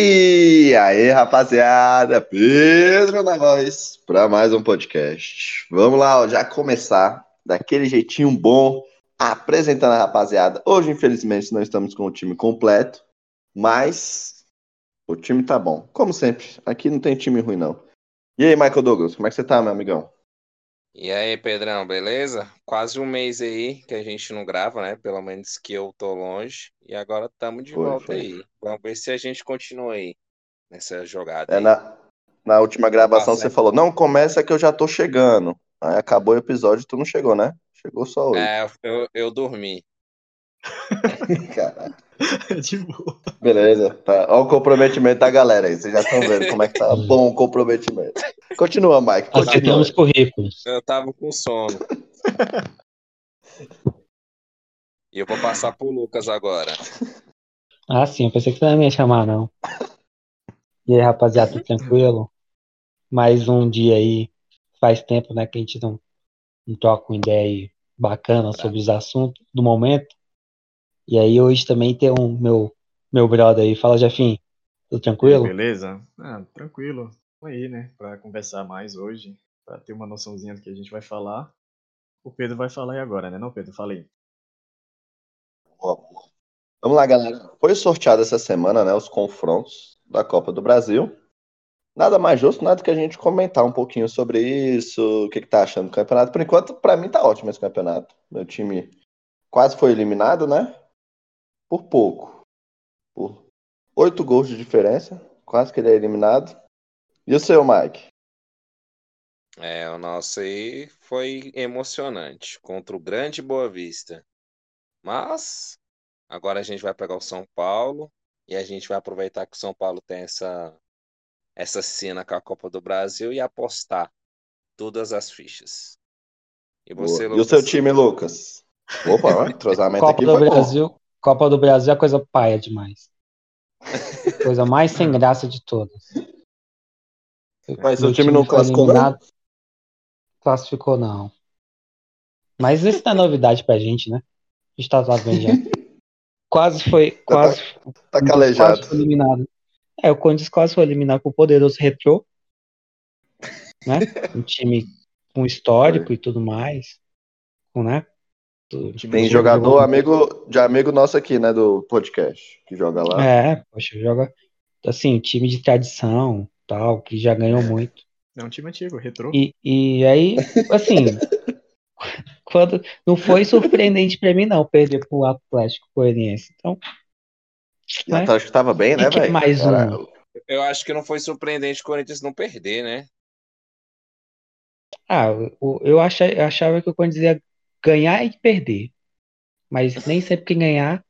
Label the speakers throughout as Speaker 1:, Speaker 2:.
Speaker 1: E aí, rapaziada, Pedro na voz para mais um podcast. Vamos lá, ó, já começar daquele jeitinho bom, apresentando a rapaziada. Hoje, infelizmente, não estamos com o time completo, mas o time tá bom. Como sempre, aqui não tem time ruim, não. E aí, Michael Douglas, como é que você tá, meu amigão?
Speaker 2: E aí, Pedrão, beleza? Quase um mês aí que a gente não grava, né? Pelo menos que eu tô longe. E agora estamos de
Speaker 1: Foi,
Speaker 2: volta
Speaker 1: foi.
Speaker 2: aí. Vamos ver se a gente continua aí nessa jogada.
Speaker 1: É,
Speaker 2: aí.
Speaker 1: na, na última gravação
Speaker 2: Passa.
Speaker 1: você falou, não começa que eu já tô chegando. Aí acabou o episódio, tu não chegou, né? Chegou só hoje.
Speaker 2: É, eu, eu dormi.
Speaker 1: Caralho.
Speaker 3: De boa.
Speaker 1: Beleza, tá. Olha o comprometimento da galera aí. Vocês já estão vendo como é que tá bom o comprometimento. Continua, Mike. Continua.
Speaker 4: Auditamos currículos.
Speaker 2: Eu tava com sono. E eu vou passar pro Lucas agora.
Speaker 4: Ah, sim, eu pensei que você não ia me chamar, não. E aí, rapaziada, tudo tranquilo? Mais um dia aí. Faz tempo, né, que a gente não, não troca uma ideia aí bacana sobre os assuntos do momento. E aí, hoje também tem um meu, meu brother aí. Fala, Jefim. Tudo tranquilo?
Speaker 3: Beleza? Ah, tranquilo. Tô aí, né? Pra conversar mais hoje, pra ter uma noçãozinha do que a gente vai falar. O Pedro vai falar aí agora, né? Não, Pedro? Fala aí.
Speaker 1: Vamos lá, galera. Foi sorteado essa semana, né? Os confrontos da Copa do Brasil. Nada mais justo, nada que a gente comentar um pouquinho sobre isso, o que, que tá achando do campeonato. Por enquanto, pra mim tá ótimo esse campeonato. Meu time quase foi eliminado, né? Por pouco. Por oito gols de diferença. Quase que ele é eliminado. E o seu, Mike?
Speaker 2: É, o nosso aí foi emocionante contra o Grande Boa Vista. Mas agora a gente vai pegar o São Paulo e a gente vai aproveitar que o São Paulo tem essa essa cena com a Copa do Brasil e apostar todas as fichas. E você,
Speaker 1: Boa. E o
Speaker 2: Lucas?
Speaker 1: seu time, Lucas? Opa, ó, entrosamento
Speaker 4: Copa
Speaker 1: aqui
Speaker 4: do
Speaker 1: foi bom.
Speaker 4: Brasil. Copa do Brasil é coisa paia demais. Coisa mais sem graça de todas.
Speaker 1: Mas seu
Speaker 4: Meu
Speaker 1: time não
Speaker 4: foi
Speaker 1: classificou, não?
Speaker 4: eliminado. Classificou, não. Mas isso não é novidade pra gente, né? A gente tá lá bem já. quase foi. Quase,
Speaker 1: Tá
Speaker 4: quase
Speaker 1: calejado.
Speaker 4: foi eliminado. É, o Corinthians quase foi eliminado pro poderoso Retrô. Né? Um time com histórico e tudo mais. Né? Tudo-
Speaker 1: Tem jogador amigo de amigo nosso aqui, né, do podcast, que joga lá.
Speaker 4: É, poxa, joga. Assim, time de tradição, tal, que já ganhou muito.
Speaker 3: É um time antigo, retrô.
Speaker 4: E, e aí, assim, quando não foi surpreendente pra mim não perder pro Atlético Goianiense. Então,
Speaker 1: E o Atlético tava bem, né,
Speaker 4: E que
Speaker 1: velho?
Speaker 4: mais um?
Speaker 1: Caralho.
Speaker 2: Eu acho que não foi surpreendente o Corinthians não perder, né?
Speaker 4: ah, eu, eu acha- eu achava que o Corinthians ia ganhar e perder. Mas nem sempre quem ganhar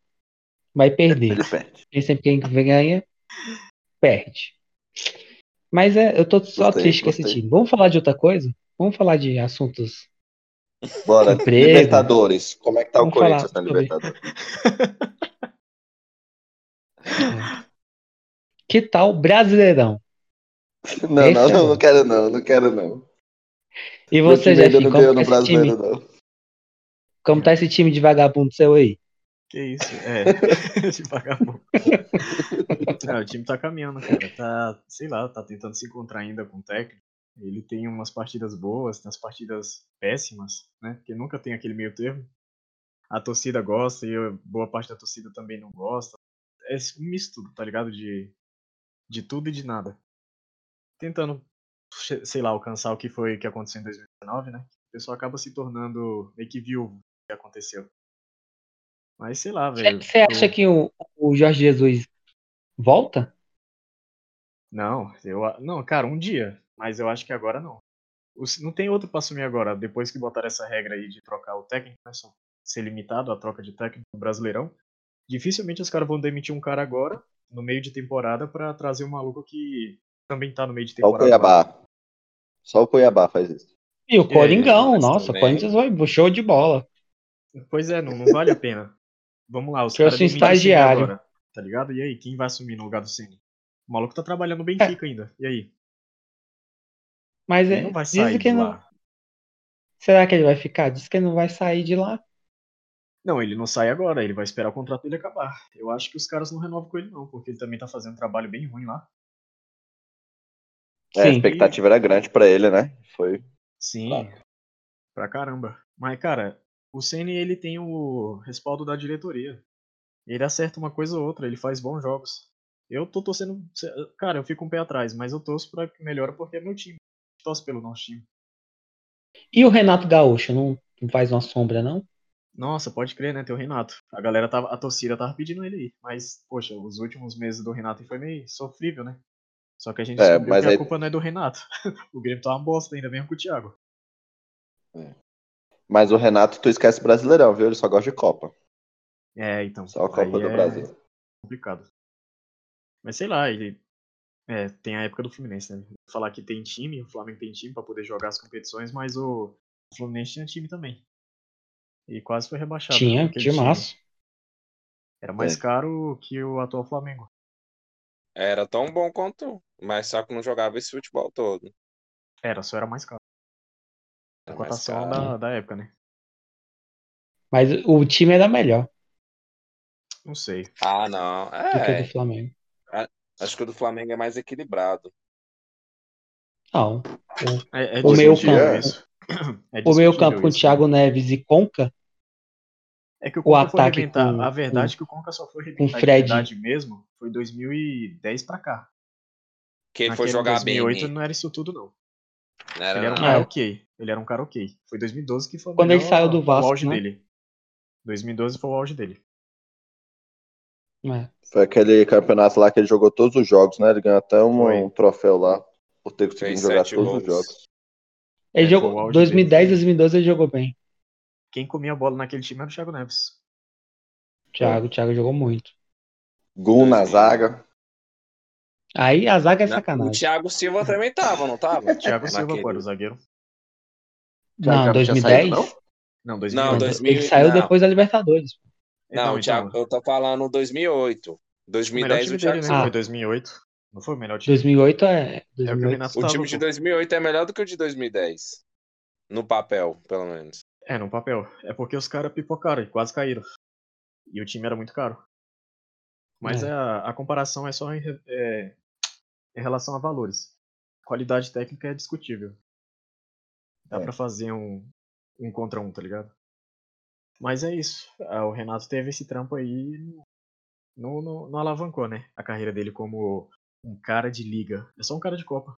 Speaker 4: vai perder.
Speaker 1: Ele perde.
Speaker 4: Nem sempre quem ganha perde. Mas é, eu tô só
Speaker 1: Gostei,
Speaker 4: triste com esse
Speaker 1: gostei.
Speaker 4: time. Vamos falar de outra coisa? Vamos falar de assuntos.
Speaker 1: Bora.
Speaker 4: Emprego.
Speaker 1: Libertadores. Como é que tá
Speaker 4: Vamos
Speaker 1: o Corinthians na
Speaker 4: falar sobre-
Speaker 1: Libertadores?
Speaker 4: Que tal Brasileirão?
Speaker 1: Não, não,
Speaker 4: Esse é
Speaker 1: não,
Speaker 4: bom.
Speaker 1: não quero não, não quero não.
Speaker 4: E
Speaker 1: Meu
Speaker 4: você,
Speaker 1: time ainda
Speaker 4: Jeff,
Speaker 1: não
Speaker 4: como
Speaker 1: ganhou no
Speaker 4: tá esse time?
Speaker 1: brasileiro, não.
Speaker 4: Como tá esse time de vagabundo seu aí?
Speaker 3: Que isso? É, de vagabundo. Ah, o time tá caminhando, cara. Tá, sei lá, tá tentando se encontrar ainda com o técnico. Ele tem umas partidas boas, tem as partidas péssimas, né? Porque nunca tem aquele meio termo. A torcida gosta e eu- boa parte da torcida também não gosta. É esse misto, tá ligado? De, de tudo e de nada. Tentando, che- sei lá, alcançar o que foi que aconteceu em 2019, né? O pessoal acaba se tornando meio que viúvo do que aconteceu. Mas sei lá, velho.
Speaker 4: Você
Speaker 3: eu-
Speaker 4: acha que o, o Jorge Jesus volta?
Speaker 3: Não, eu a- não, cara, um dia, mas eu acho que agora não. Os- Não tem outro pra assumir agora, depois que botaram essa regra aí de trocar o técnico, né, só ser limitado a troca de técnico no Brasileirão. Dificilmente os caras vão demitir um cara agora, no meio de temporada, pra trazer um maluco que também tá no meio de
Speaker 1: Só o
Speaker 3: temporada.
Speaker 1: Cuiabá. Só o Cuiabá faz isso.
Speaker 4: E o
Speaker 3: É,
Speaker 4: Coringão,
Speaker 2: mas
Speaker 4: nossa, o
Speaker 2: também-
Speaker 4: Corinthians vai show de bola.
Speaker 3: Pois é, não, não vale a pena. Vamos lá, os
Speaker 4: Trouxe
Speaker 3: caras
Speaker 4: um
Speaker 3: demitem o Ceni
Speaker 4: estagiário.
Speaker 3: agora, tá ligado? E aí, quem vai assumir no lugar do Ceni? O maluco tá trabalhando no Benfica ainda. E aí?
Speaker 4: É. Mas
Speaker 3: Ele
Speaker 4: é,
Speaker 3: não vai
Speaker 4: dizem
Speaker 3: sair
Speaker 4: que
Speaker 3: de
Speaker 4: não.
Speaker 3: lá.
Speaker 4: Será que ele vai ficar? Diz que ele não vai sair de lá.
Speaker 3: Não, ele não sai agora, ele vai esperar o contrato dele acabar. Eu acho que os caras não renovam com ele, não, porque ele também tá fazendo um trabalho bem ruim lá.
Speaker 1: É, a
Speaker 4: Sim.
Speaker 1: expectativa era grande pra ele, né? Foi.
Speaker 3: Sim,
Speaker 1: Claro.
Speaker 3: pra caramba. Mas, cara, o Ceni ele tem o respaldo da diretoria. Ele acerta uma coisa ou outra, ele faz bons jogos. Eu tô torcendo. Cara, eu fico um pé atrás, mas eu torço pra que melhore porque é meu time. Torço pelo nosso time.
Speaker 4: E o Renato Gaúcho não, não faz uma sombra, não?
Speaker 3: Tá Nossa, pode crer, né? Tem o Renato. A galera tava. A torcida tava pedindo ele aí. Mas, poxa, os últimos meses do Renato foi meio sofrível, né? Só que a gente
Speaker 1: É,
Speaker 3: descobriu
Speaker 1: mas
Speaker 3: que
Speaker 1: aí-
Speaker 3: a culpa não é do Renato. o Grêmio tá uma bosta ainda, mesmo com o Thiago.
Speaker 1: Mas o Renato, tu esquece Brasileirão, viu? Ele só gosta de Copa.
Speaker 3: É, então.
Speaker 1: Só a Copa
Speaker 3: aí
Speaker 1: do
Speaker 3: é
Speaker 1: Brasil.
Speaker 3: complicado. Mas sei lá, ele. É, tem a época do Fluminense, né? Vou Falar que tem time, o Flamengo tem time pra poder jogar as competições, mas o Fluminense tinha time também. E quase foi rebaixado.
Speaker 4: Tinha,
Speaker 3: com aquele
Speaker 4: que
Speaker 3: time.
Speaker 4: massa.
Speaker 3: Era mais
Speaker 1: É.
Speaker 3: caro que o atual Flamengo.
Speaker 2: Era tão bom quanto, mas só que não jogava esse futebol todo.
Speaker 3: Era, só era mais caro. A
Speaker 2: Era Tá mais caro.
Speaker 3: cotação da, da época, né?
Speaker 4: Mas o time era melhor
Speaker 3: Não sei.
Speaker 2: Ah, não.
Speaker 4: do que o
Speaker 2: É,
Speaker 4: do Flamengo.
Speaker 2: acho que o do Flamengo é mais equilibrado.
Speaker 4: Não.
Speaker 3: É, é
Speaker 4: O meio
Speaker 3: discutível
Speaker 1: campo-
Speaker 3: isso. É
Speaker 4: O meio
Speaker 3: discutível
Speaker 4: campo com
Speaker 3: isso,
Speaker 4: Thiago Neves e Conca,
Speaker 3: É que o Conca foi
Speaker 4: ataque
Speaker 3: arrebentar.
Speaker 4: com-
Speaker 3: a verdade é que o Conca só foi
Speaker 4: com
Speaker 3: arrebentar de
Speaker 4: Fred.
Speaker 3: verdade mesmo foi 2010 pra cá.
Speaker 2: Que ele foi
Speaker 3: Naquele
Speaker 2: jogar
Speaker 3: 2008
Speaker 2: bem.
Speaker 3: não era isso tudo, não.
Speaker 2: Não era,
Speaker 3: Ele era um
Speaker 2: não.
Speaker 4: É.
Speaker 3: cara ok. Ele era um cara ok. Foi 2012 que foi o
Speaker 4: Quando ele
Speaker 3: melhor-
Speaker 4: saiu do Vasco,
Speaker 3: o auge
Speaker 4: né?
Speaker 3: dele. 2012 foi o auge dele.
Speaker 4: né?
Speaker 1: Foi aquele campeonato lá que ele jogou todos os jogos, né? Ele ganhou até um,
Speaker 3: Foi.
Speaker 1: um troféu lá por ter conseguido
Speaker 2: Fez
Speaker 1: jogar
Speaker 2: sete
Speaker 1: todos os
Speaker 2: gols.
Speaker 1: jogos.
Speaker 4: ele
Speaker 3: É, foi o
Speaker 4: jogou
Speaker 3: auge
Speaker 4: 2010,
Speaker 3: dele.
Speaker 4: 2012 ele jogou bem.
Speaker 3: Quem comia a bola naquele time era o Thiago Neves.
Speaker 4: Thiago, o Thiago jogou muito.
Speaker 1: Gol na
Speaker 2: Dois mil.
Speaker 1: zaga.
Speaker 4: Aí a zaga é
Speaker 2: O
Speaker 4: sacanagem.
Speaker 2: Thiago Silva também tava, não tava?
Speaker 3: Thiago Silva
Speaker 2: É, Naquele-
Speaker 3: agora, o zagueiro.
Speaker 1: Thiago
Speaker 4: Não,
Speaker 1: já tinha
Speaker 4: 2010?
Speaker 1: saído, não?
Speaker 3: Não,
Speaker 4: Não,
Speaker 2: Não,
Speaker 3: 2008.
Speaker 2: 2000
Speaker 4: ele saiu
Speaker 2: não.
Speaker 4: depois da Libertadores.
Speaker 2: Não, o Thiago, eu tô falando 2008.
Speaker 3: o Então, melhor
Speaker 2: 2010
Speaker 3: time
Speaker 2: o Thiago
Speaker 3: dele, né?
Speaker 2: Silva.
Speaker 3: Foi 2008. Não foi o melhor time.
Speaker 4: 2008 é.
Speaker 3: É o que o
Speaker 4: 2008.
Speaker 3: Renato
Speaker 2: O
Speaker 3: tava,
Speaker 2: time de
Speaker 3: pô.
Speaker 2: 2008 é melhor do que o de 2010. No papel, pelo menos.
Speaker 3: É, no papel. É porque os caras pipocaram e quase caíram. E o time era muito caro. Mas
Speaker 4: É.
Speaker 3: a, a comparação é só em, re- é, em relação a valores. Qualidade técnica é discutível. Dá
Speaker 1: É.
Speaker 3: pra fazer um, um contra um, tá ligado? Mas é isso. Ah, O Renato teve esse trampo aí e não, não, não alavancou, né? A carreira dele como um cara de liga. É só um cara de Copa.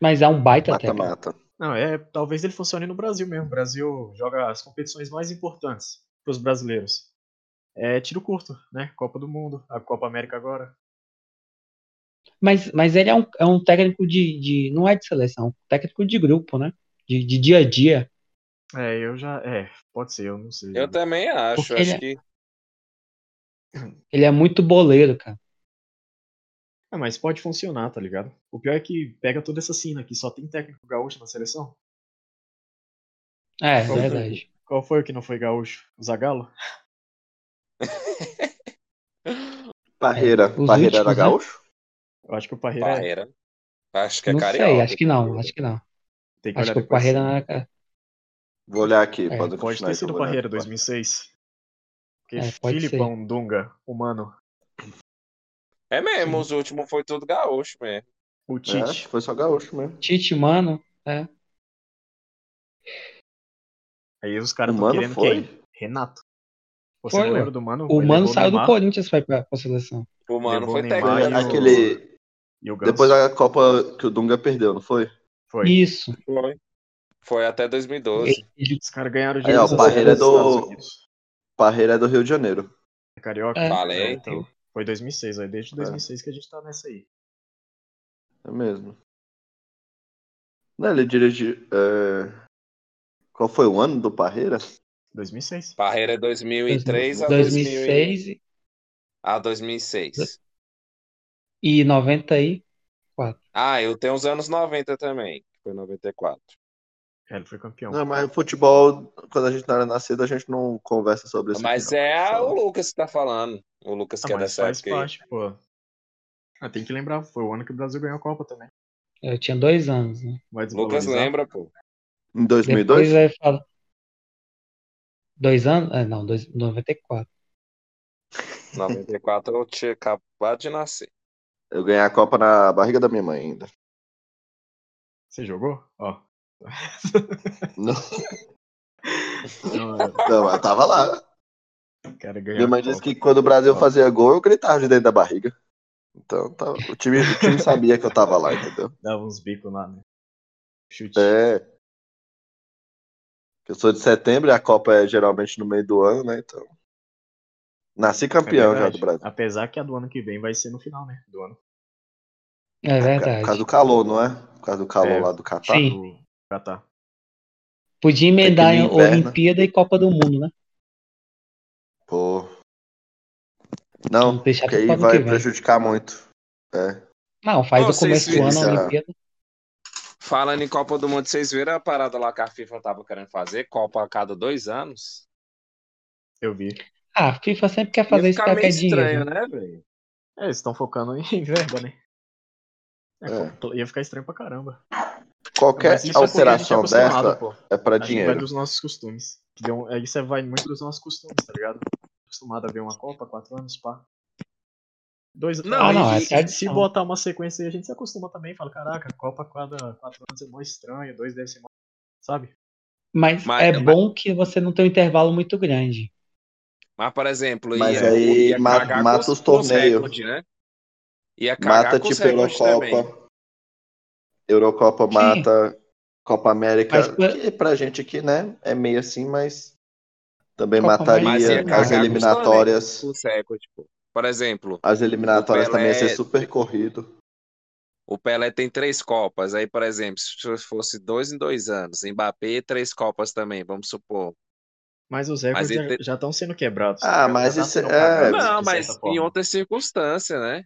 Speaker 4: Mas é um baita técnico.
Speaker 1: Mata-mata.
Speaker 3: Não, é, talvez ele funcione no Brasil mesmo. O Brasil joga as competições mais importantes para os brasileiros. É tiro curto, né? Copa do Mundo, a Copa América agora.
Speaker 4: Mas, mas ele é um, é um técnico de, de. Não é de seleção, técnico de grupo, né? De, de dia a dia.
Speaker 3: É, eu já, é, pode ser, eu não sei.
Speaker 2: Eu também acho,
Speaker 4: Porque
Speaker 2: acho
Speaker 4: ele- é-
Speaker 2: que.
Speaker 4: Ele é muito boleiro, cara.
Speaker 3: Ah, mas pode funcionar, tá ligado? O pior é que pega toda essa cena que só tem técnico gaúcho na seleção.
Speaker 4: É,
Speaker 3: Qual foi?
Speaker 4: verdade.
Speaker 3: Qual foi o que não foi gaúcho? O Zagallo?
Speaker 1: Parreira.
Speaker 4: os
Speaker 1: Parreira era
Speaker 4: últimos, né?
Speaker 1: gaúcho?
Speaker 3: Eu acho que o Parreira é-
Speaker 2: Parreira. Acho que é
Speaker 4: não
Speaker 2: carioca. né?
Speaker 4: sei, acho que não, acho que não.
Speaker 3: tem que
Speaker 4: Acho
Speaker 3: olhar
Speaker 4: que o
Speaker 3: depois.
Speaker 4: Parreira não era. cara.
Speaker 1: Vou olhar aqui.
Speaker 4: É,
Speaker 1: pode
Speaker 3: Pode
Speaker 1: continuar
Speaker 3: ter
Speaker 1: aí que eu
Speaker 3: sido
Speaker 1: vou olhar
Speaker 3: Parreira,
Speaker 1: aqui.
Speaker 3: 2006. Porque
Speaker 4: É, pode ser.
Speaker 3: Filipão, Dunga, Humano,
Speaker 2: É mesmo, os últimos foi tudo gaúcho mesmo.
Speaker 3: o
Speaker 1: É,
Speaker 3: Tite.
Speaker 1: foi só gaúcho mesmo.
Speaker 4: Tite, mano. É.
Speaker 3: Aí os
Speaker 1: O
Speaker 3: caras estão
Speaker 1: Mano
Speaker 3: querendo
Speaker 1: foi.
Speaker 3: quem? Renato. Você
Speaker 4: Foi,
Speaker 3: não
Speaker 4: ué.
Speaker 3: lembra do Mano?
Speaker 4: O
Speaker 3: Ele
Speaker 4: Mano
Speaker 3: levou
Speaker 4: saiu do
Speaker 3: Neymar
Speaker 4: Corinthians pra, pra, pra seleção.
Speaker 2: O Mano
Speaker 3: Levou
Speaker 2: foi
Speaker 3: o
Speaker 2: técnico.
Speaker 3: Neymar
Speaker 1: Foi
Speaker 3: Vai,
Speaker 2: da
Speaker 3: o-
Speaker 1: aquele.
Speaker 3: E o Ganso.
Speaker 1: Depois da Copa que o Dunga perdeu, não foi?
Speaker 3: Foi.
Speaker 4: Isso.
Speaker 2: Foi. Foi até 2012.
Speaker 4: Ele- ele-
Speaker 3: Os caras ganharam
Speaker 1: Aí, ó,
Speaker 3: direitos
Speaker 1: o Parreira é
Speaker 3: dos Estados
Speaker 1: do-
Speaker 3: Unidos.
Speaker 1: Parreira é do Rio de Janeiro.
Speaker 3: É Carioca.
Speaker 4: É.
Speaker 2: Falei.
Speaker 3: É, então. Foi 2006, aí desde 2006 que a gente tá nessa aí.
Speaker 1: É mesmo. Não, ele dirigiu. é, Qual foi o ano do Parreira?
Speaker 3: 2006.
Speaker 2: Parreira é 2003 a 2006.
Speaker 4: 2006 e-
Speaker 2: A 2006.
Speaker 4: e 90 e
Speaker 2: Ah, eu tenho os anos 90 também. que Foi 94.
Speaker 3: É, ele foi campeão.
Speaker 1: Não, mas futebol, quando a gente não era nascido, a gente não conversa sobre isso.
Speaker 2: Mas
Speaker 1: aqui, não.
Speaker 2: é
Speaker 1: Sei lá.
Speaker 2: o Lucas que tá falando. O Lucas
Speaker 3: Ah,
Speaker 2: que é
Speaker 3: mas
Speaker 2: dessa
Speaker 3: faz
Speaker 2: época aí.
Speaker 3: parte, pô. Ah, tem que lembrar, foi o ano que o Brasil ganhou a Copa também.
Speaker 4: eu tinha dois anos, né?
Speaker 3: Vai
Speaker 2: Lucas
Speaker 3: desvalorizar.
Speaker 2: lembra, pô.
Speaker 1: Em
Speaker 4: Depois
Speaker 1: 2002?
Speaker 4: vai falar. Dois anos? Ah, não, dois, 94.
Speaker 2: 94 eu tinha acabado de nascer.
Speaker 4: é-
Speaker 1: Eu ganhei a Copa na barriga da minha mãe ainda.
Speaker 3: Você jogou? Ó.
Speaker 1: Não,
Speaker 3: Então, é,
Speaker 1: não eu tava lá.
Speaker 3: o cara ganhou.
Speaker 1: Minha
Speaker 3: a
Speaker 1: mãe
Speaker 3: Copa.
Speaker 1: disse que quando o Brasil fazia gol, eu gritava de dentro da barriga. Então tava- o, time, o time sabia que eu tava lá, entendeu?
Speaker 3: Dava uns bicos lá, né? Chute.
Speaker 1: É. Eu sou de setembro e a Copa é geralmente no meio do ano, né? Então. Nasci
Speaker 3: É
Speaker 1: campeão já
Speaker 3: verdade.
Speaker 1: do Brasil.
Speaker 3: Apesar que a do ano que vem vai ser no final, né? Do ano.
Speaker 4: É
Speaker 1: Por causa
Speaker 4: verdade.
Speaker 1: do calor, não é? Por causa do calor
Speaker 3: É.
Speaker 1: lá do Catar.
Speaker 4: Sim.
Speaker 3: Do Catar.
Speaker 4: Podia emendar
Speaker 1: É que
Speaker 4: em
Speaker 1: no inverno-
Speaker 4: Olimpíada e Copa do Mundo, né?
Speaker 1: Pô. Não,
Speaker 4: Vamos deixar
Speaker 1: porque
Speaker 4: É pro
Speaker 1: aí
Speaker 4: ano
Speaker 1: vai
Speaker 4: que vem.
Speaker 1: prejudicar muito. É.
Speaker 4: Não, faz
Speaker 2: Ô,
Speaker 4: do começo
Speaker 2: vocês
Speaker 4: do ano a
Speaker 1: viram-
Speaker 4: Olimpíada.
Speaker 2: Falando em Copa do Mundo, vocês viram a parada lá que a FIFA tava querendo fazer? Copa a cada dois anos?
Speaker 3: Eu vi.
Speaker 4: Ah, a FIFA sempre quer fazer
Speaker 2: Ia
Speaker 4: isso
Speaker 1: tá
Speaker 2: ficar
Speaker 4: pra
Speaker 2: meio
Speaker 4: ganhar dinheiro.
Speaker 2: estranho, né, velho?
Speaker 3: É, eles estão focando em verba, né? É,
Speaker 1: É.
Speaker 3: pô, Ia ficar estranho pra caramba.
Speaker 1: Qualquer
Speaker 3: Mas isso é porque a gente é
Speaker 1: alteração
Speaker 3: acostumado,
Speaker 1: dessa
Speaker 3: pô.
Speaker 1: é pra
Speaker 3: A gente vai
Speaker 1: dinheiro.
Speaker 3: dos nossos costumes. Que deu- é, Isso é- vai muito dos nossos costumes, tá ligado? Acostumado a ver uma Copa, quatro anos, pá. Dois
Speaker 2: Não, Ah, não,
Speaker 3: aí,
Speaker 2: é
Speaker 3: se, se
Speaker 4: tradição.
Speaker 3: botar uma sequência aí, a gente se acostuma também. Fala, caraca, Copa cada quatro anos é mó estranho, dois deve ser mó. Sabe?
Speaker 4: Mas,
Speaker 2: Mas-
Speaker 4: é
Speaker 2: mas-
Speaker 4: bom que você não tem um intervalo muito grande.
Speaker 2: Mas, por exemplo,
Speaker 1: Mas
Speaker 2: ia,
Speaker 1: aí
Speaker 2: ia
Speaker 1: ma-
Speaker 2: cagar
Speaker 1: mata
Speaker 2: com
Speaker 1: os torneios.
Speaker 2: com recordes, né? Ia cagar
Speaker 1: Mata
Speaker 2: com
Speaker 1: tipo
Speaker 2: os recordes também.
Speaker 1: Eurocopa. Eurocopa
Speaker 4: Sim.
Speaker 1: mata. Copa América.
Speaker 4: Mas pra-
Speaker 1: Que pra gente aqui, né? É meio assim, mas. Também
Speaker 4: Copa
Speaker 2: Mas
Speaker 1: mataria
Speaker 2: ia
Speaker 1: as
Speaker 4: América,
Speaker 2: cagar com os torneios,
Speaker 1: eliminatórias.
Speaker 2: com os recordes, pô. Por exemplo,
Speaker 1: As eliminatórias
Speaker 2: O
Speaker 1: também ia
Speaker 2: Pelé-
Speaker 1: ser super corrido.
Speaker 2: o Pelé tem três Copas. Aí, por exemplo, se fosse dois em dois anos, Mbappé, três Copas também, vamos supor.
Speaker 3: Mas os recordes
Speaker 2: ele
Speaker 3: já-
Speaker 2: te-
Speaker 3: já estão sendo quebrados.
Speaker 1: Ah,
Speaker 3: tá ligado?
Speaker 1: mas
Speaker 3: Já tá
Speaker 1: isso
Speaker 3: sendo
Speaker 1: é-
Speaker 3: pagados,
Speaker 2: Não,
Speaker 3: de
Speaker 2: mas
Speaker 3: certa
Speaker 2: em
Speaker 3: forma.
Speaker 2: outra circunstância, né?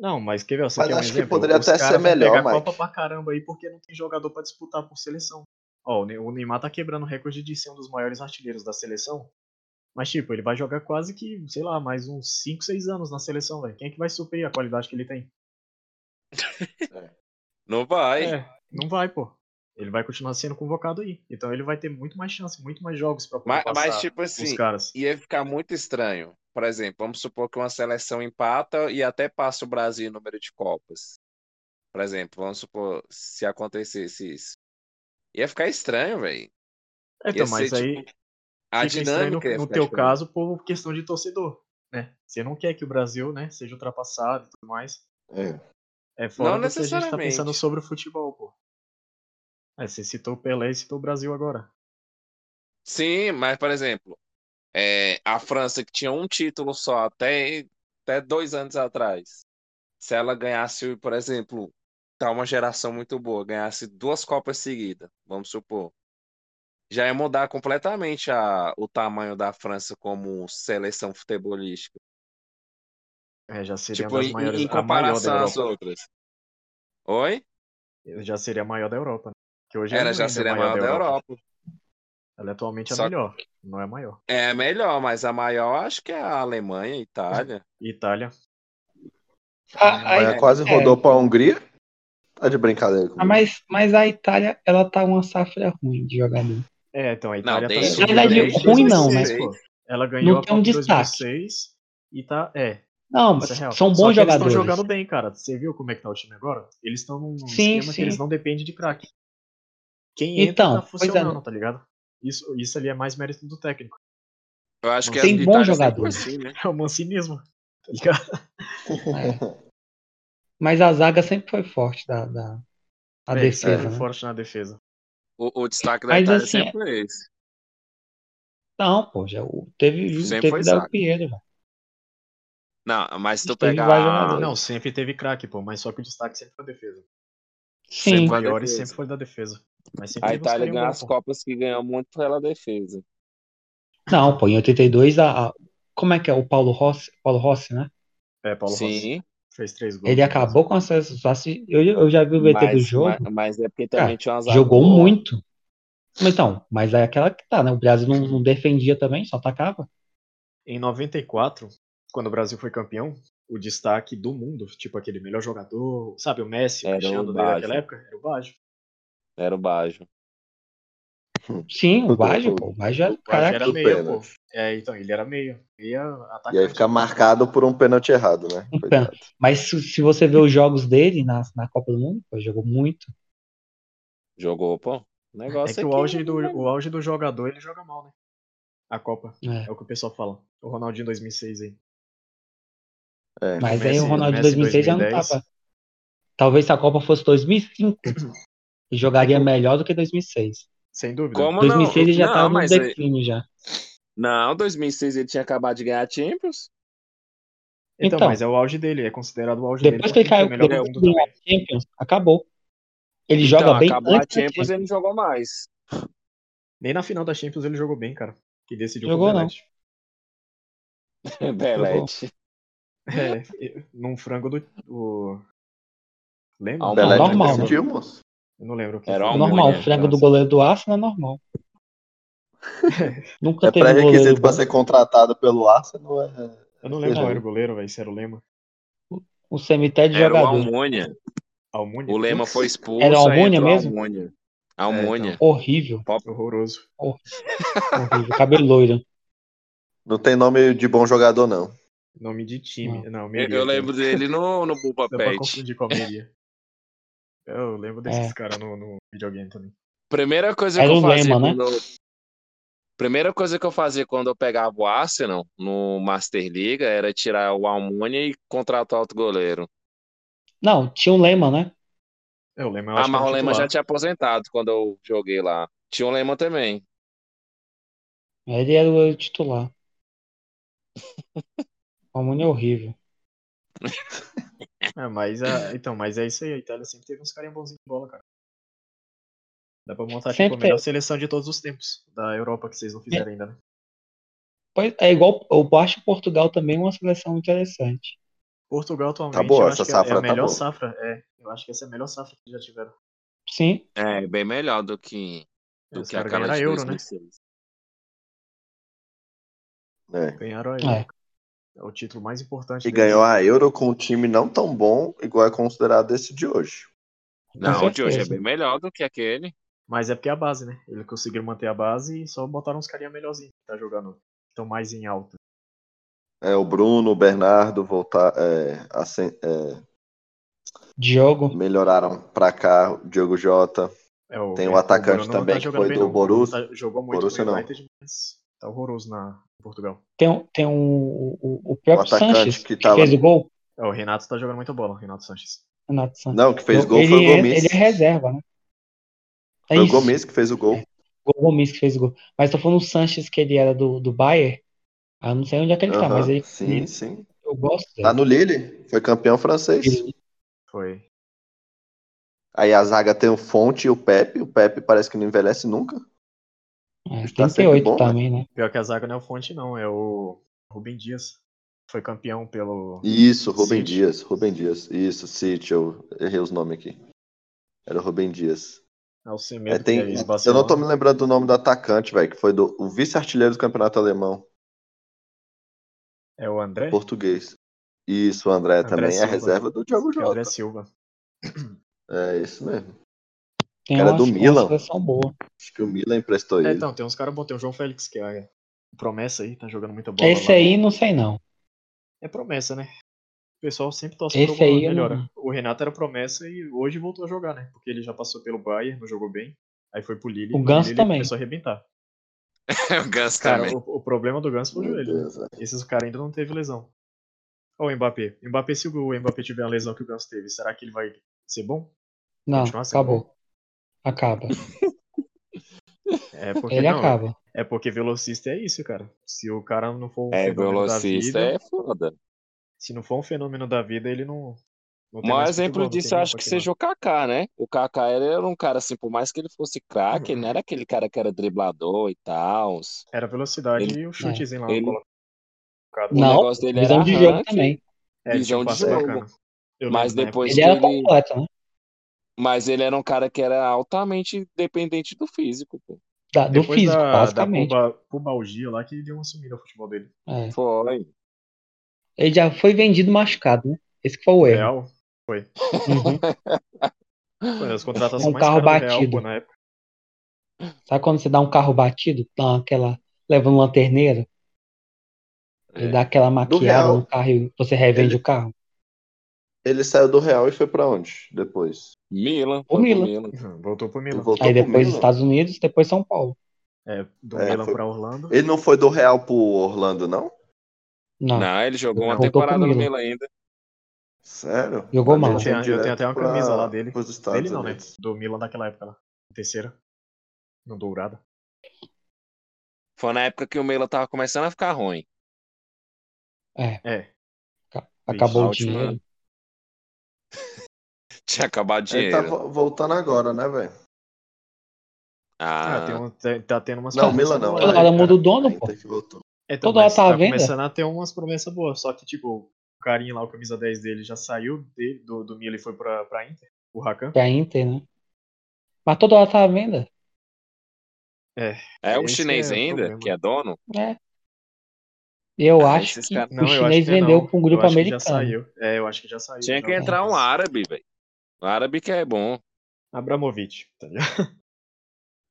Speaker 3: Não, mas quer ver? ó, Você
Speaker 1: Mas
Speaker 3: quer um
Speaker 1: acho que
Speaker 3: exemplo?
Speaker 1: poderia
Speaker 3: Os
Speaker 1: até
Speaker 3: caras
Speaker 1: ser
Speaker 3: vão
Speaker 1: melhor,
Speaker 3: pegar a
Speaker 1: Mike.
Speaker 3: Copa pra caramba aí porque não tem jogador pra disputar por seleção. Ó, o Ne- o Neymar tá quebrando o recorde de ser um dos maiores artilheiros da seleção. Mas, tipo, ele vai jogar quase que, sei lá, mais uns 5, 6 anos na seleção, velho. Quem é que vai suprir a qualidade que ele tem?
Speaker 2: Não vai.
Speaker 3: É, não vai, pô. Ele vai continuar sendo convocado aí. Então ele vai ter muito mais chance, muito mais jogos pra poder
Speaker 2: Mas,
Speaker 3: passar
Speaker 2: mas, tipo
Speaker 3: os
Speaker 2: assim,
Speaker 3: caras.
Speaker 2: ia ficar muito estranho. Por exemplo, vamos supor que uma seleção empata e até passa o Brasil em número de Copas. Por exemplo, vamos supor se acontecesse isso. Ia ficar estranho, velho.
Speaker 3: É, então,
Speaker 2: ia
Speaker 3: mas
Speaker 2: ser,
Speaker 3: aí
Speaker 2: tipo, A
Speaker 3: fica estranho
Speaker 2: dinâmica ia
Speaker 3: no, no
Speaker 2: ficar
Speaker 3: teu
Speaker 2: diferente.
Speaker 3: caso por questão de torcedor, né? Você não quer que o Brasil, né, seja ultrapassado e tudo mais.
Speaker 1: É.
Speaker 3: É fora
Speaker 2: Não
Speaker 3: do que a gente tá pensando
Speaker 2: necessariamente.
Speaker 3: sobre o futebol, pô. É, você citou o Pelé e citou o Brasil agora.
Speaker 2: Sim, mas, por exemplo, é, a França, que tinha um título só até, até dois anos atrás, se ela ganhasse, por exemplo, tá uma geração muito boa, ganhasse duas Copas seguidas, vamos supor, já ia mudar completamente a- o tamanho da França como seleção futebolística.
Speaker 3: É, já seria
Speaker 2: Tipo,
Speaker 3: uma das
Speaker 2: em,
Speaker 3: maiores,
Speaker 2: em
Speaker 3: a maior da
Speaker 2: comparação às
Speaker 3: Europa.
Speaker 2: outras. Oi?
Speaker 3: Já seria a maior da Europa, né? Que hoje
Speaker 2: Ela
Speaker 3: é
Speaker 2: já
Speaker 3: ainda a
Speaker 2: seria a
Speaker 3: maior
Speaker 2: maior da Europa.
Speaker 3: Ela é atualmente é a
Speaker 2: Só-
Speaker 3: melhor, não é a maior.
Speaker 2: É melhor, mas a maior acho que é a Alemanha, a Itália.
Speaker 3: Itália.
Speaker 4: A, a,
Speaker 1: Mas
Speaker 2: é,
Speaker 1: quase
Speaker 4: é.
Speaker 1: rodou pra Hungria. Tá de brincadeira
Speaker 4: Ah,
Speaker 1: comigo.
Speaker 4: mas, mas a Itália, ela tá uma safra ruim de jogador.
Speaker 3: É, então a Itália tá
Speaker 2: desde-
Speaker 3: subindo
Speaker 4: Na verdade,
Speaker 3: desde
Speaker 4: ruim não, mas,
Speaker 3: 2006, pô. Ela ganhou
Speaker 4: não
Speaker 3: a
Speaker 4: tem um
Speaker 3: Copa de
Speaker 4: destaque.
Speaker 3: 2006 e tá, é,
Speaker 4: Não, mas
Speaker 3: Isso é real.
Speaker 4: são
Speaker 3: Só
Speaker 4: bons
Speaker 3: que eles estão
Speaker 4: jogadores.
Speaker 3: jogando bem, cara. Você viu como é que tá o time agora? Eles estão num
Speaker 4: Sim,
Speaker 3: esquema
Speaker 4: sim.
Speaker 3: que eles não dependem de craque. Quem entra
Speaker 4: Então,
Speaker 3: tá
Speaker 4: pois é.
Speaker 3: funcionando, tá ligado? Isso, isso ali é mais mérito do técnico.
Speaker 2: Eu acho que
Speaker 3: Tem
Speaker 2: a
Speaker 4: bons
Speaker 2: Itália sempre
Speaker 4: jogadores.
Speaker 2: foi assim, né?
Speaker 3: É o mancinismo, tá ligado?
Speaker 4: É. Mas a zaga sempre foi forte da, da a
Speaker 3: É,
Speaker 4: defesa,
Speaker 3: sempre
Speaker 4: né?
Speaker 3: forte na defesa.
Speaker 2: O, o destaque da
Speaker 4: Mas,
Speaker 2: Itália
Speaker 4: assim,
Speaker 2: sempre é esse.
Speaker 4: Não, pô, já, o- teve,
Speaker 2: Sempre
Speaker 4: teve
Speaker 2: foi
Speaker 4: o Del
Speaker 2: zaga.
Speaker 4: Piero, velho.
Speaker 2: Não, mas se tu
Speaker 4: Teve
Speaker 2: pegar.
Speaker 4: vários jogadores.
Speaker 2: é.
Speaker 3: Não, sempre teve craque, pô, mas só que o destaque sempre foi a defesa.
Speaker 4: Sim.
Speaker 3: Os
Speaker 2: Sempre a
Speaker 3: maiores
Speaker 2: defesa.
Speaker 3: sempre foi da defesa. Mas sempre
Speaker 2: A
Speaker 3: teve uns
Speaker 2: Itália
Speaker 3: carinhos
Speaker 2: ganha
Speaker 3: bons,
Speaker 2: as
Speaker 3: pô.
Speaker 2: Copas que ganha muito pela defesa.
Speaker 4: Não, pô, em 82, a, a- como é que é? O Paulo Rossi, Paulo Rossi, né?
Speaker 3: É, Paulo Rossi
Speaker 2: Sim,
Speaker 3: fez três gols.
Speaker 4: Ele
Speaker 3: né?
Speaker 4: acabou com essas. assi- Eu, eu já vi o VT do
Speaker 2: mas,
Speaker 4: jogo.
Speaker 2: mas, mas é porque
Speaker 4: Cara,
Speaker 2: também tinha umas
Speaker 4: jogou muito. Mas Então, mas é aquela que tá, né? O Brasil não, não defendia também, só atacava.
Speaker 3: Em 94, quando o Brasil foi campeão, o destaque do mundo, tipo aquele melhor jogador, sabe, o Messi, o
Speaker 2: Era o
Speaker 3: Cristiano desde
Speaker 2: Baggio.
Speaker 3: aquela época, era o Baggio.
Speaker 2: Era o Baggio.
Speaker 4: Sim, o
Speaker 1: Tudo,
Speaker 4: Baggio,
Speaker 1: tudo.
Speaker 4: pô. O Baggio era o
Speaker 3: Pajé
Speaker 4: cara
Speaker 3: era
Speaker 1: do
Speaker 3: meia, pô.
Speaker 1: pênalti.
Speaker 3: É, então, ele era meia. Meia atacante.
Speaker 1: E aí fica marcado por um pênalti errado, né?
Speaker 4: Um
Speaker 1: Coitado.
Speaker 4: Mas se, se você vê os jogos dele na, na Copa do Mundo, pô, jogou muito.
Speaker 2: Jogou, pô. O negócio
Speaker 3: É que o auge, do, o auge do jogador, ele joga mal, né? A Copa.
Speaker 4: né?
Speaker 3: É o que o pessoal fala. O Ronaldinho 2006 aí.
Speaker 1: É.
Speaker 4: Mas aí
Speaker 3: Messi-
Speaker 4: o Ronaldo de
Speaker 3: Messi
Speaker 4: 2006 já não
Speaker 3: 2010.
Speaker 4: tava. Talvez se a Copa fosse 2005,
Speaker 2: Uhum.
Speaker 4: ele jogaria melhor do que 2006.
Speaker 3: Sem dúvida.
Speaker 2: Como Uhum. não?
Speaker 4: 2006 ele já
Speaker 2: Não,
Speaker 4: tava no
Speaker 2: mas aí-
Speaker 4: declínio já.
Speaker 2: Não, 2006 ele tinha acabado de ganhar a Champions.
Speaker 3: Então,
Speaker 4: Então.
Speaker 3: mas é o auge dele, é considerado o auge
Speaker 4: Depois que
Speaker 3: dele. porque
Speaker 4: ele
Speaker 3: foi
Speaker 4: caiu,
Speaker 3: o melhor do
Speaker 4: depois que
Speaker 3: mundo
Speaker 4: ele ganhou
Speaker 3: também.
Speaker 4: a Champions, acabou. Ele
Speaker 2: Então,
Speaker 4: joga bem
Speaker 2: acabou a
Speaker 4: antes da
Speaker 2: Champions ele não jogou mais.
Speaker 3: Nem na final da Champions ele jogou bem, cara. Que decidiu
Speaker 4: Jogou
Speaker 3: com o
Speaker 4: não.
Speaker 3: Belete.
Speaker 2: Belete.
Speaker 3: É, e- num frango do. do... Lembra? é
Speaker 2: Ah, o
Speaker 1: Pelé
Speaker 4: normal,
Speaker 1: que
Speaker 4: né?
Speaker 1: decidiu, moço.
Speaker 3: Eu não lembro o que.
Speaker 2: Era
Speaker 3: foi.
Speaker 2: uma
Speaker 4: normal,
Speaker 2: mulher,
Speaker 4: o frango do
Speaker 3: Nossa.
Speaker 4: goleiro do Arsenal é normal. Nunca
Speaker 1: É
Speaker 4: teve um goleiro
Speaker 1: pré-requisito pra
Speaker 4: bom.
Speaker 1: ser contratado pelo Arsenal. É...
Speaker 3: Eu não lembro
Speaker 1: Não.
Speaker 3: qual era o goleiro, velho, se era o Lema.
Speaker 4: Um cemitério de
Speaker 2: Era o
Speaker 4: jogador.
Speaker 2: Almônia.
Speaker 3: Almunia.
Speaker 2: O Lema foi expulso.
Speaker 4: Era o
Speaker 2: aí
Speaker 4: Almunia
Speaker 2: entrou o
Speaker 4: mesmo?
Speaker 3: É,
Speaker 2: Almunia.
Speaker 3: então.
Speaker 2: Almunia.
Speaker 4: Horrível,
Speaker 3: Horroroso.
Speaker 4: horrível. Cabelo loiro.
Speaker 1: Não tem nome de bom jogador, não.
Speaker 3: Nome de
Speaker 4: Ah.
Speaker 3: time. Não,
Speaker 2: Eu,
Speaker 3: Miria.
Speaker 2: eu lembro dele no, no Bupa
Speaker 3: Dá pra
Speaker 2: Pet.
Speaker 3: confundir com a Miria. Eu lembro desses
Speaker 4: É.
Speaker 3: caras no, no videogame também.
Speaker 2: Primeira coisa
Speaker 4: Era
Speaker 2: que eu
Speaker 4: o
Speaker 2: fazia
Speaker 4: Lema, né?
Speaker 2: quando eu... Primeira coisa que eu fazia quando eu pegava o Arsenal no Master Liga era tirar o Almunia e contratar outro goleiro.
Speaker 4: Não, tinha um lema, né?
Speaker 3: É, o Lema eu
Speaker 2: Ah,
Speaker 3: acho que
Speaker 2: mas
Speaker 3: era
Speaker 2: o Lema já
Speaker 3: titular.
Speaker 2: tinha aposentado quando eu joguei lá. Tinha o Lema também.
Speaker 4: Ele era o titular. O Almunia é horrível.
Speaker 3: É, mas a, então, mas é isso aí. A Itália sempre teve uns caras bonzinhos de bola, cara. Dá pra montar tipo,
Speaker 4: Sempre É.
Speaker 3: a melhor seleção de todos os tempos da Europa que vocês não fizeram ainda, né?
Speaker 4: Pois é igual, eu acho Portugal também uma seleção interessante.
Speaker 3: Portugal atualmente,
Speaker 1: Tá boa,
Speaker 3: eu
Speaker 1: essa
Speaker 3: acho que é- é
Speaker 1: safra
Speaker 3: a
Speaker 1: tá
Speaker 3: melhor
Speaker 1: boa.
Speaker 3: safra, é. Eu acho que essa é a melhor safra que já tiveram.
Speaker 4: Sim,
Speaker 2: É, bem melhor do que,
Speaker 3: É,
Speaker 2: do
Speaker 3: Os
Speaker 2: que
Speaker 3: caras
Speaker 2: aquela
Speaker 3: ganharam a
Speaker 2: de
Speaker 3: Euro, né?
Speaker 2: 2006. né?
Speaker 1: É.
Speaker 3: Ganharam a Euro.
Speaker 4: é.
Speaker 3: É o título mais importante
Speaker 1: E
Speaker 3: deles.
Speaker 1: ganhou a Euro com um time não tão bom, igual é considerado esse de hoje.
Speaker 2: Não, o de hoje é
Speaker 4: certeza.
Speaker 2: bem melhor do que aquele.
Speaker 3: Mas é porque é a base, né? Eles conseguiram manter a base e só botaram uns carinha melhorzinhos que tá jogando. Estão mais em alta.
Speaker 1: É, o Bruno, o Bernardo voltar, é, assim- é,
Speaker 4: Diogo,
Speaker 1: melhoraram pra cá, o Diogo Jota.
Speaker 3: É, o
Speaker 1: Tem o
Speaker 3: Ber-
Speaker 1: atacante
Speaker 3: Bruno não tá
Speaker 1: também que
Speaker 3: jogando
Speaker 1: foi
Speaker 3: bem,
Speaker 1: do
Speaker 3: não. O Bruno
Speaker 1: Borussia.
Speaker 3: tá- jogou muito
Speaker 1: Borussia
Speaker 3: no
Speaker 1: não.
Speaker 3: United, mas tá horroroso na em Portugal.
Speaker 4: tem, um- tem um, o, o próprio
Speaker 1: atacante
Speaker 4: Sanches,
Speaker 1: que tá
Speaker 4: que,
Speaker 1: tava-
Speaker 4: fez o gol.
Speaker 3: É, o Renato tá jogando muita bola, o Renato Sanches.
Speaker 4: Renato Sanches.
Speaker 1: Não, o que fez gol
Speaker 4: ele,
Speaker 1: foi o
Speaker 4: é-
Speaker 1: Gomes.
Speaker 4: ele é reserva, né? É
Speaker 1: Foi o
Speaker 4: isso. É,
Speaker 1: Gomes que fez o gol.
Speaker 4: O Gomes que fez o gol. Mas tô falando do Sanches, que ele era do, do Bayern. Ah, eu não sei onde é que ele tá,
Speaker 1: Aham,
Speaker 4: mas ele,
Speaker 1: Sim, sim.
Speaker 4: eu gosto dele.
Speaker 1: Tá no Lille, foi campeão francês.
Speaker 4: Ele-
Speaker 3: Foi.
Speaker 1: Aí a zaga tem o Fonte e o Pepe. O Pepe parece que não envelhece nunca.
Speaker 4: é,
Speaker 1: tá sempre
Speaker 4: 38
Speaker 1: bom, né?
Speaker 4: também, né?
Speaker 3: Pior que a zaga não é o Fonte, não. É o Rubem Dias. Foi campeão pelo...
Speaker 1: Isso, Rubem
Speaker 3: City.
Speaker 1: Dias, Rubem Dias. Isso, City, eu errei os nomes aqui. Era o Rubem Dias.
Speaker 3: É o Semedo,
Speaker 1: É, tem-
Speaker 3: que é
Speaker 1: eu
Speaker 3: ex-Barcelona.
Speaker 1: não tô me lembrando do nome do atacante, velho, que foi do, o vice-artilheiro do campeonato alemão,
Speaker 3: É o André?
Speaker 1: português. Isso, o André,
Speaker 3: André
Speaker 1: também é
Speaker 3: Silva.
Speaker 1: reserva do Diogo
Speaker 3: Que é o
Speaker 1: Jota.
Speaker 3: André Silva.
Speaker 1: É isso mesmo.
Speaker 4: Tem
Speaker 1: Era
Speaker 4: uma,
Speaker 1: do
Speaker 4: uma
Speaker 1: Milan.
Speaker 4: seleção boa.
Speaker 1: Acho que o Milan emprestou
Speaker 3: É,
Speaker 1: ele.
Speaker 3: então, tem uns caras bons. Tem o João Félix, que é promessa aí, tá jogando muita bola.
Speaker 4: É Esse
Speaker 3: lá.
Speaker 4: aí, não sei não.
Speaker 3: É promessa, né? O pessoal sempre torce
Speaker 4: Esse
Speaker 3: pra alguma
Speaker 4: aí eu não-
Speaker 3: melhora. O Renato era promessa e hoje voltou a jogar, né? Porque ele já passou pelo Bayern, não jogou bem. Aí foi pro Lille.
Speaker 4: O
Speaker 3: no
Speaker 4: Ganso
Speaker 3: Lille
Speaker 4: também.
Speaker 3: Ele começou a arrebentar.
Speaker 2: o Gans
Speaker 3: Cara,
Speaker 2: também.
Speaker 3: o, o problema do Ganso foi o
Speaker 1: Meu
Speaker 3: joelho. né?
Speaker 1: Deus, velho.
Speaker 3: Esses caras ainda não teve lesão. Olha o Mbappé. Mbappé, se o Mbappé tiver a lesão que o Ganso teve, será que ele vai ser bom?
Speaker 4: Não,
Speaker 3: Continua sendo
Speaker 4: acabou. Acaba.
Speaker 3: É porque
Speaker 4: Ele
Speaker 3: não.
Speaker 4: acaba.
Speaker 3: É porque velocista é isso, cara. Se o cara não for um
Speaker 2: É,
Speaker 3: fenômeno da
Speaker 2: velocista
Speaker 3: vida,
Speaker 2: é foda.
Speaker 3: se não for um fenômeno da vida, ele não. não
Speaker 2: O
Speaker 3: tem
Speaker 2: maior Um
Speaker 3: mais futebol,
Speaker 2: exemplo
Speaker 3: não tem
Speaker 2: disso eu
Speaker 3: nem
Speaker 2: acho que
Speaker 3: continuar.
Speaker 2: seja o Kaká, né? O Kaká ele era um cara assim, por mais que ele fosse craque,
Speaker 3: Uhum.
Speaker 2: ele não era aquele cara que era driblador e tal.
Speaker 3: Era velocidade
Speaker 2: um Ele-
Speaker 3: e o chutezinho lá
Speaker 2: ele-
Speaker 3: colocado.
Speaker 2: O
Speaker 4: Não,
Speaker 2: negócio dele
Speaker 4: visão
Speaker 2: era
Speaker 4: de jogo
Speaker 2: arranque,
Speaker 4: também.
Speaker 3: É, ele tinha
Speaker 2: visão
Speaker 3: um
Speaker 2: de
Speaker 3: passe
Speaker 2: jogo.
Speaker 3: bacana. Eu
Speaker 2: Mas
Speaker 3: lembro, né?
Speaker 2: depois
Speaker 4: Ele
Speaker 2: que
Speaker 4: era
Speaker 2: ele.
Speaker 4: completo, né?
Speaker 2: Mas ele era um cara que era altamente dependente do físico, pô.
Speaker 4: Da- do
Speaker 3: Depois
Speaker 4: físico,
Speaker 3: da, da
Speaker 4: basicamente.
Speaker 3: puba, pubalgia lá que deu uma sumida no futebol dele.
Speaker 4: É.
Speaker 2: Foi.
Speaker 4: Ele já foi vendido machucado, né? Esse que foi
Speaker 3: O
Speaker 4: o erro.
Speaker 3: Real
Speaker 4: Uhum.
Speaker 3: foi uma das contratações
Speaker 4: Um
Speaker 3: mais
Speaker 4: carro
Speaker 3: caras do Real
Speaker 4: batido.
Speaker 3: pô, na época.
Speaker 4: Sabe quando você dá um carro batido, dá aquela, leva um lanterneiro? Ele
Speaker 2: É.
Speaker 4: dá aquela maquiada
Speaker 1: Real.
Speaker 4: no carro e você revende
Speaker 1: Ele-
Speaker 4: o carro?
Speaker 1: Ele saiu do Real e foi pra onde depois?
Speaker 2: Milan.
Speaker 4: O
Speaker 2: foi pro
Speaker 4: Milan.
Speaker 3: Voltou pro
Speaker 1: Ele
Speaker 3: Milan.
Speaker 1: voltou
Speaker 4: Aí
Speaker 1: pro
Speaker 4: depois
Speaker 1: Milan?
Speaker 4: Estados Unidos, depois São Paulo.
Speaker 3: É, do
Speaker 1: É,
Speaker 3: Milan
Speaker 1: foi-
Speaker 3: pra Orlando.
Speaker 1: Ele não foi do Real pro Orlando, não?
Speaker 4: Não,
Speaker 2: Não, ele jogou uma
Speaker 4: Voltou pro
Speaker 2: temporada no
Speaker 4: Milan.
Speaker 2: Milan ainda.
Speaker 1: Sério?
Speaker 4: Jogou mal.
Speaker 1: Ele
Speaker 4: Eu
Speaker 1: foi
Speaker 3: tenho- eu
Speaker 1: direto
Speaker 3: tenho até uma
Speaker 1: pra-
Speaker 3: camisa lá dele.
Speaker 1: pros Estados
Speaker 3: Dele não, né?
Speaker 1: Unidos.
Speaker 3: Do Milan daquela época lá. Terceira. No Dourado.
Speaker 2: Foi na época que o Milan tava começando a ficar ruim.
Speaker 3: É.
Speaker 4: aca- acabou
Speaker 2: a
Speaker 4: o
Speaker 2: última-
Speaker 4: dinheiro.
Speaker 2: Tinha acabado o
Speaker 1: Ele
Speaker 2: dinheiro.
Speaker 1: tá vo- voltando agora, né, velho?
Speaker 2: Ah,
Speaker 3: Ah, tem um- tem- tá tendo umas
Speaker 1: Não,
Speaker 3: promessas
Speaker 1: Milan não.
Speaker 3: boas,
Speaker 4: Toda
Speaker 1: Olha aí,
Speaker 4: hora
Speaker 3: né,
Speaker 4: muda
Speaker 3: cara?
Speaker 4: o dono,
Speaker 1: Aí
Speaker 4: pô.
Speaker 1: tem que voltar.
Speaker 3: Então,
Speaker 4: toda hora
Speaker 3: mas
Speaker 4: tá à
Speaker 3: tá
Speaker 4: venda.
Speaker 3: começando a ter umas promessas boas. Só que, tipo, o carinha lá, o camisa 10 dele, já saiu de- do, do Milan e foi pra, pra Inter. O Hakan.
Speaker 4: Pra Inter, né? Mas toda hora tá à venda.
Speaker 2: é o
Speaker 3: esse
Speaker 2: chinês
Speaker 3: que é o
Speaker 2: ainda,
Speaker 3: problema.
Speaker 2: que é dono?
Speaker 4: É. Eu
Speaker 2: Ah,
Speaker 4: acho
Speaker 2: esses
Speaker 4: que
Speaker 2: caras-
Speaker 4: o chinês vendeu pra um grupo
Speaker 3: eu acho
Speaker 4: americano.
Speaker 3: Que já saiu. É, eu acho que já saiu.
Speaker 2: Tinha
Speaker 3: já,
Speaker 2: que entrar um
Speaker 3: mas-
Speaker 2: árabe, velho. O árabe que é bom.
Speaker 3: Abramovic, tá ligado?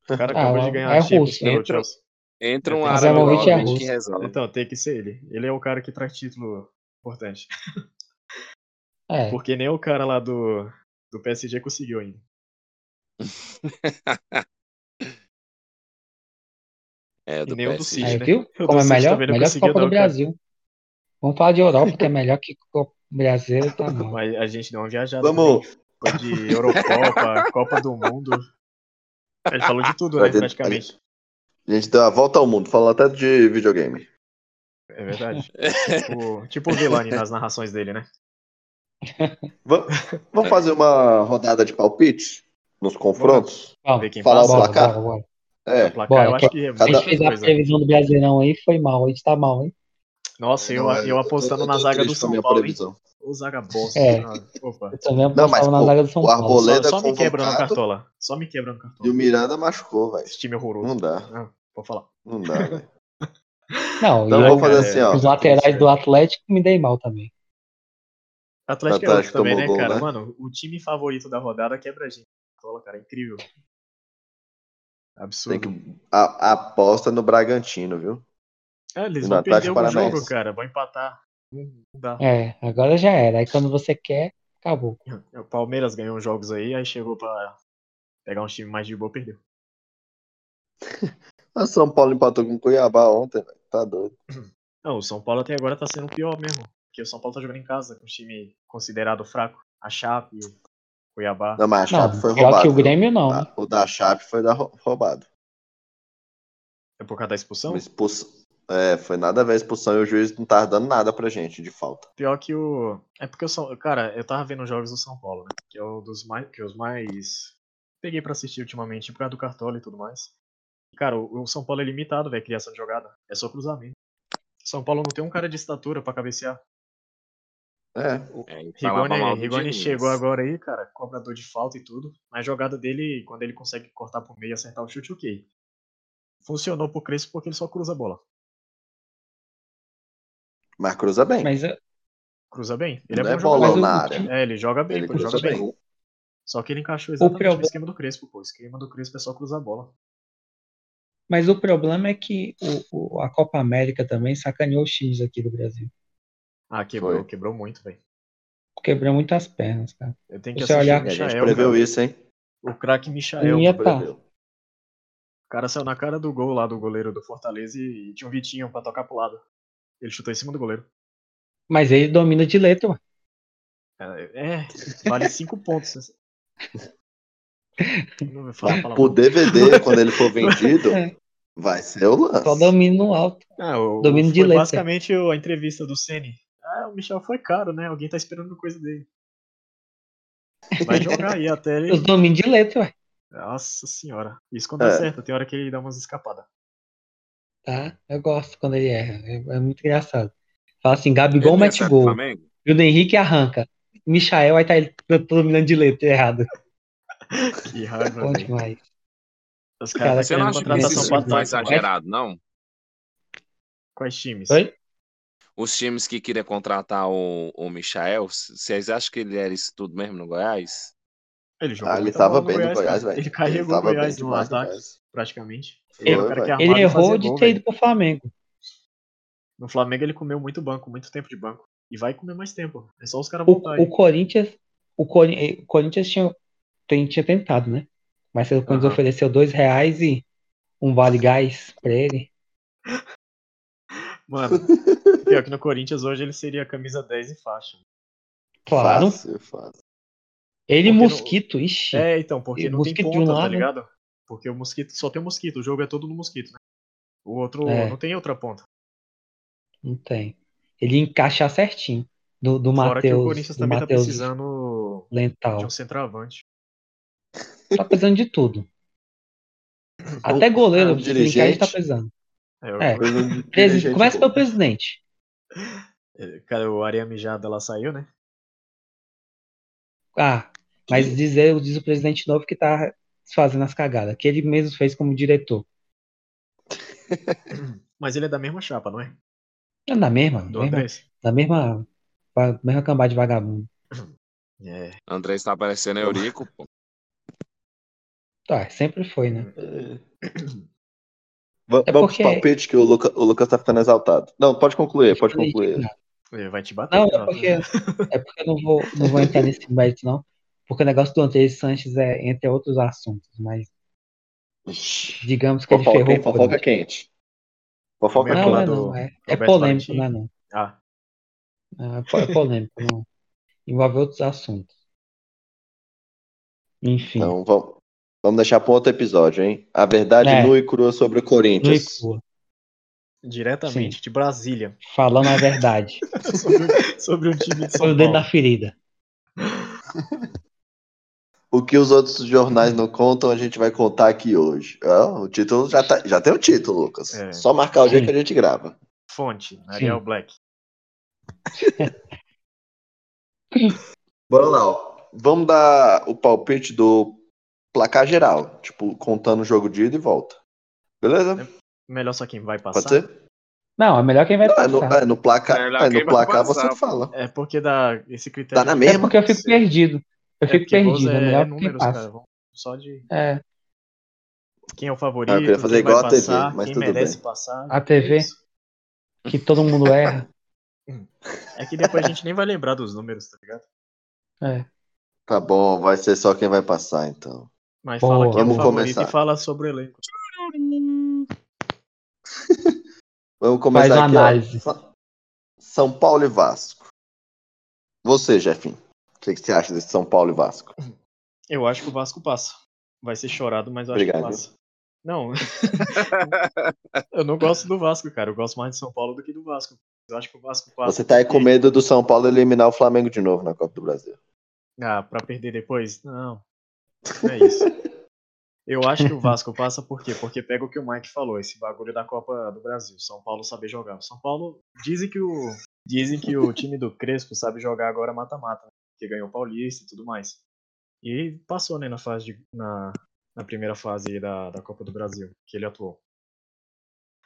Speaker 3: O cara
Speaker 4: Ah,
Speaker 3: acabou
Speaker 4: lá-
Speaker 3: de ganhar
Speaker 4: é
Speaker 3: títulos
Speaker 4: russo.
Speaker 3: pelo
Speaker 2: Entra-
Speaker 3: Chelsea.
Speaker 2: Entra
Speaker 3: É,
Speaker 2: um
Speaker 3: tem
Speaker 2: árabe
Speaker 4: Abramovich é
Speaker 2: novamente que
Speaker 4: russo.
Speaker 2: resolve.
Speaker 3: Então, tem que ser ele. Ele é o cara que traz título importante.
Speaker 4: É,
Speaker 3: Porque nem o cara lá do, do PSG conseguiu ainda.
Speaker 2: É, do
Speaker 3: nem o do
Speaker 2: PSG.
Speaker 4: aí
Speaker 3: né?
Speaker 4: viu?
Speaker 3: Eu
Speaker 4: Como é
Speaker 3: do City
Speaker 4: melhor?
Speaker 3: também não
Speaker 4: Melhor que
Speaker 3: conseguiu
Speaker 4: Copa
Speaker 3: não,
Speaker 4: do
Speaker 3: cara.
Speaker 4: Brasil. Vamos falar de Europa, que é melhor que Copa brasileira, tá bom.
Speaker 3: Mas a gente deu uma viajada.
Speaker 1: Vamos.
Speaker 3: Foi de Eurocopa, Copa do Mundo. A gente falou de tudo,
Speaker 1: Vai
Speaker 3: né?
Speaker 1: ter-
Speaker 3: Praticamente.
Speaker 1: A gente deu a volta ao mundo, falando até de videogame.
Speaker 3: É verdade. Tipo, tipo o Vilani nas narrações dele, né?
Speaker 1: Va- Vamos fazer uma rodada de palpite nos confrontos?
Speaker 4: Vamos,
Speaker 3: Ver quem
Speaker 1: Falar o
Speaker 3: passa.
Speaker 4: bora,
Speaker 1: placar?
Speaker 4: bora, bora.
Speaker 1: É.
Speaker 3: Placar,
Speaker 4: Bora,
Speaker 3: eu acho que é
Speaker 4: A
Speaker 1: Cada-
Speaker 4: gente
Speaker 3: muita
Speaker 4: fez a
Speaker 3: coisa.
Speaker 4: previsão do Brasileirão aí, foi mal, a gente tá mal, hein?
Speaker 3: Nossa, eu,
Speaker 1: Não, é,
Speaker 3: eu apostando
Speaker 1: tô-
Speaker 3: na
Speaker 1: tô
Speaker 3: zaga do
Speaker 1: triste com a
Speaker 3: São
Speaker 1: minha
Speaker 3: Paulo, hein?
Speaker 1: previsão.
Speaker 3: Ô, zaga bosta.
Speaker 4: É.
Speaker 3: Ah, Opa.
Speaker 4: Eu também
Speaker 1: Não, mas,
Speaker 4: apostava na
Speaker 1: pô,
Speaker 4: zaga do São
Speaker 1: o
Speaker 4: Paulo.
Speaker 1: Arboleda-
Speaker 3: Só,
Speaker 1: Toledo é
Speaker 3: só me quebra no
Speaker 1: convocado.
Speaker 3: cartola. Só me quebra no
Speaker 1: E o
Speaker 3: cartola.
Speaker 1: Miranda machucou, velho.
Speaker 3: Esse time horroroso.
Speaker 1: Não dá,
Speaker 3: Ah, vou falar.
Speaker 1: não dá, velho.
Speaker 4: Não,
Speaker 1: Então
Speaker 4: e
Speaker 1: eu vou
Speaker 4: o-
Speaker 1: fazer
Speaker 3: cara,
Speaker 1: assim, ó.
Speaker 4: os
Speaker 3: é
Speaker 4: laterais
Speaker 3: triste,
Speaker 4: do Atlético me dei mal também.
Speaker 3: Atlético é
Speaker 1: Atlético
Speaker 3: outro também,
Speaker 1: tomou
Speaker 3: né,
Speaker 1: gol,
Speaker 3: cara?
Speaker 1: né?
Speaker 3: Mano, o time favorito da rodada quebra a gente. Cartola, cara, é incrível.
Speaker 1: Tem
Speaker 3: Absurdo.
Speaker 1: que. a- aposta no Bragantino, viu?
Speaker 3: Ah, eles
Speaker 1: No
Speaker 3: vão perder
Speaker 1: Atlético
Speaker 3: algum
Speaker 1: Paranaense.
Speaker 3: jogo, cara. Vão empatar. Não não dá.
Speaker 4: É, agora já era. Aí quando você quer, acabou.
Speaker 3: O Palmeiras ganhou uns jogos aí, aí chegou pra pegar um time mais de boa, perdeu.
Speaker 1: Ah, São Paulo empatou com o Cuiabá ontem, velho. Tá doido.
Speaker 3: Não, o São Paulo até agora tá sendo pior mesmo. Porque o São Paulo tá jogando em casa com um time considerado fraco. A Chape, o Cuiabá.
Speaker 1: Não, mas a
Speaker 4: Não,
Speaker 1: Chape foi
Speaker 4: pior
Speaker 1: roubado.
Speaker 4: que o
Speaker 1: viu?
Speaker 4: Grêmio não, né?
Speaker 1: Ah, O da Chape foi da rou- roubado.
Speaker 3: É por causa da expulsão?
Speaker 1: Uma expulsão. É, foi nada a ver a expulsão e o juiz não tava dando nada pra gente de falta.
Speaker 3: Pior que o. É porque o São. Cara, eu tava vendo os jogos do São Paulo, né? Que é um dos mais. Que é os mais. Peguei pra assistir ultimamente, por causa do Cartola e tudo mais. E, cara, o o São Paulo é limitado, velho, criação de jogada. É só cruzamento. São Paulo não tem um cara de estatura pra cabecear.
Speaker 1: É.
Speaker 2: É, e falava mal
Speaker 3: Rigoni,
Speaker 2: do
Speaker 3: Rigoni
Speaker 2: Diniz.
Speaker 3: chegou agora aí, cara, cobrador de falta e tudo. Mas a jogada dele, quando ele consegue cortar pro meio e acertar o chute, ok. Funcionou pro Crespo porque ele só cruza a bola.
Speaker 1: Mas cruza bem.
Speaker 4: Mas eu-
Speaker 3: Cruza bem. Ele é
Speaker 1: não
Speaker 3: bom
Speaker 1: é
Speaker 3: jogador.
Speaker 1: bolão
Speaker 4: Mas o-
Speaker 1: na
Speaker 4: o
Speaker 1: área.
Speaker 4: time-
Speaker 3: É, ele joga bem,
Speaker 1: Ele
Speaker 3: pô, ele
Speaker 1: cruza
Speaker 3: joga bem.
Speaker 1: bem.
Speaker 3: Só que ele encaixou exatamente
Speaker 4: problema-
Speaker 3: no esquema do Crespo, pô. O esquema do Crespo é só cruzar a bola.
Speaker 4: mas o problema é que o- o- a Copa América também sacaneou os times aqui do Brasil.
Speaker 3: Ah, quebrou,
Speaker 1: Foi.
Speaker 3: quebrou muito, velho.
Speaker 4: Quebrou muito as pernas, cara.
Speaker 3: Eu tenho que
Speaker 4: Você
Speaker 3: assistir
Speaker 4: olhar-
Speaker 3: o
Speaker 1: E a gente
Speaker 3: Michael,
Speaker 1: preveu
Speaker 3: cara.
Speaker 1: isso, hein?
Speaker 3: o craque Michael.
Speaker 4: Minha-
Speaker 3: O
Speaker 4: Epa.
Speaker 1: Preveu.
Speaker 3: cara saiu na cara do gol lá do goleiro do Fortaleza e tinha um Vitinho pra tocar pro lado. Ele chutou em cima do goleiro.
Speaker 4: Mas ele domina de letra, ué.
Speaker 3: É, é, vale 5 pontos. essa- Não vou falar a palavra.
Speaker 1: Pro DVD, quando ele for vendido,
Speaker 4: É.
Speaker 1: vai ser o
Speaker 4: só
Speaker 1: lance.
Speaker 4: domina no alto.
Speaker 3: Ah, o,
Speaker 4: domínio
Speaker 3: foi
Speaker 4: de letra.
Speaker 3: basicamente o- a entrevista do Ceni. Ah, o Michel foi caro, né? Alguém tá esperando coisa dele. Vai jogar aí até ele.
Speaker 4: Os domínios de letra, ué.
Speaker 3: Nossa senhora. Isso quando dá
Speaker 1: É.
Speaker 3: certo, tem hora que ele dá umas escapadas.
Speaker 4: Tá? Eu gosto quando ele erra. É, é muito engraçado. Fala assim, Gabigol mete
Speaker 2: Ele é do
Speaker 4: gol.
Speaker 2: Flamengo?
Speaker 3: Tá
Speaker 4: Bruno Henrique arranca. Michael vai estar ele dominando de letra errado.
Speaker 3: Que raiva,
Speaker 4: Bom
Speaker 3: velho.
Speaker 4: demais.
Speaker 3: Os caras
Speaker 4: Cara,
Speaker 3: tá
Speaker 2: Você não
Speaker 3: querendo
Speaker 2: acha que
Speaker 3: contratação
Speaker 2: esses
Speaker 3: pra
Speaker 2: times são
Speaker 4: ataque,
Speaker 2: exagerado, não?
Speaker 3: Quais times?
Speaker 4: Oi?
Speaker 2: Os times que queriam contratar o, o Michael, c- vocês acham que ele era isso tudo mesmo no Goiás?
Speaker 3: Ele jogou
Speaker 1: Ah, ele
Speaker 3: muita
Speaker 1: tava
Speaker 3: bola no
Speaker 1: bem no
Speaker 3: Goiás, cara.
Speaker 1: Goiás, velho.
Speaker 3: Ele carregou o
Speaker 1: tava
Speaker 3: Goiás
Speaker 1: bem
Speaker 3: no
Speaker 1: demais,
Speaker 3: ataque,
Speaker 1: demais.
Speaker 3: praticamente.
Speaker 1: Foi,
Speaker 3: Ele é o cara que
Speaker 1: velho.
Speaker 3: armado
Speaker 4: Ele
Speaker 3: e
Speaker 4: errou
Speaker 3: fazia
Speaker 4: de
Speaker 3: gol,
Speaker 4: ter
Speaker 3: velho.
Speaker 4: ido pro Flamengo.
Speaker 3: No Flamengo ele comeu muito banco, muito tempo de banco. E vai comer mais tempo. É só os caras
Speaker 4: O,
Speaker 3: voltarem.
Speaker 4: o Corinthians, o, Cori- eh, o Corinthians tinha, tem- tinha tentado, né? Mas o Corinthians
Speaker 3: Aham.
Speaker 4: ofereceu dois reais e um vale gás pra ele.
Speaker 3: Mano, pior que no Corinthians hoje ele seria camisa 10 e faixa.
Speaker 4: Claro.
Speaker 1: Fácil, fácil.
Speaker 4: Ele
Speaker 3: Porque
Speaker 4: e
Speaker 3: no-
Speaker 4: Mosquito, ixi.
Speaker 3: É, então, porque
Speaker 4: E
Speaker 3: não tem
Speaker 4: mosquito de um
Speaker 3: ponta, tá
Speaker 4: lado.
Speaker 3: ligado? Porque o mosquito só tem mosquito, o jogo é todo no mosquito, né? O outro
Speaker 4: É.
Speaker 3: não tem outra ponta.
Speaker 4: Não tem. Ele ia encaixar certinho. Do, do
Speaker 3: Fora que o
Speaker 4: Matheus.
Speaker 3: Corinthians
Speaker 4: Do
Speaker 3: também tá
Speaker 4: Matheus
Speaker 3: precisando de
Speaker 4: Lental.
Speaker 3: um centroavante.
Speaker 4: Tá precisando de tudo. Até goleiro,
Speaker 3: um
Speaker 4: o Brincar, tá
Speaker 1: dirigente.
Speaker 4: precisando.
Speaker 3: É, eu-
Speaker 4: É.
Speaker 1: Coisa de
Speaker 4: Presi-
Speaker 1: dirigente
Speaker 4: Começa
Speaker 1: boa.
Speaker 4: pelo presidente.
Speaker 3: é, Cara, o Areia Mijada lá saiu, né?
Speaker 4: Ah, mas diz, ele- diz o presidente novo que tá fazendo as cagadas, que ele mesmo fez como diretor.
Speaker 3: Mas ele é da mesma chapa, não é?
Speaker 4: É na mesma,
Speaker 3: Do
Speaker 4: mesma
Speaker 3: Andrés.
Speaker 4: na mesma, va- mesma cambada de vagabundo.
Speaker 3: É.
Speaker 2: André está tá parecendo Eurico, pô.
Speaker 4: Tá, sempre foi, né?
Speaker 1: É. Va-
Speaker 4: É
Speaker 1: Vamos
Speaker 4: porque-
Speaker 1: pro palpite que o, Luca, o Lucas tá ficando exaltado. Não, pode concluir, pode
Speaker 4: Falei,
Speaker 1: concluir.
Speaker 3: Ele vai te bater,
Speaker 4: Não, é
Speaker 3: cara.
Speaker 4: porque, é porque eu não vou, não vou entrar nesse mérito, não. Porque o negócio do Antônio Sanches é entre outros assuntos, mas digamos que ele
Speaker 1: Fofoca,
Speaker 4: ferrou
Speaker 1: hein?
Speaker 4: o
Speaker 1: Fofoca
Speaker 4: Corinthians.
Speaker 1: quente. Fofoca
Speaker 3: Não,
Speaker 4: Não, é
Speaker 1: quente.
Speaker 3: do
Speaker 4: não, é, é
Speaker 3: Roberto Valentim.
Speaker 4: polêmico, não é não.
Speaker 3: Ah,
Speaker 4: É po- é polêmico, não. Envolve outros assuntos. Enfim.
Speaker 1: Então vamos, vamos deixar pra outro episódio, hein? A verdade
Speaker 4: É.
Speaker 1: nua e crua sobre o
Speaker 4: Nua e
Speaker 1: Corinthians.
Speaker 4: crua.
Speaker 3: diretamente
Speaker 4: Sim.
Speaker 3: de Brasília.
Speaker 4: Falando a verdade.
Speaker 3: sobre, sobre um time de São
Speaker 4: Foi
Speaker 3: Paulo.
Speaker 4: o dedo na ferida.
Speaker 1: O que os outros jornais não contam, a gente vai contar aqui hoje. Ah, o título já, tá- já tem o título, Lucas.
Speaker 3: É.
Speaker 1: Só marcar o dia
Speaker 4: Sim.
Speaker 1: que a gente grava.
Speaker 3: Fonte, Ariel Black.
Speaker 1: Bora lá, ó. Vamos dar o palpite do placar geral. Tipo, contando o jogo de ida e volta. Beleza?
Speaker 3: Melhor só quem vai
Speaker 1: Pode
Speaker 3: passar.
Speaker 1: ser?
Speaker 4: Não, é melhor quem vai
Speaker 1: Não,
Speaker 4: passar.
Speaker 1: é no, é no placar,
Speaker 2: É, lá
Speaker 1: é,
Speaker 2: quem
Speaker 1: no
Speaker 2: vai
Speaker 1: placar
Speaker 2: passar,
Speaker 1: você
Speaker 2: pô.
Speaker 1: fala.
Speaker 3: É porque dá esse
Speaker 1: Tá
Speaker 3: critério.
Speaker 1: na
Speaker 4: É
Speaker 1: mesma?
Speaker 4: porque eu fico perdido.
Speaker 3: É
Speaker 4: Eu fico
Speaker 3: porque gols
Speaker 4: perdido. É
Speaker 3: é-
Speaker 4: melhor
Speaker 3: é
Speaker 4: quem
Speaker 3: números, cara.
Speaker 4: passa.
Speaker 3: Vamos Só de
Speaker 4: É,
Speaker 3: quem é o favorito,
Speaker 1: Ah, eu queria fazer
Speaker 3: quem vai
Speaker 1: igual a TV,
Speaker 3: passar,
Speaker 1: mas
Speaker 3: quem
Speaker 1: tudo
Speaker 3: merece
Speaker 1: bem.
Speaker 3: passar.
Speaker 4: A TV?
Speaker 3: É isso.
Speaker 4: que todo mundo erra.
Speaker 3: É que depois a gente nem vai lembrar dos números, tá ligado?
Speaker 4: É.
Speaker 1: Tá bom, vai ser só quem vai passar, então.
Speaker 3: Mas
Speaker 4: Boa.
Speaker 3: fala quem é o
Speaker 1: Vamos
Speaker 3: favorito
Speaker 1: começar.
Speaker 3: e fala sobre o elenco.
Speaker 1: Vamos começar
Speaker 4: Faz uma
Speaker 1: aqui, ó.
Speaker 4: análise.
Speaker 1: Sa- São Paulo e Vasco. Você, Jefinho. O que, que você acha desse São Paulo e Vasco?
Speaker 3: Eu acho que o Vasco passa. Vai ser chorado, mas eu
Speaker 1: Obrigado.
Speaker 3: acho que passa. Não. eu não gosto do Vasco, cara. Eu gosto mais de São Paulo do que do Vasco. Eu acho que o Vasco passa.
Speaker 1: Você tá aí com
Speaker 3: porque-
Speaker 1: medo do São Paulo eliminar o Flamengo de novo na Copa do Brasil.
Speaker 3: Ah, pra perder depois? Não. Não é isso. Eu acho que o Vasco passa por quê? Porque pega o que o Mike falou, esse bagulho da Copa do Brasil. São Paulo saber jogar. O São Paulo dizem que o dizem que o time do Crespo sabe jogar agora mata-mata, né? que ganhou o Paulista e tudo mais. E passou, né, na fase de, na, na primeira fase aí da, da Copa do Brasil, que ele atuou.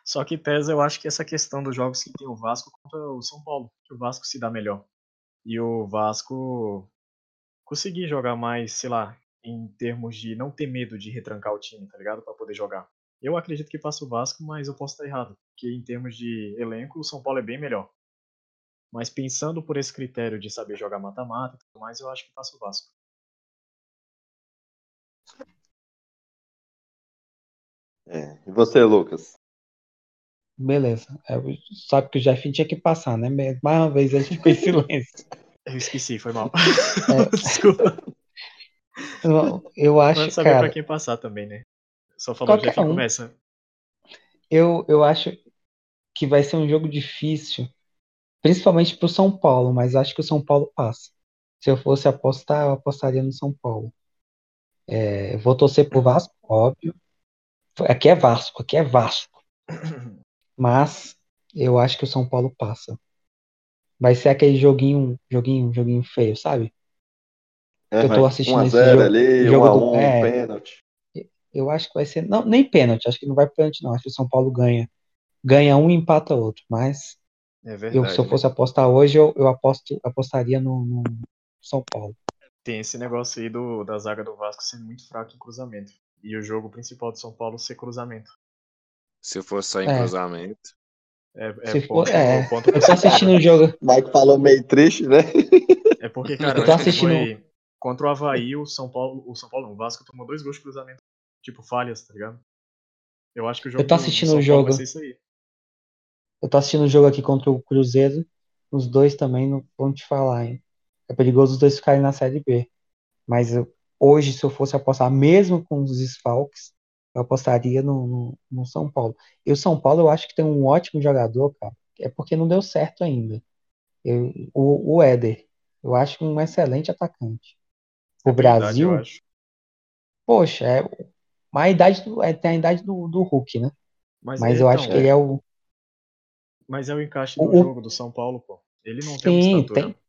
Speaker 3: Só que pesa, eu acho que essa questão dos jogos que tem o Vasco contra o São Paulo, que o Vasco se dá melhor. E o Vasco conseguir jogar mais, sei lá, em termos de não ter medo de retrancar o time, tá ligado? Pra poder jogar. Eu acredito que passa o Vasco, mas eu posso estar errado. Porque em termos de elenco, o São Paulo é bem melhor. Mas pensando por esse critério de saber jogar mata-mata e tudo mais, eu acho que passa o Vasco.
Speaker 1: É. E você, Lucas?
Speaker 4: Beleza. É, sabe que o Jeff tinha que passar, né? Mas Mais uma vez ele ficou em silêncio.
Speaker 3: Eu esqueci, foi mal.
Speaker 4: É.
Speaker 3: Desculpa.
Speaker 4: Eu, eu
Speaker 3: Mas
Speaker 4: acho,
Speaker 3: saber
Speaker 4: cara.
Speaker 3: pra quem passar também, né? Só falando já
Speaker 4: Qualquer
Speaker 3: quem
Speaker 4: um.
Speaker 3: começa.
Speaker 4: Eu, eu acho que vai ser um jogo difícil, principalmente pro São Paulo, mas acho que o São Paulo passa. Se eu fosse apostar, eu apostaria no São Paulo. É, eu vou torcer pro Vasco, óbvio. Aqui é Vasco, aqui é Vasco. Mas eu acho que o São Paulo passa. Vai ser aquele joguinho, joguinho, joguinho feio, sabe? Eu tô
Speaker 1: vai.
Speaker 4: assistindo
Speaker 1: 1 a
Speaker 4: esse
Speaker 1: 0
Speaker 4: jogo-
Speaker 1: ali, 1
Speaker 4: jogo
Speaker 1: a
Speaker 4: do-
Speaker 1: 1,
Speaker 4: é.
Speaker 1: pênalti.
Speaker 4: Eu acho que vai ser. Não, nem pênalti, acho que não vai pênalti, não. Acho que o São Paulo ganha. Ganha um e empata outro. Mas
Speaker 3: É
Speaker 4: eu,
Speaker 3: verdade.
Speaker 4: se eu
Speaker 3: né?
Speaker 4: fosse apostar hoje, eu, eu aposto, apostaria no, no São Paulo.
Speaker 3: tem esse negócio aí do, da zaga do Vasco ser muito fraca em cruzamento. E o jogo principal do São Paulo ser cruzamento.
Speaker 2: Se for só em
Speaker 4: É.
Speaker 2: cruzamento.
Speaker 3: É, é,
Speaker 4: Se
Speaker 3: ponto,
Speaker 4: for- é.
Speaker 3: é ponto
Speaker 4: Eu tô assistindo o jogo.
Speaker 1: Mike falou meio triste, né?
Speaker 3: É porque, cara,
Speaker 2: Eu tô
Speaker 3: acho que
Speaker 4: assistindo-
Speaker 3: foi contra o Havaí, o São Paulo, o São Paulo não, o Vasco tomou dois gols de cruzamento, tipo falhas, tá ligado? Eu acho que o jogo
Speaker 4: tô
Speaker 3: do- do
Speaker 4: assistindo
Speaker 3: São
Speaker 4: o
Speaker 3: Paulo vai
Speaker 4: jogo.
Speaker 3: ser isso aí.
Speaker 4: Eu tô assistindo o jogo aqui contra o Cruzeiro. Os dois também não vão te falar, hein? É perigoso os dois ficarem na Série B. Mas eu- hoje, se eu fosse apostar, mesmo com os desfalques, eu apostaria no, no, no São Paulo. E o São Paulo eu acho que tem um ótimo jogador, cara. É porque não deu certo ainda. Eu- o, o Éder. Eu acho um excelente atacante. O
Speaker 3: Habilidade,
Speaker 4: Brasil,
Speaker 3: É eu acho.
Speaker 4: poxa, é, mas a idade do, é, tem a idade do, do Hulk, né?
Speaker 3: Mas,
Speaker 4: Mas
Speaker 3: é,
Speaker 4: eu
Speaker 3: então,
Speaker 4: acho que ele é o.
Speaker 3: mas é o encaixe do
Speaker 4: O- o-
Speaker 3: jogo do São Paulo, pô. Ele não tem uma
Speaker 4: Sim,
Speaker 3: estatura.
Speaker 4: tem,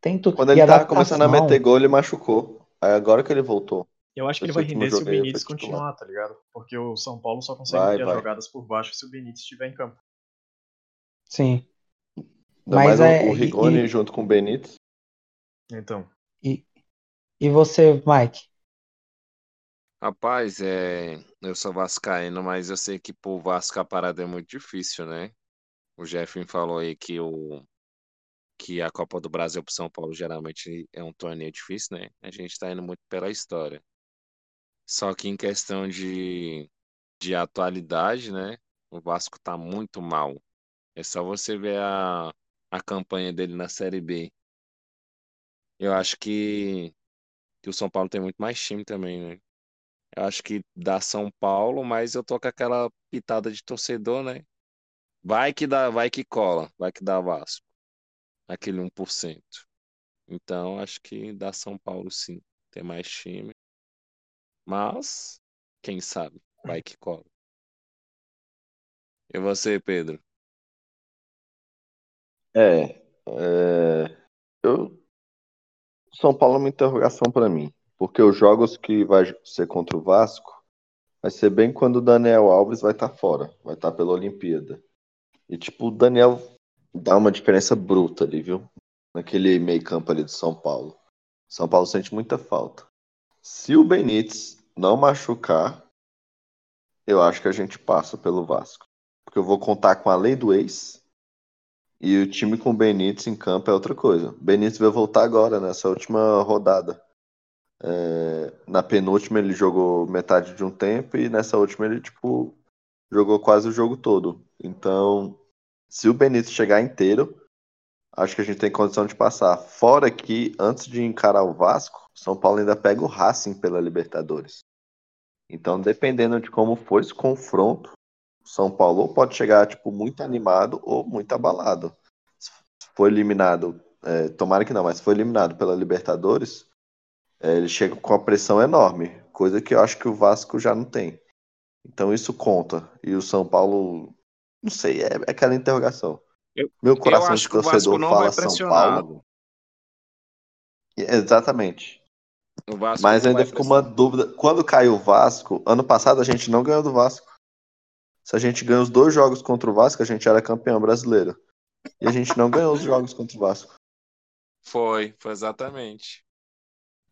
Speaker 4: tem tudo.
Speaker 1: Quando
Speaker 4: E
Speaker 1: ele
Speaker 4: a
Speaker 1: tava começando a
Speaker 4: adaptação-
Speaker 1: meter gol, ele machucou. Aí agora que ele voltou.
Speaker 3: Eu acho que ele
Speaker 1: Esse
Speaker 3: vai
Speaker 1: último
Speaker 3: render se o
Speaker 1: jogo aí foi
Speaker 3: Benítez
Speaker 1: titular.
Speaker 3: continuar, tá ligado? Porque o São Paulo só consegue
Speaker 1: Vai,
Speaker 3: criar
Speaker 1: vai.
Speaker 3: jogadas por baixo se o Benítez estiver em campo.
Speaker 4: Sim.
Speaker 1: Ainda mais
Speaker 4: Mas
Speaker 1: o-
Speaker 4: é,
Speaker 1: o
Speaker 4: e-
Speaker 1: Rigoni junto com o Benítez.
Speaker 3: Então,
Speaker 4: E você, Mike?
Speaker 2: Rapaz, é... eu sou vascaíno, mas eu sei que pro Vasco a parada é muito difícil, né? O Jeffrey falou aí que, o... que a Copa do Brasil pro São Paulo geralmente é um torneio difícil, né? A gente tá indo muito pela história. Só que em questão de, de atualidade, né? O Vasco tá muito mal. É só você ver a, a campanha dele na Série B. Eu acho que, que o São Paulo tem muito mais time também, né? Eu acho que dá São Paulo, mas eu tô com aquela pitada de torcedor, né? Vai que dá, vai que cola, vai que dá Vasco. Aquele 1%. Então, acho que dá São Paulo sim. Tem mais time. Mas, quem sabe? Vai que cola. E você, Pedro?
Speaker 1: É. é, Eu... São Paulo é uma interrogação pra mim. Porque os jogos que vai ser contra o Vasco vai ser bem quando o Daniel Alves vai estar fora. Vai estar pela Olimpíada. E, tipo, o Daniel dá uma diferença bruta ali, viu? Naquele meio campo ali do São Paulo. São Paulo sente muita falta. Se o Benítez não machucar, eu acho que a gente passa pelo Vasco. Porque eu vou contar com a lei do ex. E o time com o Benítez em campo é outra coisa. O Benítez vai voltar agora, nessa última rodada. É, na penúltima ele jogou metade de um tempo e nessa última ele, tipo, jogou quase o jogo todo. Então, se o Benítez chegar inteiro, acho que a gente tem condição de passar. Fora que, antes de encarar o Vasco, o São Paulo ainda pega o Racing pela Libertadores. Então, dependendo de como for esse confronto, o São Paulo pode chegar, tipo, muito animado ou muito abalado. Se for eliminado, é, tomara que não, mas se for eliminado pela Libertadores, é, ele chega com a pressão enorme, coisa que eu acho que o Vasco já não tem. Então isso conta. E o São Paulo, não sei, é, é aquela interrogação.
Speaker 2: Eu-
Speaker 1: Meu coração
Speaker 2: acho
Speaker 1: de
Speaker 2: que o Vasco
Speaker 1: torcedor
Speaker 2: não
Speaker 1: fala
Speaker 2: vai
Speaker 1: São
Speaker 2: pressionar.
Speaker 1: Paulo. Exatamente.
Speaker 2: O Vasco
Speaker 1: Mas
Speaker 2: não
Speaker 1: ainda
Speaker 2: vai
Speaker 1: ficou uma dúvida. Quando caiu o Vasco, ano passado a gente não ganhou do Vasco. Se a gente ganhou os dois jogos contra o Vasco, a gente era campeão brasileiro. E a gente não ganhou os jogos contra o Vasco.
Speaker 2: Foi, foi exatamente.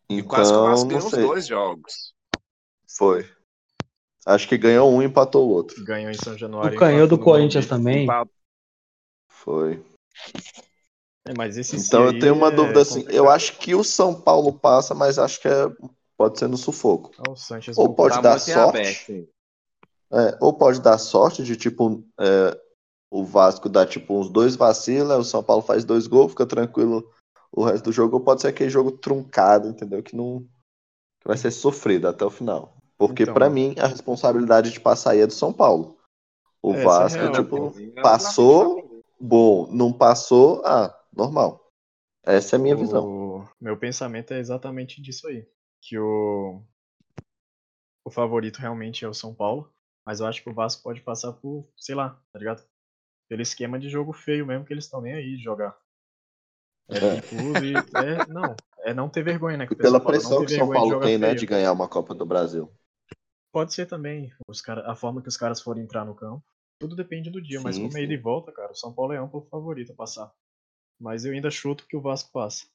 Speaker 1: Então,
Speaker 2: Quase que o Vasco
Speaker 1: não
Speaker 2: ganhou os
Speaker 1: sei.
Speaker 2: dois jogos.
Speaker 1: Foi. Acho que ganhou um e empatou o outro.
Speaker 3: ganhou em São Januário.
Speaker 4: O canhão do
Speaker 3: empatou no
Speaker 4: Corinthians
Speaker 3: Morumbi.
Speaker 4: também.
Speaker 2: Empa-
Speaker 1: Foi.
Speaker 3: É, mas esse se
Speaker 1: Então eu
Speaker 3: aí
Speaker 1: tenho uma
Speaker 3: é
Speaker 1: dúvida assim. Eu
Speaker 3: complicado.
Speaker 1: acho que o São Paulo passa, mas acho que é- pode ser no sufoco.
Speaker 3: Ah, O Sanches
Speaker 1: Ou
Speaker 3: voltou.
Speaker 1: pode
Speaker 2: Tá
Speaker 1: dar
Speaker 2: muito em
Speaker 1: sorte.
Speaker 2: aberto, hein?
Speaker 1: É, ou pode dar sorte de tipo é, o Vasco dá tipo uns dois vacila, o São Paulo faz dois gols, fica tranquilo o resto do jogo, ou pode ser aquele jogo truncado, entendeu? Que não que vai ser sofrido até o final. Porque
Speaker 3: Então,
Speaker 1: pra
Speaker 3: né?
Speaker 1: mim a responsabilidade de passar aí é do São Paulo. O
Speaker 3: É, isso é
Speaker 1: Vasco,
Speaker 3: real,
Speaker 1: tipo,
Speaker 3: pô.
Speaker 1: passou, bom, não passou, ah, normal. Essa é a minha visão.
Speaker 3: O meu pensamento é exatamente disso aí. Que o, o favorito realmente é o São Paulo, mas eu acho que o Vasco pode passar por, sei lá, tá ligado? Pelo esquema de jogo feio mesmo que eles estão nem aí de jogar. É bicudo e. É, não, é não ter vergonha, né? Que
Speaker 1: E
Speaker 3: o pessoal
Speaker 1: pela
Speaker 3: fala, não
Speaker 1: pressão
Speaker 3: ter
Speaker 1: que o São
Speaker 3: vergonha de
Speaker 1: Paulo
Speaker 3: jogar
Speaker 1: tem, né,
Speaker 3: feio.
Speaker 1: de ganhar uma Copa do Brasil.
Speaker 3: Pode ser também os cara, a forma que os caras forem entrar no campo. Tudo depende do dia, mas
Speaker 1: Sim,
Speaker 3: como é
Speaker 1: sim.
Speaker 3: ida e volta, cara, o São Paulo é amplo favorito a passar. Mas eu ainda chuto que o Vasco passa.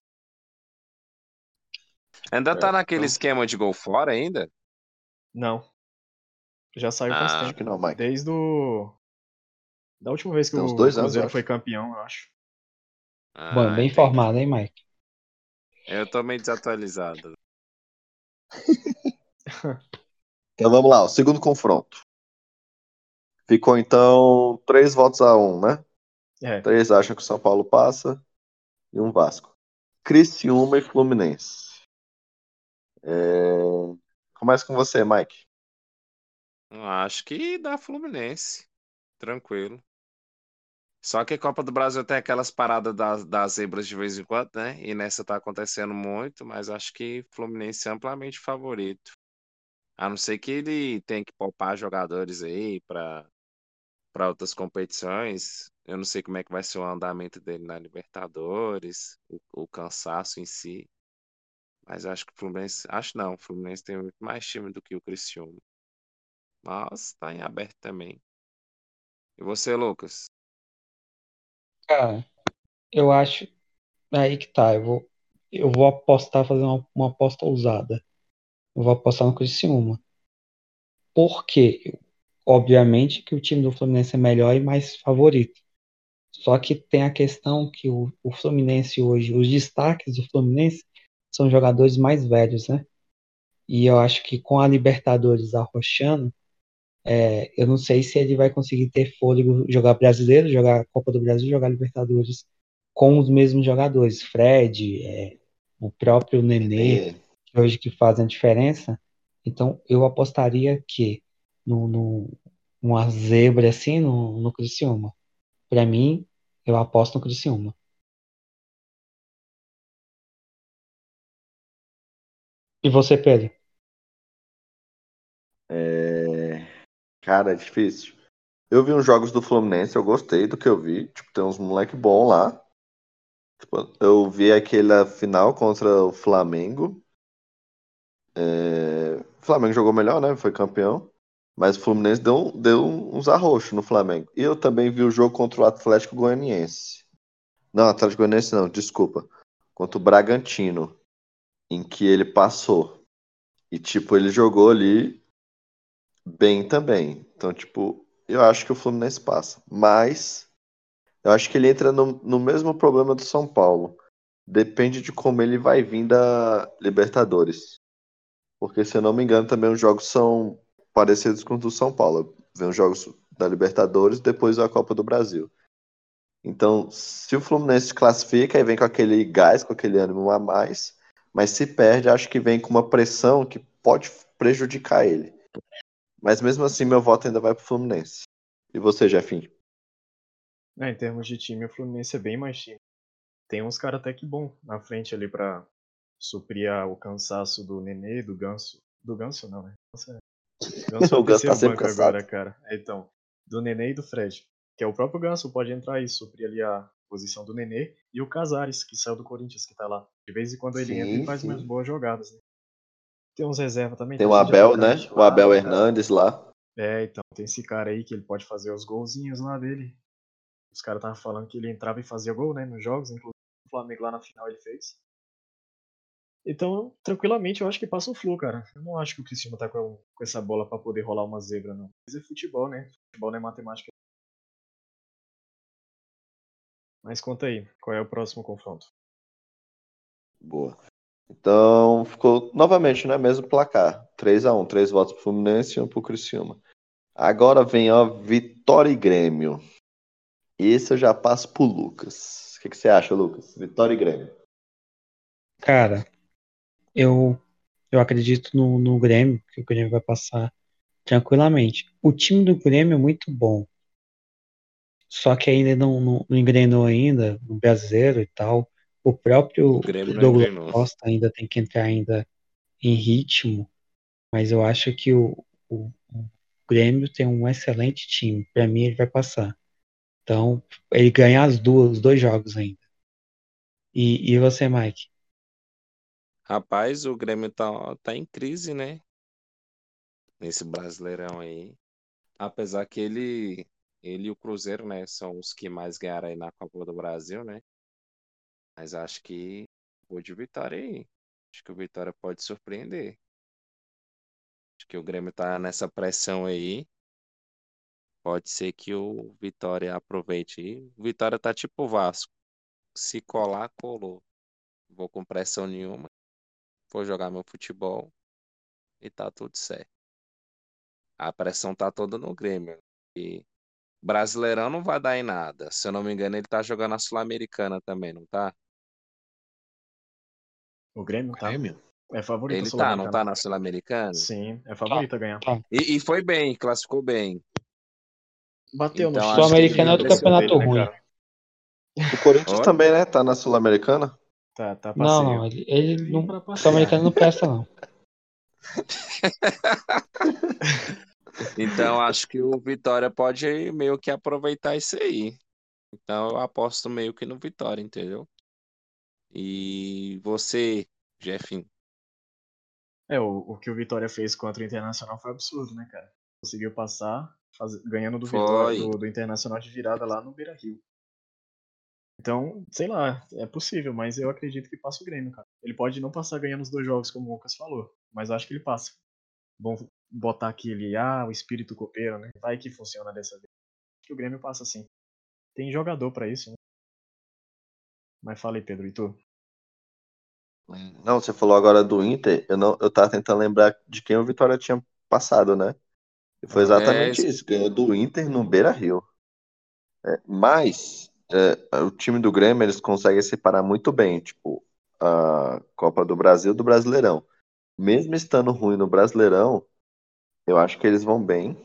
Speaker 2: Ainda tá
Speaker 1: É,
Speaker 2: naquele
Speaker 1: então.
Speaker 2: esquema de gol fora ainda?
Speaker 3: Não. Já saiu
Speaker 2: Ah.
Speaker 3: faz
Speaker 1: Acho
Speaker 3: tempo.
Speaker 1: que não, é Mike.
Speaker 3: Desde o. Da última vez que
Speaker 1: Tem uns
Speaker 3: o
Speaker 1: dois anos,
Speaker 3: Cruzeiro
Speaker 1: eu
Speaker 3: foi
Speaker 1: acho.
Speaker 3: campeão, eu acho.
Speaker 2: Ah,
Speaker 4: Bom, bem
Speaker 2: entendi.
Speaker 4: informado, hein, Mike?
Speaker 2: Eu tô meio desatualizado.
Speaker 1: Então vamos lá, o segundo confronto. Ficou então três votos a um, né?
Speaker 3: É,
Speaker 1: Três acham que o São Paulo passa e um Vasco. Criciúma e Fluminense. É... Começa com você, Mike.
Speaker 2: Acho que dá Fluminense. Tranquilo. Só que Copa do Brasil tem aquelas paradas das, das zebras de vez em quando, né? E nessa tá acontecendo muito, mas acho que Fluminense é amplamente favorito. A não ser que ele tenha que poupar jogadores aí pra para outras competições. Eu não sei como é que vai ser o andamento dele na Libertadores, o, o cansaço em si. Mas acho que o Fluminense. Acho não, o Fluminense tem muito mais time do que o Criciúma. Mas tá em aberto também. E você, Lucas?
Speaker 4: Cara, eu acho. Aí que tá. Eu vou, eu vou apostar, fazer uma, uma aposta ousada. Eu vou apostar no Criciúma. Por quê? Obviamente que o time do Fluminense é melhor e mais favorito. Só que tem a questão que o, o Fluminense hoje, os destaques do Fluminense são jogadores mais velhos, né? E eu acho que com a Libertadores arrochando, é, eu não sei se ele vai conseguir ter fôlego jogar brasileiro, jogar Copa do Brasil, jogar Libertadores com os mesmos jogadores, Fred, é, o próprio Nenê
Speaker 1: É.
Speaker 4: que hoje que fazem a diferença. Então, eu apostaria que no, no uma zebra assim no, no Criciúma. Para mim, eu aposto no Criciúma. E você, Pedro?
Speaker 1: É... Cara, é difícil. Eu vi uns jogos do Fluminense, eu gostei do que eu vi. Tipo, tem uns moleque bom lá. Tipo, eu vi aquela final contra o Flamengo. É, O Flamengo jogou melhor, né? Foi campeão. Mas o Fluminense deu, um- deu uns arroxos no Flamengo. E eu também vi o jogo contra o Atlético Goianiense. Não, Atlético Goianiense não, desculpa. Contra o Bragantino. Em que ele passou. E, tipo, ele jogou ali bem também. Então, tipo, eu acho que o Fluminense passa. Mas eu acho que ele entra no, no mesmo problema do São Paulo. Depende de como ele vai vir da Libertadores. Porque, se eu não me engano, também os jogos são parecidos com os do São Paulo. Vem os jogos da Libertadores, depois a Copa do Brasil. Então, se o Fluminense se classifica e vem com aquele gás, com aquele ânimo a mais, mas se perde, acho que vem com uma pressão que pode prejudicar ele. Mas mesmo assim, meu voto ainda vai pro Fluminense. E você, Jefinho?
Speaker 3: né, em termos de time, o Fluminense é bem mais time. Tem uns caras até que bom na frente ali pra suprir a- o cansaço do Nenê, do Ganso. Do Ganso não, né? Ganso é- Ganso é
Speaker 1: O
Speaker 3: o
Speaker 1: Ganso tá
Speaker 3: terceiro
Speaker 1: sempre
Speaker 3: banco
Speaker 1: cansado.
Speaker 3: agora, cara. É, Então, do Nenê e do Fred. Que é o próprio Ganso, pode entrar e suprir ali a posição do Nenê. E o Casares, que saiu do Corinthians, que tá lá. De vez em quando ele
Speaker 1: Sim,
Speaker 3: entra e faz
Speaker 1: sim.
Speaker 3: umas boas jogadas, né? Tem uns reserva também.
Speaker 1: Tem o
Speaker 3: esse de
Speaker 1: Abel, né?
Speaker 3: atacante
Speaker 1: O Abel
Speaker 3: lá,
Speaker 1: Hernandes lá.
Speaker 3: é, então, tem esse cara aí que ele pode fazer os golzinhos lá dele. Os caras estavam falando que ele entrava e fazia gol, né, nos jogos, inclusive o Flamengo lá na final ele fez. Então, tranquilamente, eu acho que passa o Flu, cara. Eu não acho que o Cristiano tá com, com essa bola pra poder rolar uma zebra, não. Mas é futebol, né? Futebol não é matemática. Mas conta aí, qual é o próximo confronto?
Speaker 1: Boa. Então, ficou novamente, né? Mesmo placar. 3x1. 3 votos pro Fluminense e 1 pro Criciúma. Agora vem, ó, Vitória e Grêmio. Esse eu já passo pro Lucas. O que, que você acha, Lucas? Vitória e Grêmio.
Speaker 4: Cara, eu, eu acredito no, no Grêmio, que o Grêmio vai passar tranquilamente. O time do Grêmio é muito bom. Só que ainda não, não, não engrenou ainda no brasileiro e tal. O próprio
Speaker 2: O Grêmio não
Speaker 4: Douglas
Speaker 2: engrenou.
Speaker 4: Costa ainda tem que entrar ainda em ritmo, mas eu acho que o, o, o Grêmio tem um excelente time. Para mim ele vai passar. Então ele ganha as duas, os dois jogos ainda. E, e você, Mike?
Speaker 2: Rapaz, o Grêmio tá, tá em crise, né? Nesse Brasileirão aí. Apesar que ele, ele e o Cruzeiro, né? São os que mais ganharam aí na Copa do Brasil, né? Mas acho que vou de vitória aí. Acho que o Vitória pode surpreender. Acho que o Grêmio tá nessa pressão aí. Pode ser que o Vitória aproveite. E o Vitória tá tipo o Vasco. Se colar, colou. Não Vou com pressão nenhuma. Vou jogar meu futebol. E tá tudo certo. A pressão tá toda no Grêmio. E Brasileirão não vai dar em nada. Se eu não me engano, ele tá jogando a Sul-Americana também, não tá?
Speaker 3: O Grêmio tá. É favorito
Speaker 2: Ele tá, não
Speaker 3: Sul-Americana.
Speaker 2: tá na Tá. Sul-Americana?
Speaker 3: Sim, é favorito a ganhar.
Speaker 2: E, e foi bem, classificou bem.
Speaker 3: Bateu
Speaker 2: Então,
Speaker 3: no
Speaker 2: acho
Speaker 3: chão.
Speaker 2: Sul-Americana é outro
Speaker 4: campeonato ruim.
Speaker 1: O Corinthians
Speaker 2: Olha.
Speaker 1: também, né? Tá na Sul-Americana.
Speaker 3: Tá, tá passeio.
Speaker 4: Não, não, ele, ele
Speaker 3: Vim
Speaker 4: não.
Speaker 3: pra passear.
Speaker 4: Só americano não presta, não.
Speaker 2: Então acho que o Vitória pode meio que aproveitar isso aí. Então eu aposto meio que no Vitória, entendeu? E você, Jefinho,
Speaker 3: É, o, o que o Vitória fez contra o Internacional foi absurdo, né, cara? Conseguiu passar, faz- ganhando do,
Speaker 2: Foi.
Speaker 3: Vitória, do, do Internacional de virada lá no Beira Rio. Então, sei lá, é possível, mas eu acredito que passa o Grêmio, cara. Ele pode não passar ganhando os dois jogos, como o Lucas falou, mas eu acho que ele passa. Bom botar aquele, ah, o espírito copeiro, né? Vai que funciona dessa vez. Acho que o Grêmio passa sim. Tem jogador pra isso, né? Mas fala aí, Pedro, e tu?
Speaker 1: Não, você falou agora do Inter. Eu, não, eu tava tentando lembrar de quem o Vitória tinha passado, né? E foi exatamente
Speaker 2: É,
Speaker 1: isso. Ganhou do Inter no Beira Rio. É, mas é, o time do Grêmio eles conseguem separar muito bem, tipo, a Copa do Brasil do Brasileirão. Mesmo estando ruim no Brasileirão, eu acho que eles vão bem.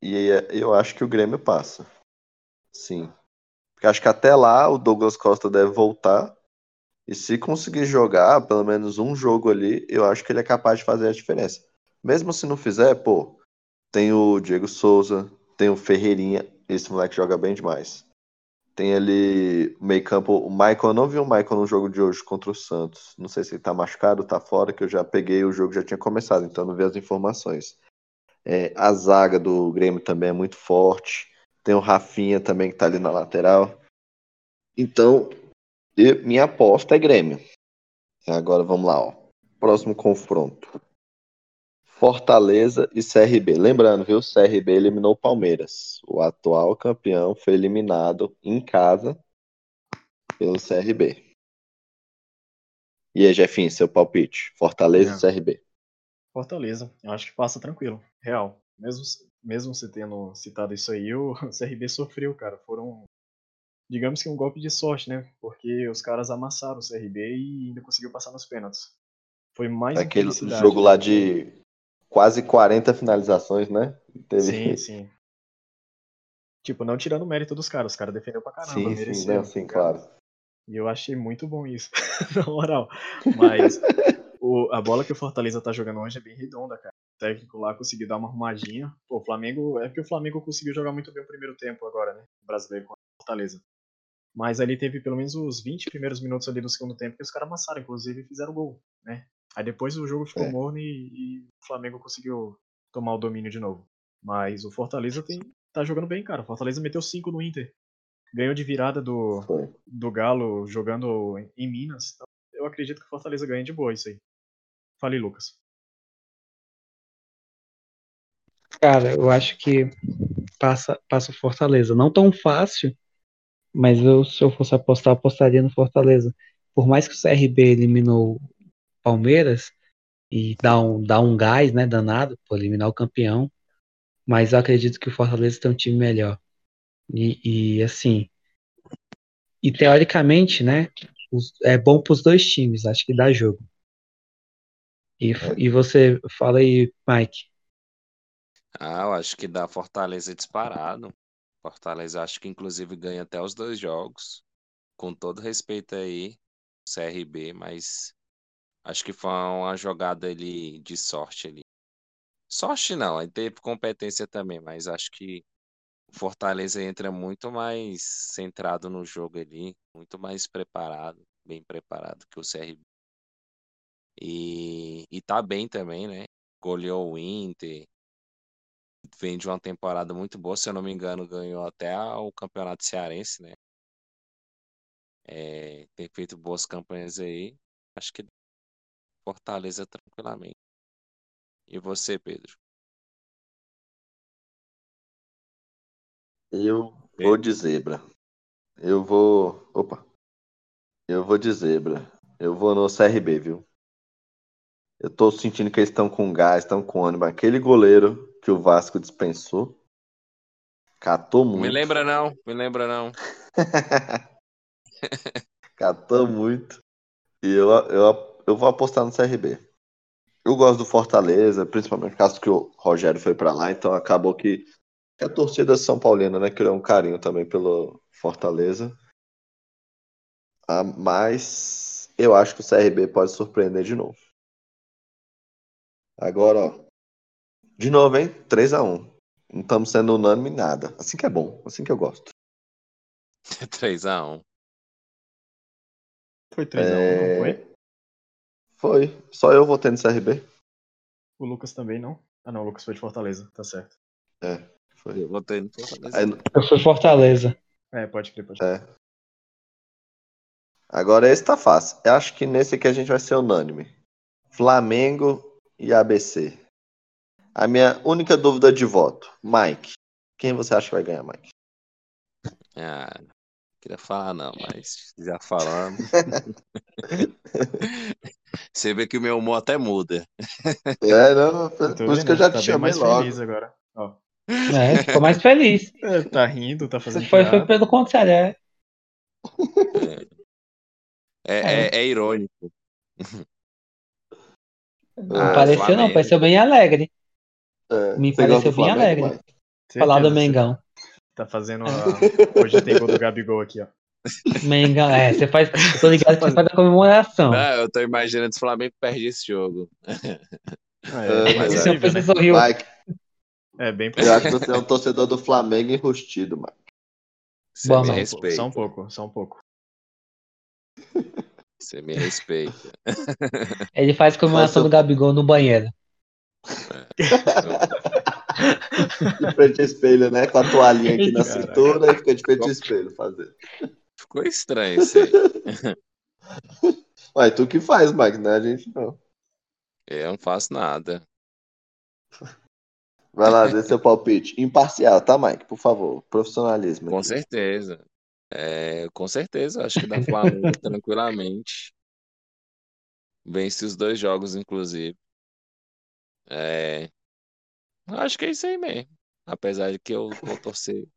Speaker 1: E é, eu acho que o Grêmio passa. Sim. Porque acho que até lá o Douglas Costa deve voltar. E se conseguir jogar pelo menos um jogo ali, eu acho que ele é capaz de fazer a diferença. Mesmo se não fizer, pô, tem o Diego Souza, tem o Ferreirinha, esse moleque joga bem demais. Tem ali o meio campo, o Michael, eu não vi o Michael no jogo de hoje contra o Santos. Não sei se ele tá machucado, tá fora, que eu já peguei o jogo, já tinha começado, então eu não vi as informações. É, a zaga do Grêmio também é muito forte. Tem o Rafinha também que tá ali na lateral. Então, e minha aposta é Grêmio. Agora vamos lá, ó. Próximo confronto. Fortaleza e CRB. Lembrando, viu? CRB eliminou o Palmeiras. O atual campeão foi eliminado em casa pelo CRB. E aí, Jefinho, seu palpite? Fortaleza e CRB.
Speaker 3: Fortaleza, eu acho que passa tranquilo, real. Mesmo, mesmo você tendo citado isso aí, o CRB sofreu, cara. Foram, digamos que um golpe de sorte, né? Porque os caras amassaram o CRB e ainda conseguiu passar nos pênaltis. Foi mais uma
Speaker 1: É Aquele
Speaker 3: felicidade,
Speaker 1: jogo
Speaker 3: né?
Speaker 1: lá de quase 40 finalizações, né?
Speaker 3: Sim, sim. Tipo, não tirando o mérito dos caras, os caras defendeu pra caramba, tá
Speaker 1: sim, sim,
Speaker 3: mereceu.
Speaker 1: não, sim, claro.
Speaker 3: E eu achei muito bom isso, na moral. Mas o- a bola que o Fortaleza tá jogando hoje é bem redonda, cara. O técnico lá conseguiu dar uma arrumadinha. Pô, o Flamengo. É que o Flamengo conseguiu jogar muito bem o primeiro tempo agora, né? O brasileiro contra o Fortaleza. Mas ali teve pelo menos os 20 primeiros minutos ali do segundo tempo que os caras amassaram, inclusive fizeram gol, né? Aí depois o jogo ficou
Speaker 1: É.
Speaker 3: morno e, e o Flamengo conseguiu tomar o domínio de novo. Mas o Fortaleza tem, tá jogando bem, cara. O Fortaleza meteu 5 no Inter. Ganhou de virada do,
Speaker 1: Foi.
Speaker 3: do Galo jogando em- em Minas. Então, eu acredito que o Fortaleza ganha de boa isso aí. Fale, Lucas.
Speaker 4: Cara, eu acho que passa, passa o Fortaleza. Não tão fácil, mas eu, se eu fosse apostar, eu apostaria no Fortaleza. Por mais que o CRB eliminou o Palmeiras e dá um, dá um gás, né, danado, por eliminar o campeão, mas eu acredito que o Fortaleza tem um time melhor. E, e, assim, e teoricamente, né, os- é bom para os dois times, acho que dá jogo. E, f- e você fala aí, Mike.
Speaker 2: Ah, eu acho que dá Fortaleza disparado. Fortaleza acho que inclusive ganha até os dois jogos. Com todo respeito aí, CRB, mas acho que foi uma jogada ali de sorte ali. Sorte não, aí teve competência também, mas acho que o Fortaleza entra muito mais centrado no jogo ali, muito mais preparado, bem preparado que o CRB. E, e tá bem também, né? Goleou o Inter. vem de uma temporada muito boa, se eu não me engano, ganhou até a- o Campeonato Cearense, né? É, tem feito boas campanhas aí. Acho que Fortaleza tranquilamente. E você, Pedro?
Speaker 1: Eu vou de zebra. Eu vou. Opa! Eu vou de zebra. Eu vou no CRB, viu? Eu tô sentindo que eles estão com gás, estão com ânimo. Aquele goleiro que o Vasco dispensou. Catou muito.
Speaker 2: Me lembra não, me lembra não.
Speaker 1: Catou muito. E eu, eu, eu vou apostar no CRB. Eu gosto do Fortaleza, principalmente por causa que o Rogério foi pra lá, então acabou que que a torcida São Paulina, né, criou um carinho também pelo Fortaleza. Ah, mas eu acho que o CRB pode surpreender de novo. Agora, ó. De novo, hein? 3x1. Não estamos sendo unânime em nada. Assim que é bom, assim que eu gosto.
Speaker 2: 3x1.
Speaker 3: Foi 3x1, não
Speaker 1: É.
Speaker 3: foi?
Speaker 1: Foi. Só eu votei no CRB.
Speaker 3: O Lucas também não? Ah não, o Lucas foi de Fortaleza, tá certo.
Speaker 1: Foi.
Speaker 2: Eu botei no Fortaleza.
Speaker 1: Aí,
Speaker 4: Eu fui Fortaleza.
Speaker 3: É, pode crer, pode crer.
Speaker 1: é. Agora esse tá fácil. Eu acho que nesse aqui a gente vai ser unânime. Flamengo e ABC. A minha única dúvida de voto. Mike. Quem você acha que vai ganhar, Mike?
Speaker 2: Ah, não queria falar não, mas já falamos. Você vê que o meu humor até muda.
Speaker 1: É, não,
Speaker 3: Eu tô
Speaker 1: por isso
Speaker 3: vendo,
Speaker 1: que eu já
Speaker 3: tá
Speaker 1: te
Speaker 3: bem
Speaker 1: chamei
Speaker 3: mais
Speaker 1: logo.
Speaker 3: feliz agora. Ó,
Speaker 4: É, ficou mais feliz.
Speaker 3: é, tá rindo, tá fazendo
Speaker 4: Foi, foi
Speaker 3: piada.
Speaker 4: pelo contrário, é.
Speaker 2: É, é, é irônico.
Speaker 4: Não
Speaker 1: Ah,
Speaker 4: pareceu,
Speaker 2: Flamengo.
Speaker 4: não. Pareceu bem alegre.
Speaker 1: É,
Speaker 4: Me
Speaker 1: você gosta
Speaker 4: pareceu
Speaker 1: do
Speaker 4: bem
Speaker 1: Flamengo,
Speaker 4: alegre.
Speaker 1: Mike?
Speaker 4: Falar do
Speaker 3: Certeza,
Speaker 4: Mengão.
Speaker 3: você Tá fazendo a... Hoje tem gol do Gabigol aqui, ó.
Speaker 4: Mengão, é, você faz. Tô ligado que você faz a comemoração.
Speaker 2: Não, Ah, eu tô imaginando se o Flamengo perde esse jogo.
Speaker 1: É,
Speaker 3: É,
Speaker 1: mas
Speaker 3: mas
Speaker 1: isso
Speaker 3: possível,
Speaker 4: Então você
Speaker 3: né?
Speaker 4: sorriu.
Speaker 1: Mike,
Speaker 3: É bem
Speaker 1: eu
Speaker 3: possível.
Speaker 1: acho que você é um torcedor do Flamengo enrustido, Mike.
Speaker 2: Você
Speaker 4: Bom,
Speaker 2: me
Speaker 4: não.
Speaker 3: Só um pouco,
Speaker 2: respeita.
Speaker 3: Só um pouco, só um pouco.
Speaker 2: Você me respeita.
Speaker 4: Ele faz comemoração
Speaker 1: Mas eu-
Speaker 4: do Gabigol no banheiro.
Speaker 1: De frente ao espelho, né? Com a toalhinha aqui na
Speaker 3: Caraca.
Speaker 1: cintura e fica de frente ao espelho fazer.
Speaker 2: Ficou estranho isso aí.
Speaker 1: Ué, tu que faz, Mike, né? A gente não.
Speaker 2: Eu não faço nada.
Speaker 1: Vai lá, dê seu palpite. Imparcial, tá, Mike? Por favor, profissionalismo.
Speaker 2: Com
Speaker 1: aqui.
Speaker 2: certeza. É, com certeza, acho que dá Flamengo tranquilamente. Vence os dois jogos, inclusive. É, acho que é isso aí mesmo. Apesar de que eu vou torcer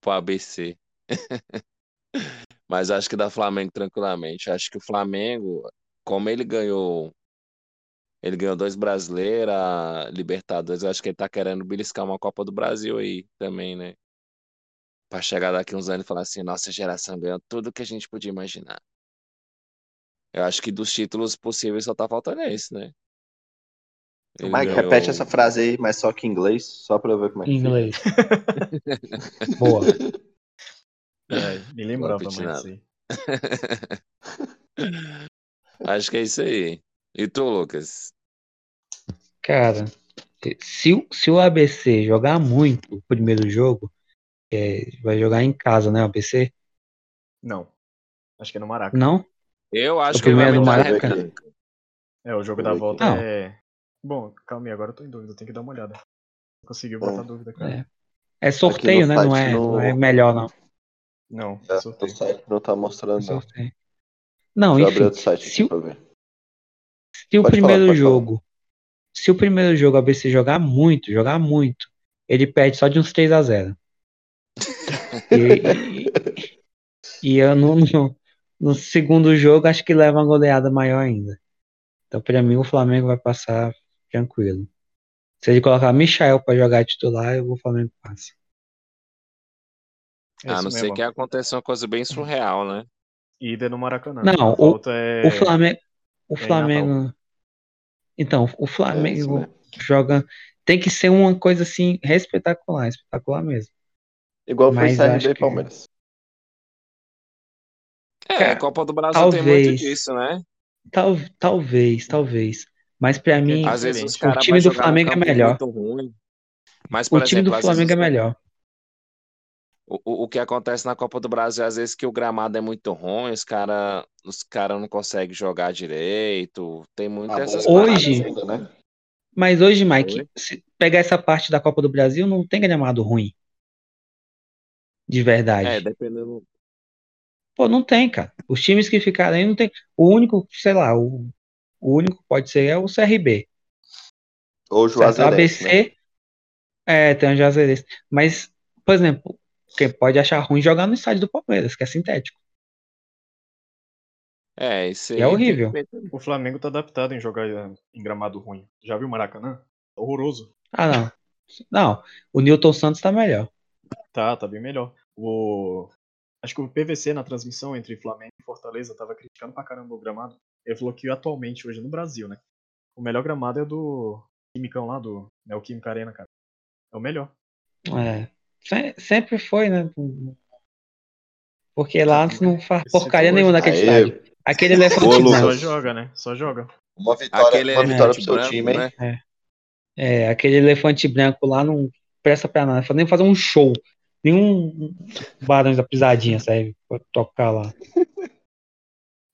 Speaker 2: pro ABC. Mas acho que dá Flamengo tranquilamente. Acho que o Flamengo, como ele ganhou, ele ganhou dois brasileiros, a Libertadores, eu acho que ele tá querendo beliscar uma Copa do Brasil aí também, né? Pra chegar daqui uns anos e falar assim, nossa geração ganhou tudo que a gente podia imaginar. Eu acho que dos títulos possíveis só tá faltando esse, né? Ele
Speaker 1: Mike,
Speaker 2: ganhou-
Speaker 1: repete essa frase aí, mas só que em inglês, só pra eu ver como é
Speaker 4: Em
Speaker 1: que fica.
Speaker 4: inglês. Boa.
Speaker 3: É, me lembrava
Speaker 2: Palpite
Speaker 3: mais
Speaker 2: nada.
Speaker 3: isso aí.
Speaker 2: Acho que é isso aí. E tu, Lucas?
Speaker 4: Cara, se, o- se o ABC jogar muito o primeiro jogo, é, vai jogar em casa, né? O ABC?
Speaker 3: Não. Acho que é no Maraca.
Speaker 4: Não?
Speaker 2: Eu acho
Speaker 4: O
Speaker 2: que ele vai
Speaker 4: primeiro
Speaker 2: meter
Speaker 4: do
Speaker 2: a
Speaker 1: Maraca?
Speaker 2: retranca.
Speaker 3: É, o jogo
Speaker 1: Deixa
Speaker 3: da
Speaker 1: eu ver
Speaker 3: volta
Speaker 4: aqui.
Speaker 3: é. Bom, calma aí, agora eu tô em dúvida, eu tenho que dar uma olhada. Conseguiu botar
Speaker 1: É.
Speaker 3: dúvida, cara?
Speaker 4: É, É sorteio, né? Não
Speaker 1: site
Speaker 4: é,
Speaker 1: não-
Speaker 4: não é melhor, não.
Speaker 3: Não,
Speaker 1: É,
Speaker 3: tá
Speaker 1: o
Speaker 3: sorteio.
Speaker 1: site não tá mostrando,
Speaker 4: É
Speaker 1: não.
Speaker 4: sorteio. Não,
Speaker 1: Deixa eu abrir
Speaker 4: enfim.
Speaker 1: outro site
Speaker 4: se
Speaker 1: aqui
Speaker 4: o-
Speaker 1: pra ver.
Speaker 4: Se
Speaker 1: Pode
Speaker 4: o
Speaker 1: falar,
Speaker 4: primeiro
Speaker 1: pode falar.
Speaker 4: jogo, se o primeiro jogo o ABC jogar muito, jogar muito, ele perde só de uns 3 a 0. E, e- e eu não, não- no segundo jogo acho que leva uma goleada maior ainda. Então pra mim o Flamengo vai passar tranquilo. Se ele colocar Michael pra jogar titular, eu vou Flamengo passa.
Speaker 3: É
Speaker 2: A
Speaker 3: isso
Speaker 2: não ser
Speaker 3: mesmo.
Speaker 2: que aconteça uma coisa bem surreal, né?
Speaker 3: Ida é no Maracanã.
Speaker 4: Não,
Speaker 3: a
Speaker 4: o-
Speaker 3: volta é.
Speaker 4: O Flamengo, o
Speaker 3: é em
Speaker 4: Flamengo. Então, o
Speaker 1: É isso
Speaker 4: Flamengo
Speaker 1: mesmo.
Speaker 4: joga tem que ser uma coisa assim espetacular, espetacular mesmo.
Speaker 1: Igual foi
Speaker 4: Mas acho
Speaker 1: CRB e
Speaker 4: que-
Speaker 1: Palmeiras.
Speaker 2: É,
Speaker 4: Cara,
Speaker 2: Copa do Brasil tem
Speaker 4: É. talvez.
Speaker 2: muito disso, né?
Speaker 4: Tal, talvez, talvez. Mas pra mim,
Speaker 2: Às vezes os
Speaker 3: Diferente.
Speaker 4: o
Speaker 2: caras
Speaker 4: time
Speaker 2: vão
Speaker 4: do
Speaker 2: jogar num
Speaker 4: Flamengo é
Speaker 2: campo
Speaker 4: melhor.
Speaker 2: muito ruim. Mas,
Speaker 4: O
Speaker 2: por
Speaker 4: time do é
Speaker 2: exemplo, às vezes
Speaker 4: Flamengo é
Speaker 2: os-
Speaker 4: melhor.
Speaker 2: O, o, o que acontece na Copa do Brasil, às vezes, que o gramado é muito ruim, os caras os cara não conseguem jogar direito, tem muitas
Speaker 1: A
Speaker 2: essas
Speaker 1: bola é
Speaker 2: paradas.
Speaker 1: parada ainda, né?
Speaker 4: Mas hoje, Mike,
Speaker 2: Oi?
Speaker 4: se pegar essa parte da Copa do Brasil, não tem gramado ruim. De verdade.
Speaker 2: É, dependendo.
Speaker 4: Pô, não tem, cara. Os times que ficaram aí não tem. O único, sei lá, o, o único que pode ser é o CRB.
Speaker 1: Ou o
Speaker 4: Certo? O
Speaker 1: Juazeirense, né?
Speaker 4: Tá ABC. É, tem o Juazeirense. Mas, por exemplo, quem pode achar ruim jogar no estádio do Palmeiras, que é sintético.
Speaker 2: É, isso aí
Speaker 4: É horrível.
Speaker 2: tem que ver.
Speaker 3: O Flamengo tá adaptado em jogar eh, em gramado ruim. Já viu o Maracanã? Tá Horroroso.
Speaker 4: Ah, não. Não. O Newton Santos tá melhor.
Speaker 3: Tá, tá bem melhor. O... Acho que o PVC na transmissão entre Flamengo e Fortaleza tava criticando pra caramba o gramado. Ele falou que atualmente, hoje no Brasil, né? O melhor gramado é do Quimicão lá, do Neoquímica Arena, cara. É o melhor.
Speaker 4: É. Se- Sempre foi, né? Porque lá antes não faz
Speaker 3: Esse tipo
Speaker 4: porcaria
Speaker 3: hoje-
Speaker 4: nenhuma naquele estádio.
Speaker 1: Aí,
Speaker 4: Aquele elefante
Speaker 1: Ô,
Speaker 4: branco.
Speaker 1: Lucas.
Speaker 3: Só joga, né? Só joga.
Speaker 1: uma vitória,
Speaker 2: Aquele
Speaker 1: uma vitória pro
Speaker 2: elefante
Speaker 1: seu
Speaker 2: branco,
Speaker 1: time, hein?
Speaker 2: né?
Speaker 4: É, aquele elefante branco lá não presta pra nada. Faz- Nem fazer um show. Nenhum barão da pisadinha serve pra tocar lá.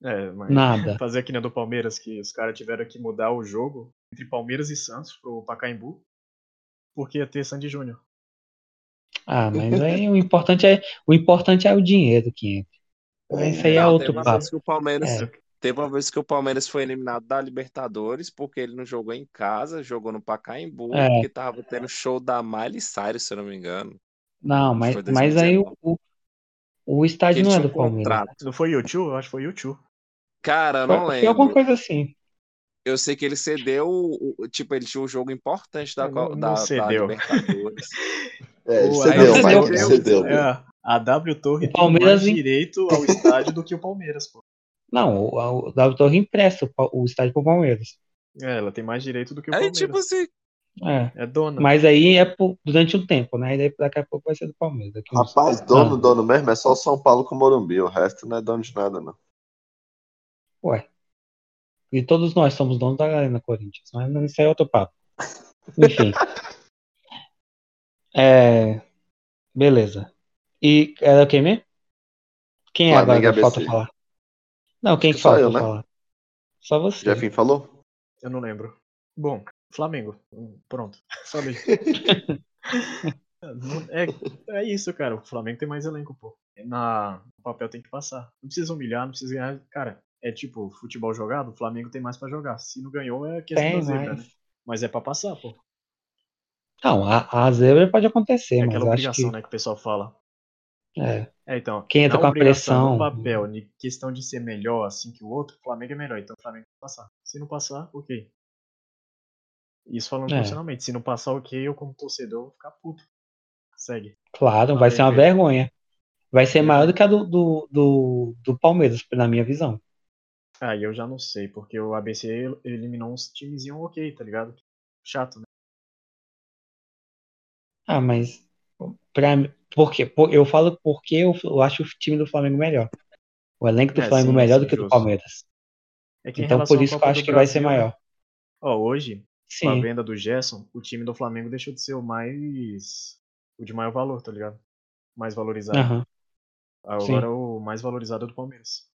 Speaker 3: É, mas
Speaker 4: Nada.
Speaker 3: fazer aqui na do Palmeiras, que os caras tiveram que mudar o jogo entre Palmeiras e Santos pro Pacaembu, porque ia ter Sandy Júnior.
Speaker 4: Ah, mas aí o importante é o importante é o dinheiro que entra. Mas isso aí é
Speaker 2: Não,
Speaker 4: outro
Speaker 2: teve uma
Speaker 4: papo.
Speaker 2: vez que o Palmeiras,
Speaker 4: É.
Speaker 2: teve uma vez que o Palmeiras foi eliminado da Libertadores porque ele não jogou em casa, jogou no Pacaembu,
Speaker 4: É.
Speaker 2: porque tava tendo show da Miley Cyrus, se eu não me engano.
Speaker 4: Não,
Speaker 2: Acho que
Speaker 4: mas,
Speaker 2: foi
Speaker 4: mas aí o,
Speaker 2: 2019.
Speaker 4: o, o
Speaker 2: Que
Speaker 4: estádio
Speaker 2: ele
Speaker 4: não é
Speaker 2: tinha um
Speaker 4: do Palmeiras.
Speaker 2: contrato.
Speaker 3: Não foi YouTube? Eu acho que foi YouTube.
Speaker 2: Cara, eu não
Speaker 4: Foi, foi alguma
Speaker 2: lembro.
Speaker 4: coisa assim.
Speaker 2: Eu sei que ele cedeu, o- o- tipo, ele tinha um jogo importante da,
Speaker 3: Não-
Speaker 2: Co-
Speaker 3: não
Speaker 2: da, da
Speaker 3: cedeu.
Speaker 2: Libertadores.
Speaker 1: É, ele
Speaker 3: O
Speaker 1: cedeu,
Speaker 4: Adams
Speaker 1: Michael,
Speaker 4: cedeu.
Speaker 1: ele cedeu.
Speaker 3: É, a W Torre tem
Speaker 4: O
Speaker 3: mais
Speaker 4: Palmeiras, hein?
Speaker 3: direito ao estádio do que o Palmeiras, pô.
Speaker 4: Não, o, o da Torre empresta o, pa- o estádio pro Palmeiras.
Speaker 3: É, ela tem mais direito do que o
Speaker 2: Aí,
Speaker 3: Palmeiras.
Speaker 2: tipo assim,
Speaker 4: É.
Speaker 3: É dona.
Speaker 4: Mas aí é por- durante um tempo, né? E daí daqui a pouco vai ser do Palmeiras. Daqui um uns-
Speaker 1: Rapaz, dono,
Speaker 4: Não.
Speaker 1: dono mesmo, é só o São Paulo com o Morumbi, o resto não é dono de nada, não.
Speaker 4: E todos nós somos donos da Arena Corinthians, mas não- isso aí é outro papo. Enfim. É, beleza. E era quem mesmo? Quem é agora
Speaker 1: Flamengo e
Speaker 4: que falta
Speaker 1: ABC.
Speaker 4: falar? Não, quem
Speaker 1: Acho que
Speaker 4: que
Speaker 1: só
Speaker 4: falta
Speaker 1: eu, né?
Speaker 4: falar? Só você.
Speaker 1: Jeffinho falou?
Speaker 3: Eu não lembro. Bó, Flamengo. Hum, Pronto. Falei. Não- É, é isso, cara. O Flamengo tem mais elenco, pô. Na, o papel tem que passar. Não precisa humilhar, não precisa ganhar. Cara, é tipo futebol jogado, o Flamengo tem mais pra jogar. Se não ganhou, é questão
Speaker 4: Tem
Speaker 3: da zebra,
Speaker 4: mais.
Speaker 3: né? Mas é pra passar, pô.
Speaker 4: Não, a, a zebra pode acontecer,
Speaker 3: É
Speaker 4: mas
Speaker 3: aquela
Speaker 4: eu acho
Speaker 3: obrigação,
Speaker 4: que
Speaker 3: né, que o pessoal fala.
Speaker 4: é,
Speaker 3: É, então,
Speaker 4: quem entra
Speaker 3: na
Speaker 4: com a
Speaker 3: obrigação, no
Speaker 4: pressão.
Speaker 3: papel, em questão de ser melhor assim que o outro, o Flamengo é melhor, então o Flamengo tem que passar. Se não passar, ok. Isso falando
Speaker 4: É.
Speaker 3: profissionalmente. Se não passar, ok, eu como torcedor vou ficar puto. Segue.
Speaker 4: Claro, vai ser uma
Speaker 3: Flamengo é.
Speaker 4: vergonha. Vai ser
Speaker 3: É.
Speaker 4: maior do que a do, do, do, do Palmeiras, na minha visão.
Speaker 3: Aí eu já não sei, porque o ABC el- eliminou uns timezinhos ok, tá ligado? Chato, né?
Speaker 4: Ah, mas pra mim. Por quê? Por- eu falo porque eu, eu acho o time do Flamengo melhor. O elenco do
Speaker 3: É,
Speaker 4: Flamengo
Speaker 3: sim,
Speaker 4: melhor
Speaker 3: sim,
Speaker 4: do que o do
Speaker 3: justo.
Speaker 4: Palmeiras.
Speaker 3: É que em
Speaker 4: Então,
Speaker 3: relação
Speaker 4: por
Speaker 3: à
Speaker 4: isso que
Speaker 3: Copa
Speaker 4: eu
Speaker 3: do
Speaker 4: acho que vai ser
Speaker 3: Brasil,
Speaker 4: maior.
Speaker 3: Ó, hoje, com a
Speaker 4: Sim,
Speaker 3: venda do Gerson, o time do Flamengo deixou de ser o mais. o de maior valor, tá ligado? Mais valorizado.
Speaker 4: aham.
Speaker 3: Agora é o mais valorizado é do Palmeiras.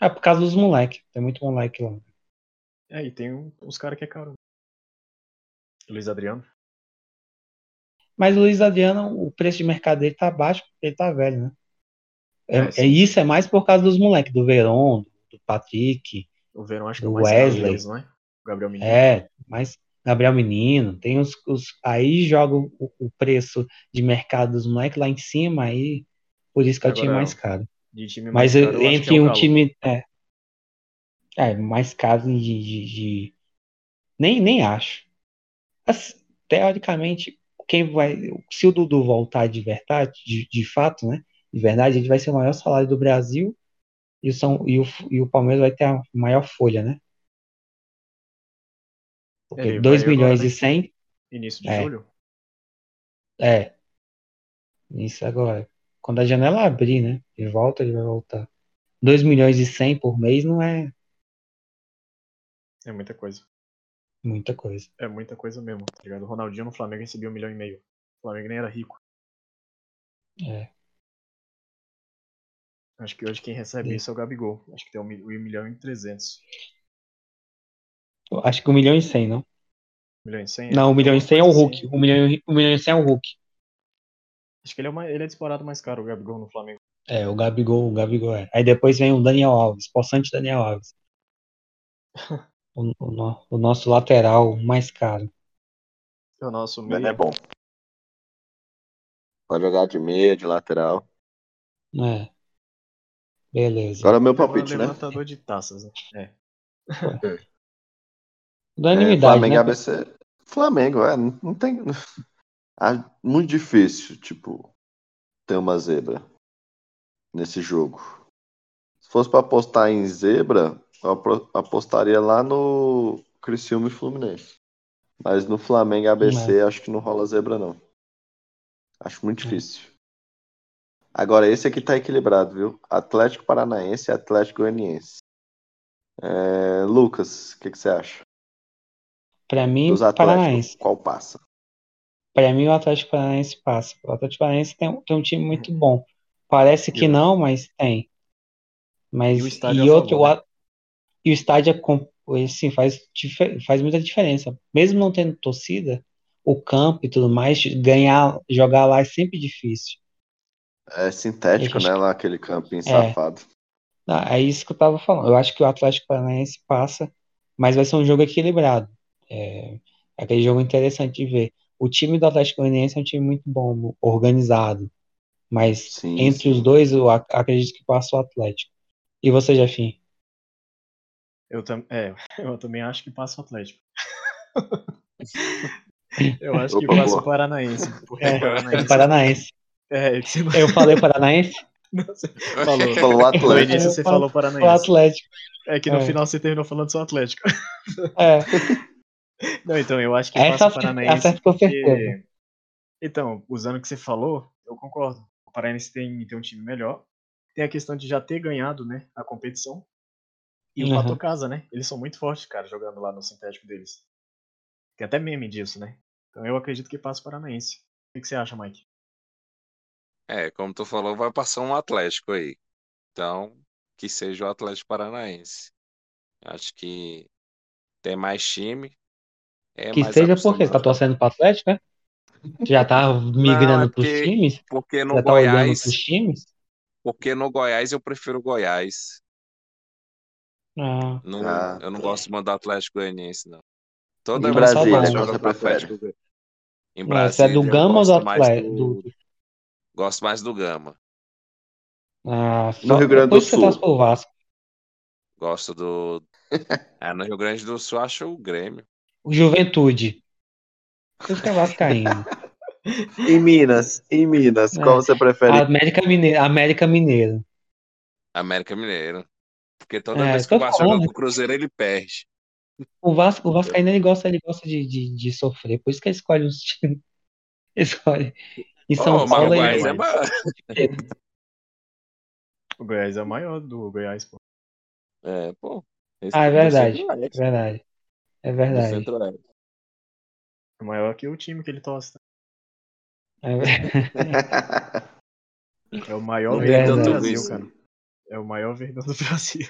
Speaker 4: É por causa dos moleques. Tem muito moleque lá.
Speaker 3: É, e tem um- uns caras que é caro. Luiz Adriano.
Speaker 4: Mas o Luiz Adriano, o preço de mercado dele tá baixo porque ele tá velho, né? É,
Speaker 3: É, sim.
Speaker 4: é- isso é mais por causa dos moleques, do Verón, do Patrick,
Speaker 3: O Verão acho que é o
Speaker 4: do
Speaker 3: mais caro
Speaker 4: Wesley.
Speaker 3: deles, não é? O Gabriel Menino.
Speaker 4: É, mas Gabriel Menino, tem os, os- aí joga o, o preço de mercado dos moleques lá em cima, aí por isso que é o time
Speaker 3: Agora,
Speaker 4: mais caro.
Speaker 3: De time mais
Speaker 4: Mas
Speaker 3: caro, eu acho que é
Speaker 4: entre
Speaker 3: o
Speaker 4: um
Speaker 3: Galo.
Speaker 4: time é, é, mais caro de, de- de- nem nem acho. Mas, teoricamente, quem vai se o Dudu voltar de verdade, de, de fato, né? De verdade, ele vai ser o maior salário do Brasil e o São e o, e o Palmeiras vai ter a maior folha, né? Porque
Speaker 3: Ele
Speaker 4: 2
Speaker 3: vai agora,
Speaker 4: milhões
Speaker 3: né?
Speaker 4: e 100
Speaker 3: Início de
Speaker 4: É.
Speaker 3: julho.
Speaker 4: É, isso agora. Quando a janela abrir, né? E volta, ele vai voltar. 2 milhões e 100 por mês não é
Speaker 3: É muita coisa.
Speaker 4: muita coisa.
Speaker 3: É muita coisa mesmo, tá ligado? O Ronaldinho no Flamengo recebia um milhão e meio. O Flamengo nem era rico.
Speaker 4: É.
Speaker 3: Acho que hoje quem recebe
Speaker 4: É.
Speaker 3: isso é o Gabigol. Acho que tem 1 milhão e 300.
Speaker 4: Eu Acho que 1 milhão e 100, não?
Speaker 3: 1 milhão e 100?
Speaker 4: Não, 1 milhão e 100 é o
Speaker 3: Sim.
Speaker 4: Hulk. 1 milhão, e- um milhão e 100 é o Hulk.
Speaker 3: assim. Acho que ele é, o mais, ele é disparado mais caro, o Gabigol no Flamengo.
Speaker 4: É, o Gabigol, o Gabigol é. Aí depois vem o Daniel Alves, possante Daniel Alves. O, o no- o nosso lateral mais caro.
Speaker 3: É o nosso meio.
Speaker 1: Ele é bom. Pode jogar de meia, de lateral.
Speaker 4: É. Beleza.
Speaker 1: Agora é o meu
Speaker 3: Agora
Speaker 1: palpite, né?
Speaker 3: levantador de taças, né? É.
Speaker 1: É,
Speaker 4: Unanimidade,
Speaker 1: Flamengo e
Speaker 4: né?
Speaker 1: ABC. Flamengo, é. Não não tem. Ah, muito difícil, tipo, ter uma zebra nesse jogo. Se fosse pra apostar em zebra, eu apro- apostaria lá no Criciúma e Fluminense. Mas no Flamengo e ABC, acho que não rola zebra, não. Acho muito
Speaker 4: É.
Speaker 1: difícil. Agora, esse aqui tá equilibrado, viu? Atlético Paranaense e Atlético Goianiense. É, Lucas, o que que você acha?
Speaker 4: Pra mim,
Speaker 1: dos Atléticos,
Speaker 4: Paranaense.
Speaker 1: qual passa?
Speaker 4: Pra mim, o Atlético Paranaense passa. O Atlético Paranaense tem, um- tem um time muito bom. Parece que
Speaker 3: Eu-
Speaker 4: não, mas tem. Mas
Speaker 3: E o estádio é
Speaker 4: e
Speaker 3: a
Speaker 4: outro,
Speaker 3: favor, né?
Speaker 4: o a- e o estádio é com- assim, faz, dife- faz muita diferença. Mesmo não tendo torcida, o campo e tudo mais, ganhar, jogar lá é sempre difícil.
Speaker 1: É sintético,
Speaker 4: Eu É. acho
Speaker 1: né?
Speaker 4: que-
Speaker 1: Lá aquele campinho safado.
Speaker 4: Ah, É isso que eu tava falando. Eu acho que o Atlético Paranaense passa, mas vai ser um jogo equilibrado. É é aquele jogo interessante de ver. O time do Atlético Paranaense é um time muito bom, organizado. Mas
Speaker 1: Sim,
Speaker 4: entre
Speaker 1: sim.
Speaker 4: os dois, eu ac- acredito que passa o Atlético. E você, Jafim?
Speaker 3: Eu, tam... é, eu também acho que passa o Atlético. eu acho que
Speaker 1: Opa,
Speaker 3: passa o
Speaker 1: boa.
Speaker 3: Paranaense. Porque
Speaker 4: É,
Speaker 3: o Paranaense.
Speaker 4: Paranaense.
Speaker 3: É, que você não
Speaker 4: Eu falei Paranaense?
Speaker 3: falou.
Speaker 1: Falou o
Speaker 3: No
Speaker 1: Atlético.
Speaker 3: início
Speaker 4: Eu
Speaker 3: você
Speaker 4: falo-
Speaker 3: falou
Speaker 4: O
Speaker 3: Paranaense.
Speaker 4: Atlético.
Speaker 3: É que no
Speaker 4: É.
Speaker 3: final você terminou falando só Atlético.
Speaker 4: É.
Speaker 3: Não, então eu acho que
Speaker 4: Essa é
Speaker 3: passa o
Speaker 4: acerta-
Speaker 3: Paranaense.
Speaker 4: acerta com certeza.
Speaker 3: porque- Então, usando o que você falou, eu concordo. O Paranaense tem, tem um time melhor. Tem a questão de já ter ganhado, né, a competição. E o
Speaker 4: Uhum.
Speaker 3: fator casa, né? Eles são muito fortes, cara, jogando lá no sintético deles. Tem até meme disso, né? Então eu acredito que passa o Paranaense. O que que você acha, Mike?
Speaker 2: É, como tu falou, vai passar um Atlético aí. Então, que seja o Atlético Paranaense. Acho que tem mais time, é
Speaker 4: Que
Speaker 2: mais
Speaker 4: seja porque tá
Speaker 2: acostumado.
Speaker 4: torcendo pro Atlético, né? Já tá
Speaker 2: Não,
Speaker 4: migrando
Speaker 2: é
Speaker 4: pros
Speaker 2: porque-
Speaker 4: times?
Speaker 2: Porque no
Speaker 4: Já tá olhando
Speaker 2: Goiás,
Speaker 4: pros times?
Speaker 2: porque no Goiás eu prefiro o Goiás.
Speaker 4: Ah.
Speaker 2: Não,
Speaker 1: Ah,
Speaker 2: eu não
Speaker 1: tá.
Speaker 2: gosto muito do Atlético Goianiense, não. Toda
Speaker 4: Então
Speaker 2: vez
Speaker 4: tá
Speaker 2: que o Goiás
Speaker 4: bom.
Speaker 2: joga
Speaker 1: Você
Speaker 2: com o Atlético em
Speaker 4: É, você é
Speaker 2: Brasília,
Speaker 4: do
Speaker 2: eu
Speaker 4: Gama ou do
Speaker 2: gosto mais
Speaker 4: Atlético?
Speaker 2: do, gosto mais do Gama.
Speaker 4: Ah,
Speaker 1: No
Speaker 4: só...
Speaker 1: Rio Grande
Speaker 4: Por
Speaker 1: do
Speaker 4: isso que você torce
Speaker 1: Sul.
Speaker 4: pro Vasco.
Speaker 2: Gosto do. Ah, no Rio Grande do Sul acho o Grêmio.
Speaker 4: O Juventude. Por isso que é vascaíno.
Speaker 1: Em Minas, em Minas,
Speaker 4: É.
Speaker 1: qual você prefere?
Speaker 4: América Mineiro. América Mineiro.
Speaker 2: América Mineiro. Porque toda
Speaker 4: É,
Speaker 2: vez que o
Speaker 4: tô
Speaker 2: Vasco
Speaker 4: falando.
Speaker 2: joga com o Cruzeiro, ele perde.
Speaker 4: O Vasco, o Vascaíno ele gosta, ele gosta de, de, de sofrer, por isso que ele escolhe os times. Ele Escolhe. Em São
Speaker 2: Ô, mas
Speaker 4: Paulo
Speaker 2: o
Speaker 4: ele
Speaker 2: Goiás
Speaker 3: ele-
Speaker 2: é maior.
Speaker 3: O Goiás é o maior do Goiás, pô.
Speaker 2: É, pô. Esse
Speaker 4: Ah, é
Speaker 2: do
Speaker 4: verdade.
Speaker 2: Centro-Oeste,
Speaker 4: É verdade. É
Speaker 2: do
Speaker 4: verdade.
Speaker 2: Centro-Oeste.
Speaker 3: É maior que o time que ele torce. né?
Speaker 4: É ver-
Speaker 3: É o maior
Speaker 2: Não
Speaker 4: É
Speaker 3: verdão do
Speaker 4: verdade.
Speaker 3: Brasil, cara. É o maior verdão do Brasil.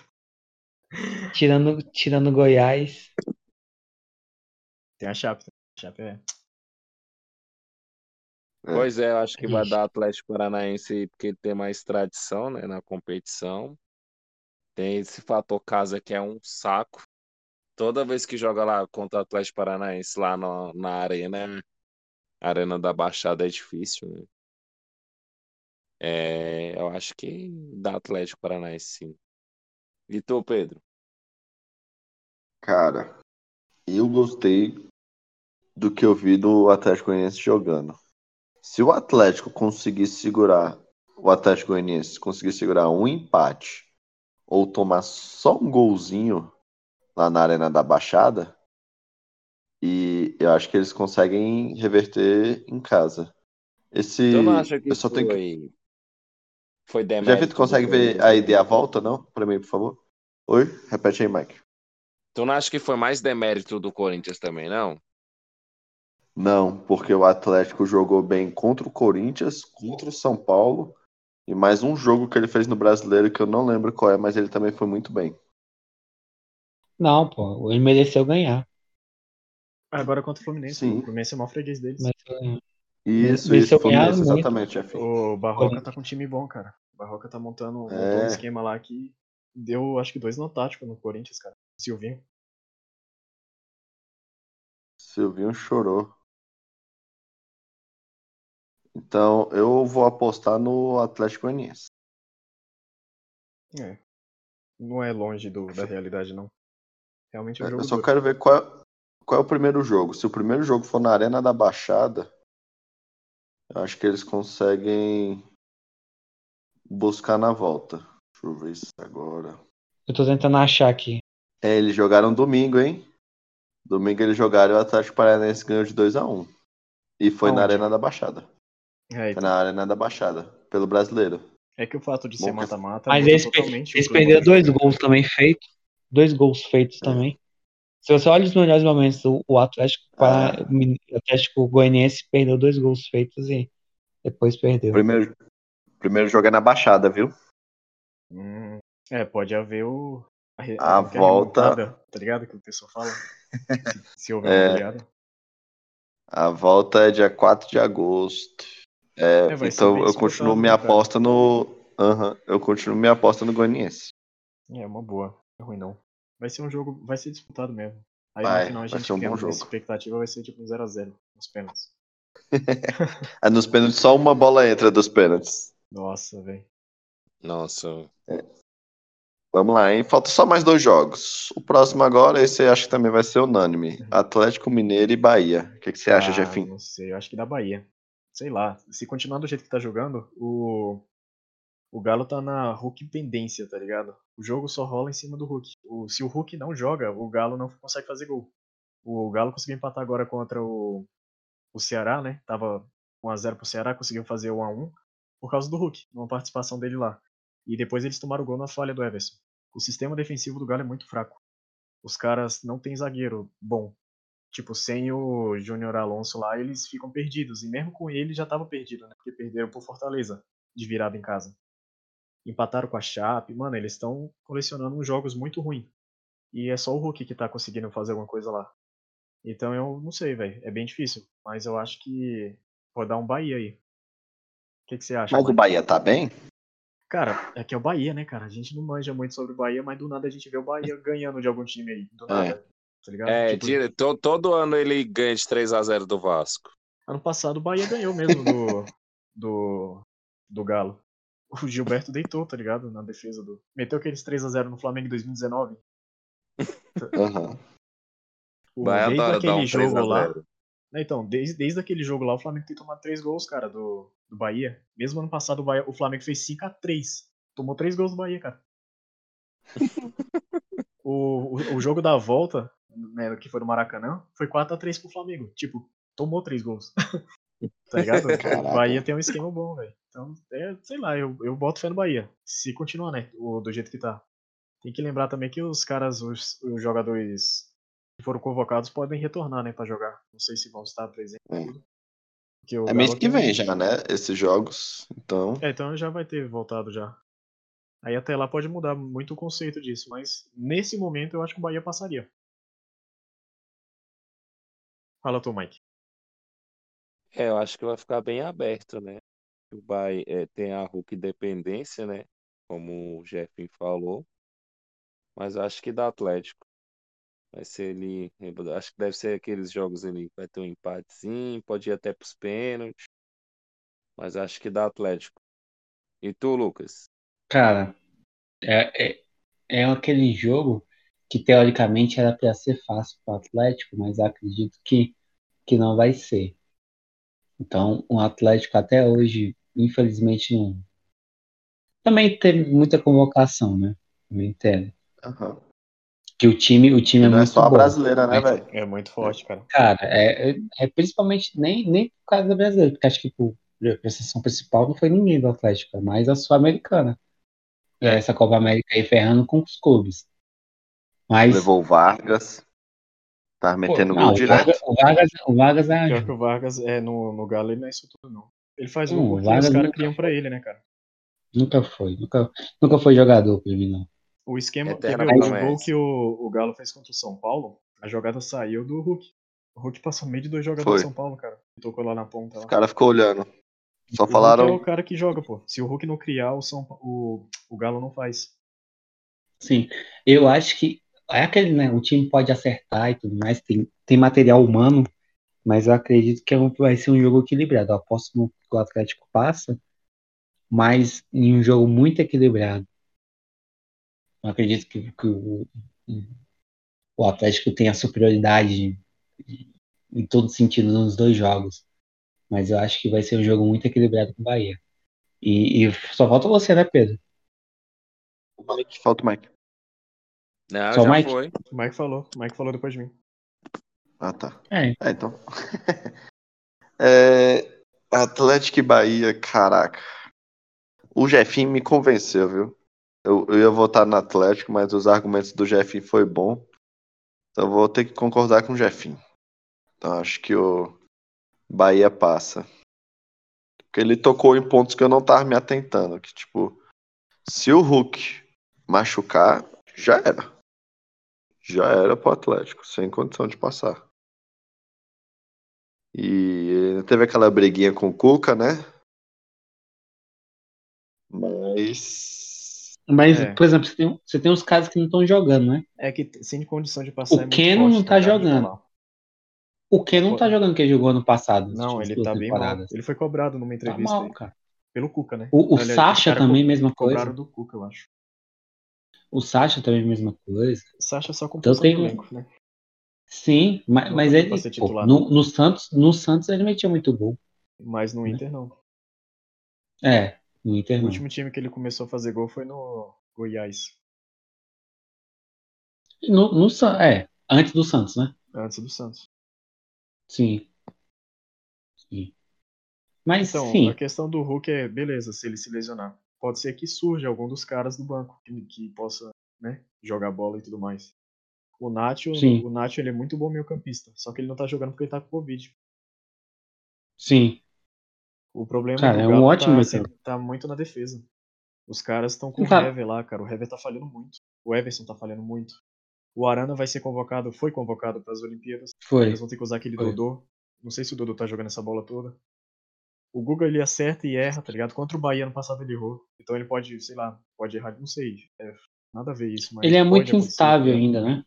Speaker 4: Tirando, tirando Goiás.
Speaker 3: Tem a Chape. também. A Chape é...
Speaker 1: É.
Speaker 2: Pois é, eu acho que vai
Speaker 4: Ixi.
Speaker 2: dar Atlético Paranaense porque ele tem mais tradição, né, na competição. Tem esse fator casa que é um saco. Toda vez que joga lá contra o Atlético Paranaense lá no- na arena, a arena da Baixada é difícil, né? É, eu acho que dá Atlético Paranaense, sim. E tu, Pedro?
Speaker 1: Cara, eu gostei do que eu vi do Atlético Goianiense jogando. Se o Atlético conseguir segurar, o Atlético Goianiense conseguir segurar um empate ou tomar só um golzinho lá na Arena da Baixada, e eu acho que eles conseguem reverter em casa. Esse
Speaker 2: Eu não acho que
Speaker 1: eu só tenho que Já
Speaker 2: foi, foi
Speaker 1: vi,
Speaker 2: demérito
Speaker 1: tu
Speaker 2: do
Speaker 1: consegue ver
Speaker 2: Goiás.
Speaker 1: a ideia à volta, não? Pra mim, por favor. Oi? Repete aí, Mike.
Speaker 2: Tu não acha que foi mais demérito do Corinthians também, não?
Speaker 1: Não, porque o Atlético jogou bem contra o Corinthians, contra o São Paulo e mais um jogo que ele fez no Brasileiro que eu não lembro qual é, mas ele também foi muito bem.
Speaker 4: Não, pô, ele mereceu ganhar.
Speaker 3: Agora contra o Fluminense.
Speaker 1: Sim.
Speaker 3: pô. O Fluminense é o maior freguês deles.
Speaker 4: Mereceu ganhar.
Speaker 1: Isso,
Speaker 4: Mas
Speaker 1: isso,
Speaker 4: eu ganhava
Speaker 1: Fluminense,
Speaker 4: muito.
Speaker 1: exatamente, Jeff.
Speaker 3: O Barroca tá com um time bom, cara. O Barroca tá montando, montando um
Speaker 1: É.
Speaker 3: esquema lá que deu, acho que, dois no tático no Corinthians, cara. Silvinho.
Speaker 1: Silvinho chorou. Então, eu vou apostar no Atlético Goianiense.
Speaker 3: É. Não é longe do, da realidade, não. Realmente é um jogo
Speaker 1: Eu só
Speaker 3: duro.
Speaker 1: quero ver qual é, qual é o primeiro jogo. Se o primeiro jogo for na Arena da Baixada, eu acho que eles conseguem buscar na volta. Deixa eu ver isso agora.
Speaker 4: Eu tô tentando achar aqui.
Speaker 1: É, eles jogaram domingo, hein? Domingo eles jogaram e o Atlético Paranaense ganhou de 2x1. E foi na
Speaker 3: Aonde?
Speaker 1: Arena da Baixada.
Speaker 3: É,
Speaker 1: Foi
Speaker 3: então.
Speaker 1: na Arena da Baixada, pelo brasileiro.
Speaker 3: É que o fato de ser
Speaker 1: um Bom, mas-
Speaker 3: mata-mata.
Speaker 4: Mas
Speaker 3: muda
Speaker 4: eles, per-
Speaker 3: totalmente o né?
Speaker 4: eles
Speaker 3: clima
Speaker 4: perderam
Speaker 3: do
Speaker 4: dois
Speaker 3: jogo.
Speaker 4: gols também feitos. É. Dois gols feitos também. Se você olha os melhores momentos, o, o Atlético, para,
Speaker 1: Ah.
Speaker 4: o Min- o Atlético Goianiense perdeu dois gols feitos e depois perdeu.
Speaker 1: Primeiro, primeiro jogo é na Baixada, viu?
Speaker 3: Hum, é, pode haver o. A, re-
Speaker 1: A
Speaker 3: como que é,
Speaker 1: volta-
Speaker 3: remontada, tá ligado? Que o pessoal fala. se, se houver um
Speaker 1: É.
Speaker 3: uma goleada.
Speaker 1: A volta é dia 4 de agosto. É,
Speaker 3: É, vai ser
Speaker 1: então
Speaker 3: bem
Speaker 1: eu continuo
Speaker 3: disputado,
Speaker 1: minha
Speaker 3: né, cara?
Speaker 1: aposta no. Aham, eu continuo minha aposta no Goianiense.
Speaker 3: É uma boa. Não é ruim, não. Vai ser um jogo. Vai ser disputado mesmo. Aí
Speaker 1: Vai,
Speaker 3: no final a
Speaker 1: vai
Speaker 3: gente
Speaker 1: ser um
Speaker 3: cria
Speaker 1: bom
Speaker 3: uma
Speaker 1: jogo.
Speaker 3: expectativa, vai ser tipo um 0x0 nos pênaltis.
Speaker 1: Ah, nos pênaltis, só uma bola entra dos pênaltis.
Speaker 3: Nossa, velho.
Speaker 2: Nossa,
Speaker 1: Vamos lá, hein? Falta só mais dois jogos. O próximo agora, esse eu acho que também vai ser unânime. Atlético Mineiro e Bahia. O que, que você acha,
Speaker 3: Ah,
Speaker 1: Jefinho?
Speaker 3: Não sei, eu acho que da Bahia. Sei lá. Se continuar do jeito que tá jogando, o. O Galo tá na Hulk pendência, tá ligado? O jogo só rola em cima do Hulk. O- se o Hulk não joga, o Galo não consegue fazer gol. O Galo conseguiu empatar agora contra o, o Ceará, né? Tava 1x0 pro Ceará, conseguiu fazer 1x1 por causa do Hulk, uma participação dele lá. E depois eles tomaram o gol na falha do Everson. O sistema defensivo do Galo é muito fraco. Os caras não têm zagueiro bom. Tipo, sem o Júnior Alonso lá, eles ficam perdidos. E mesmo com ele já tava perdido, né? Porque perderam pro Fortaleza de virada em casa. Empataram com a Chape. Mano, eles estão colecionando uns jogos muito ruins. E é só o Hulk que tá conseguindo fazer alguma coisa lá. Então eu não sei, velho. É bem difícil. Mas eu acho que vou dar um Bahia aí. O que que você acha?
Speaker 1: Mas o
Speaker 3: Mike?
Speaker 1: Bahia tá bem?
Speaker 3: Cara, é que é o Bahia, né, cara? A gente não manja muito sobre o Bahia, mas do nada a gente vê o Bahia ganhando de algum time aí. Do
Speaker 1: É.
Speaker 3: nada. Tá ligado?
Speaker 2: é,
Speaker 3: Tipo,
Speaker 2: dire- to- todo ano ele ganha de 3 a 0 do Vasco.
Speaker 3: Ano passado o Bahia ganhou mesmo do, do, do Galo. O Gilberto deitou, tá ligado? Na defesa do. Meteu aqueles 3x0 no Flamengo em 2019.
Speaker 1: Aham.
Speaker 3: O,
Speaker 2: Bahia
Speaker 3: Tipo,
Speaker 2: adora
Speaker 3: desde
Speaker 2: dar
Speaker 3: aquele
Speaker 2: um 3
Speaker 3: jogo
Speaker 2: a
Speaker 3: lá.
Speaker 2: 0.
Speaker 3: né, Então, desde, desde aquele jogo lá, o Flamengo tem tomado 3 gols, cara, do, do Bahia. Mesmo ano passado, o, Bahia- o Flamengo fez 5x3. Tomou 3 gols do Bahia, cara. o, o, o jogo da volta, né, que foi no Maracanã, foi 4x3 pro Flamengo. Tipo, tomou 3 gols. tá ligado?
Speaker 1: Caraca.
Speaker 3: O Bahia tem um esquema bom, velho. Então, é, sei lá, eu, eu boto fé no Bahia. Se continuar, né? o- do jeito que tá. Tem que lembrar também que os caras, os, os jogadores que foram convocados podem retornar, né, pra jogar. Não sei se vão estar presentes.
Speaker 1: É.
Speaker 3: tudo. Porque o
Speaker 1: É mês
Speaker 3: Galo
Speaker 1: que
Speaker 3: tem-
Speaker 1: vem já, né? Esses jogos. Então.
Speaker 3: É, então já vai ter voltado já. Aí até lá pode mudar muito o conceito disso, mas nesse momento eu acho que o Bahia passaria. Fala tu, Mike.
Speaker 2: É, eu acho que vai ficar bem aberto, né? O Bahia é, tem a Hulk independência, né? Como o Jeffin falou. Mas eu acho que dá Atlético. Vai ser ele. Acho que deve ser aqueles jogos ali. que Vai ter um empatezinho, pode ir até pros pênaltis. Mas acho que dá Atlético. E tu, Lucas?
Speaker 4: Cara, é, é, é aquele jogo que teoricamente era para ser fácil para o Atlético, mas acredito que, que não vai ser. Então, o Atlético até hoje, infelizmente, não. Também teve muita convocação, né? Eu entendo.
Speaker 1: Aham.
Speaker 4: Que o time, o time é
Speaker 1: Não é
Speaker 4: muito
Speaker 1: só a
Speaker 4: bom.
Speaker 1: brasileira, né,
Speaker 4: Mas-
Speaker 1: velho?
Speaker 3: É muito forte, cara.
Speaker 4: Cara, é, é, é principalmente nem, nem por causa da brasileira, porque acho que pô, a sessão principal não foi ninguém do Atlético, é mais a Sul-Americana. Essa Copa América aí ferrando com os clubes. Mas
Speaker 1: Levou o Vargas. Tá metendo
Speaker 4: Não,
Speaker 1: gol
Speaker 4: o
Speaker 1: direto.
Speaker 4: Vargas, o Vargas, o Vargas é
Speaker 3: Pior
Speaker 4: ajuda.
Speaker 3: que o Vargas, é, no, no Galo ele não é isso tudo, não. Ele faz
Speaker 4: Não,
Speaker 3: um
Speaker 4: o
Speaker 3: porque
Speaker 4: Vargas
Speaker 3: os caras
Speaker 4: nunca-
Speaker 3: criam pra ele, né, cara?
Speaker 4: Nunca foi. Nunca, nunca foi jogador pra mim, não.
Speaker 3: O esquema. Quer
Speaker 2: Eterna
Speaker 3: ver, o
Speaker 2: promessa.
Speaker 3: gol que o, o Galo fez contra o São Paulo, a jogada saiu do Hulk. O Hulk passou meio de dois jogadores
Speaker 1: Foi.
Speaker 3: do São Paulo, cara. E Tocou lá na ponta.
Speaker 1: Os
Speaker 3: Lá.
Speaker 1: caras ficou olhando. Só
Speaker 3: O Hulk é
Speaker 1: falaram.
Speaker 3: o cara que joga, pô. Se o Hulk não criar, o, São Pa- o, o Galo não faz.
Speaker 4: Sim, eu acho que é aquele, né? O time pode acertar e tudo mais, tem, tem material humano, mas eu acredito que é um- vai ser um jogo equilibrado. Eu aposto no- que o Atlético passa, mas em um jogo muito equilibrado. Eu acredito que, que o, o Atlético tenha superioridade em todo sentido nos dois jogos, mas eu acho que vai ser um jogo muito equilibrado com o Bahia. E, e só falta você, né, Pedro?
Speaker 1: Mike, Falta o Mike.
Speaker 2: Não,
Speaker 4: Só
Speaker 2: Ah, já
Speaker 4: Mike?
Speaker 2: foi.
Speaker 3: O Mike falou. O Mike falou depois de mim.
Speaker 1: Ah, tá.
Speaker 4: É,
Speaker 1: É, então. É, Atlético e Bahia, caraca. O Jefim me convenceu, viu? Eu, eu ia votar no Atlético, mas os argumentos do Jefim foi bom. Então eu vou ter que concordar com o Jefim. Então acho que o Bahia passa. Porque ele tocou em pontos que eu não tava me atentando. Que tipo, se o Hulk machucar, já era. Já era pro Atlético, sem condição de passar. E eh, teve aquela briguinha com o Cuca, né? Mas.
Speaker 4: Mas,
Speaker 3: É.
Speaker 4: por exemplo, você tem, você tem uns caras que não estão jogando, né?
Speaker 3: É que t- sem condição de passar.
Speaker 4: O
Speaker 3: é muito
Speaker 4: Keno não
Speaker 3: forte,
Speaker 4: tá
Speaker 3: ligado?
Speaker 4: jogando.
Speaker 3: lá.
Speaker 4: O Ken não tá
Speaker 3: Pô.
Speaker 4: jogando que ele jogou ano passado. nas
Speaker 3: Não,
Speaker 4: últimas
Speaker 3: ele
Speaker 4: duas
Speaker 3: tá bem mal.
Speaker 4: temporadas.
Speaker 3: Ele foi cobrado numa
Speaker 4: Tá
Speaker 3: entrevista
Speaker 4: mal,
Speaker 3: aí,
Speaker 4: cara.
Speaker 3: pelo Cuca, né?
Speaker 4: O, o
Speaker 3: Aliás, os
Speaker 4: Sasha
Speaker 3: caras
Speaker 4: também,
Speaker 3: co-
Speaker 4: mesma coisa.
Speaker 3: Cobraram do Cuca, eu acho.
Speaker 4: O Sasha também, mesma coisa.
Speaker 3: O Sacha só
Speaker 4: Então
Speaker 3: compulsão
Speaker 4: tem
Speaker 3: do
Speaker 4: um-
Speaker 3: elenco, né?
Speaker 4: Sim, ma-
Speaker 3: Não
Speaker 4: mas
Speaker 3: dá
Speaker 4: ele.
Speaker 3: pra ser
Speaker 4: pô,
Speaker 3: titular.
Speaker 4: no, no Santos, no Santos ele metia muito gol.
Speaker 3: Mas
Speaker 4: Né?
Speaker 3: no Inter não.
Speaker 4: É, no Inter
Speaker 3: O
Speaker 4: não.
Speaker 3: último time que ele começou a fazer gol foi no Goiás,
Speaker 4: No, no San- é, antes do Santos, né?
Speaker 3: antes do Santos.
Speaker 4: Sim. Sim. Mas
Speaker 3: Então,
Speaker 4: sim,
Speaker 3: a questão do Hulk é, beleza, se ele se lesionar. Pode ser que surja algum dos caras do banco que, que possa, né, jogar bola e tudo mais. O Nacho,
Speaker 4: Sim.
Speaker 3: o Nacho ele é muito bom meio campista, só que ele não tá jogando porque ele tá com Covid.
Speaker 4: sim.
Speaker 3: O problema é
Speaker 4: Cara,
Speaker 3: que
Speaker 4: é
Speaker 3: o
Speaker 4: um
Speaker 3: Galo
Speaker 4: ótimo
Speaker 3: tá,
Speaker 4: meio
Speaker 3: sempre, tá muito na defesa. Os caras estão com
Speaker 4: Não tá.
Speaker 3: o Hever lá, cara. O Hever tá falhando muito. O Everson tá falhando muito. O Arana vai ser convocado, foi convocado para as Olimpíadas.
Speaker 4: Foi.
Speaker 3: Eles vão ter que usar aquele
Speaker 4: Foi.
Speaker 3: Dodô. Não sei se o Dodô tá jogando essa bola toda. O Guga ele acerta e erra, tá ligado? Contra o Bahia no passado ele errou. Então ele pode, sei lá, pode errar, não sei. É, nada a ver isso, mas.
Speaker 4: Ele é
Speaker 3: pode
Speaker 4: muito
Speaker 3: acontecer.
Speaker 4: instável ainda, né?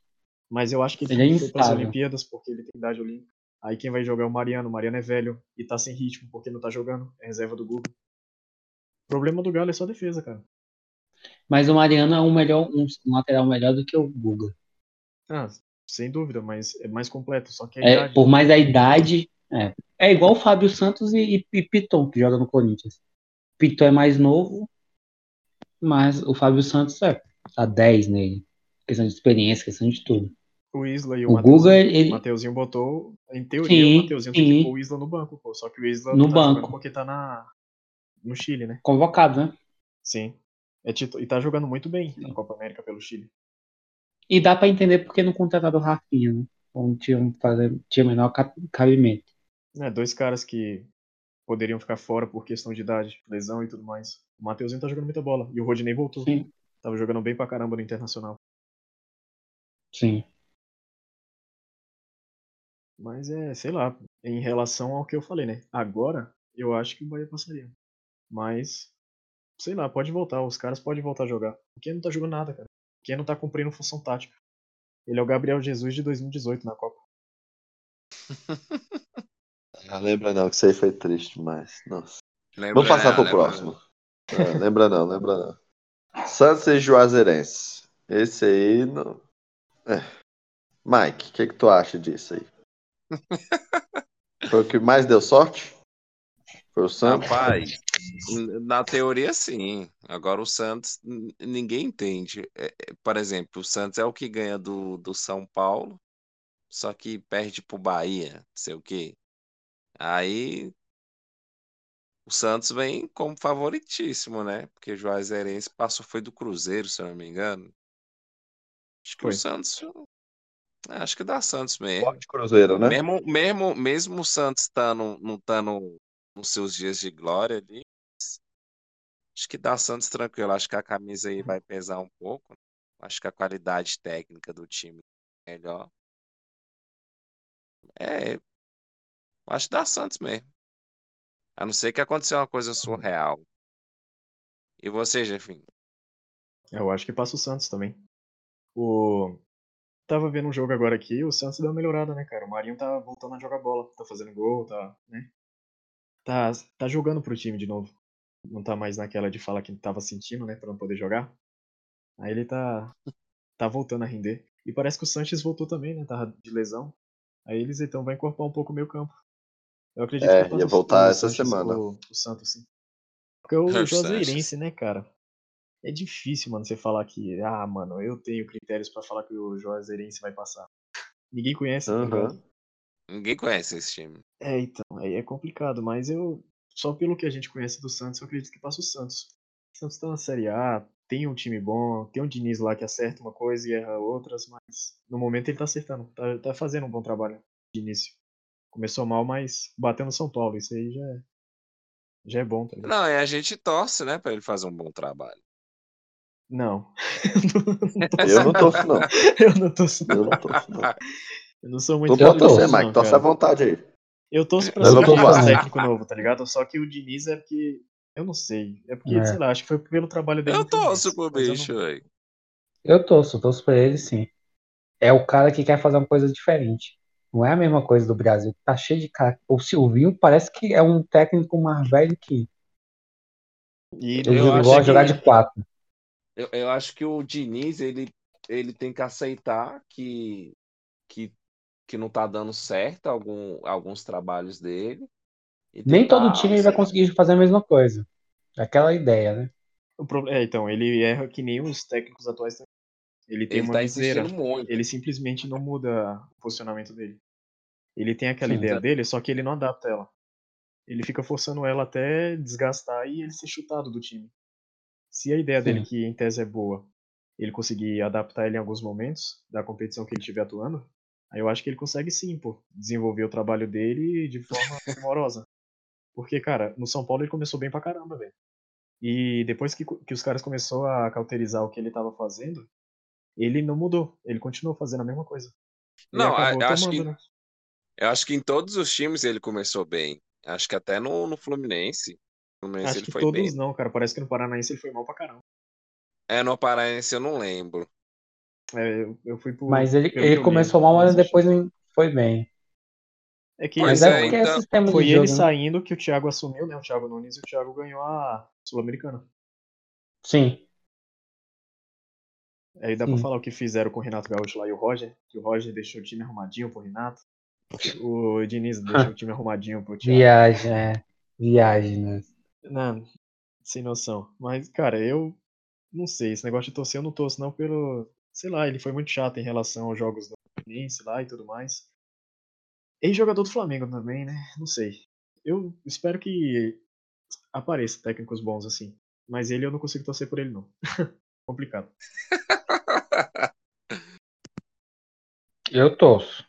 Speaker 3: Mas eu acho que ele,
Speaker 4: Ele é
Speaker 3: foi pras
Speaker 4: instável.
Speaker 3: Olimpíadas porque ele tem idade olímpica. Aí quem vai jogar é o Mariano. O Mariano é velho e tá sem ritmo porque não tá jogando. É reserva do Guga. O problema do Galo é só a defesa, cara.
Speaker 4: Mas o Mariano é um melhor, um lateral melhor do que o Guga.
Speaker 3: Ah, sem dúvida, mas é mais completo. Só que a
Speaker 4: É,
Speaker 3: idade. né?
Speaker 4: por mais a idade. É, é igual o Fábio Santos e, e Piton, que joga no Corinthians. Piton é mais novo, mas o Fábio Santos é, tá 10 nele. Questão de experiência, questão de tudo.
Speaker 3: O Isla e o,
Speaker 4: O Guga,
Speaker 3: Mateuzinho.
Speaker 4: ele.
Speaker 3: O Mateuzinho botou. Em teoria,
Speaker 4: Sim,
Speaker 3: o Mateuzinho tem que
Speaker 4: sim.
Speaker 3: pôr o Isla no banco, pô. Só que o Isla
Speaker 4: No
Speaker 3: não tá jogando
Speaker 4: banco.
Speaker 3: porque tá na, no Chile, né?
Speaker 4: Convocado, né?
Speaker 3: Sim. É titu... E tá jogando muito bem na Copa América pelo Chile.
Speaker 4: E dá pra entender porque não contrataram o Rafinha, né? Onde tinha, um- fazer- tinha menor cap- cabimento.
Speaker 3: Né, dois caras que poderiam ficar fora por questão de idade, lesão e tudo mais. O Mateuzinho tá jogando muita bola. E o Rodinei voltou.
Speaker 4: Sim.
Speaker 3: Tava jogando bem pra caramba no Internacional.
Speaker 4: Sim.
Speaker 3: Mas é, sei lá, em relação ao que eu falei, né? Agora, eu acho que o Bahia passaria. Mas, sei lá, pode voltar. Os caras podem voltar a jogar. O Ken não tá jogando nada, cara. O Ken não tá cumprindo função tática. Ele é o Gabriel Jesus de 2018 na Copa.
Speaker 1: Ah, lembra não, que isso aí foi triste demais. Nossa.
Speaker 2: Lembra,
Speaker 1: Vamos passar
Speaker 2: não,
Speaker 1: pro
Speaker 2: lembra.
Speaker 1: próximo. É, lembra não, lembra não. Santos e Juazeirense. Esse aí não. É. Mike, o que, que tu acha disso aí? Foi o que mais deu sorte? Foi o Santos?
Speaker 2: Rapaz, n- na teoria sim. Agora o Santos, n- ninguém entende. É, é, por exemplo, o Santos é o que ganha do, do São Paulo, só que perde pro Bahia, não sei o quê. Aí o Santos vem como favoritíssimo, né? Porque o Juazeirense passou, foi do Cruzeiro, se eu não me engano. Acho que
Speaker 3: Foi.
Speaker 2: o Santos Acho que dá Santos mesmo.
Speaker 1: Forte Cruzeiro, né?
Speaker 2: Ah, é. Mesmo, mesmo, mesmo o Santos tando, não estando nos seus dias de glória ali, acho que dá Santos tranquilo. Acho que a camisa aí vai pesar um pouco. né? Acho que a qualidade técnica do time é melhor. É, acho que dá Santos mesmo. A não ser que aconteceu uma coisa surreal. E você, Jefim?
Speaker 3: Eu acho que passa o Santos também. O... Tava vendo um jogo agora aqui, o Santos deu uma melhorada, né, cara? O Marinho tá voltando a jogar bola, tá fazendo gol, tá, né? Tá, tá jogando pro time de novo. Não tá mais naquela de falar que tava sentindo, né, pra não poder jogar. Aí ele tá tá voltando a render. E parece que o Sanches voltou também, né? Tava de lesão. Aí eles então vai encorpar um pouco o meio campo. Eu acredito
Speaker 1: É,
Speaker 3: que passa
Speaker 1: ia
Speaker 3: o-
Speaker 1: voltar
Speaker 3: o
Speaker 1: essa
Speaker 3: Sanches
Speaker 1: semana.
Speaker 3: pro- pro Santos, sim. Porque o
Speaker 2: Sanches.
Speaker 3: Juazeirense, né, cara? É difícil, mano, você falar que, ah, mano, eu tenho critérios pra falar que o Juazeirense vai passar. Ninguém conhece, tá
Speaker 1: Aham.
Speaker 3: ligado?
Speaker 2: Ninguém conhece esse time.
Speaker 3: É, então, aí é complicado, mas eu, só pelo que a gente conhece do Santos, eu acredito que passa o Santos. O Santos tá na Série A, tem um time bom, tem um Diniz lá que acerta uma coisa e erra outras, mas no momento ele tá acertando, tá, tá fazendo um bom trabalho de início. Começou mal, mas bateu no São Paulo, isso aí já é, já é bom, tá ligado?
Speaker 2: Não, e a gente torce, né, pra ele fazer um bom trabalho.
Speaker 3: Não.
Speaker 1: Eu não torço, não.
Speaker 3: eu não torço,
Speaker 1: Eu não torço, não.
Speaker 3: eu não sou muito
Speaker 1: Tu
Speaker 4: Eu
Speaker 1: pode
Speaker 3: fã
Speaker 1: torcer,
Speaker 3: do
Speaker 4: torço,
Speaker 3: Santos,
Speaker 1: Mike.
Speaker 3: não,
Speaker 1: Torce à
Speaker 3: cara.
Speaker 1: vontade aí.
Speaker 3: Eu torço pra
Speaker 1: Mas
Speaker 3: ser
Speaker 1: eu tô
Speaker 3: um
Speaker 1: falando.
Speaker 3: técnico novo, tá ligado? Só que o Diniz é porque. Eu não sei. É porque,
Speaker 4: É.
Speaker 3: sei lá, acho que foi pelo trabalho dele.
Speaker 2: Eu
Speaker 3: no Fluminense,
Speaker 2: torço pro
Speaker 3: mas eu não-
Speaker 2: bicho, velho.
Speaker 4: Eu torço, torço pra ele sim. É o cara que quer fazer uma coisa diferente. Não é a mesma coisa do Brasil, que tá cheio de cara. O Silvinho parece que é um técnico mais velho que
Speaker 3: E
Speaker 4: ele
Speaker 2: Eu
Speaker 4: joga-
Speaker 2: acho
Speaker 4: gosta de jogar
Speaker 2: que-
Speaker 4: de quatro.
Speaker 2: Eu, eu acho que o Diniz, ele, ele tem que aceitar que, que, que não tá dando certo algum, alguns trabalhos dele. e
Speaker 4: Nem
Speaker 2: tentar-
Speaker 4: todo time vai conseguir fazer a mesma coisa. Aquela ideia, né?
Speaker 3: O problema, é, então, ele erra que nem os técnicos atuais também. Ele tem
Speaker 2: Ele
Speaker 3: uma
Speaker 2: tá
Speaker 3: viseira.
Speaker 2: insistindo muito.
Speaker 3: Ele simplesmente não muda o funcionamento dele. Ele tem aquela
Speaker 4: Sim.
Speaker 3: ideia dele, só que ele não adapta ela. Ele fica forçando ela até desgastar e ele ser chutado do time. Se a ideia dele,
Speaker 4: Sim.
Speaker 3: que em tese é boa, ele conseguir adaptar ele em alguns momentos da competição que ele estiver atuando, aí eu acho que ele consegue sim, pô, desenvolver o trabalho dele de forma primorosa. Porque, cara, no São Paulo ele começou bem pra caramba, velho. E depois que, co- que os caras começaram a cauterizar o que ele tava fazendo, ele não mudou. Ele continuou fazendo a mesma coisa. Ele
Speaker 2: Não,
Speaker 3: acabou
Speaker 2: a- acho
Speaker 3: tomando,
Speaker 2: que-
Speaker 3: né?
Speaker 2: Eu acho que em todos os times ele começou bem. Acho que até no, no Fluminense. No Fluminense
Speaker 3: Acho
Speaker 2: ele
Speaker 3: que
Speaker 2: foi
Speaker 3: todos
Speaker 2: bem.
Speaker 3: não, cara. Parece que no Paranaense ele foi mal pra caramba.
Speaker 2: É, no Paraense eu não lembro.
Speaker 3: É, eu, eu fui pro.
Speaker 4: Mas ele,
Speaker 3: pelo que eu
Speaker 4: ele
Speaker 3: li,
Speaker 4: começou mal, mas
Speaker 3: achei.
Speaker 4: depois foi bem.
Speaker 3: É que
Speaker 2: Pois
Speaker 4: Mas
Speaker 3: ele-
Speaker 4: é
Speaker 2: é,
Speaker 4: porque
Speaker 2: então-
Speaker 4: é sistema
Speaker 3: Foi
Speaker 4: de
Speaker 3: ele
Speaker 4: jogo. né?
Speaker 3: saindo que o Thiago assumiu, né? O Thiago Nunes e o Thiago ganhou a Sul-Americana.
Speaker 4: Sim.
Speaker 3: Aí dá pra
Speaker 4: Sim.
Speaker 3: falar o que fizeram com o Renato Gaúcho lá e o Roger, que o Roger deixou o time arrumadinho pro Renato. O Diniz deixou o time arrumadinho pro Thiago.
Speaker 4: Viagem, é. Viagem, né?
Speaker 3: Não, sem noção. Mas, cara, eu não sei. Esse negócio de torcer eu não torço, não, pelo. Sei lá, ele foi muito chato em relação aos jogos do Fluminense lá e tudo mais. Ex-jogador do Flamengo também, né? Não sei. Eu espero que apareça técnicos bons assim. Mas ele eu não consigo torcer por ele, não. Complicado.
Speaker 4: Eu torço.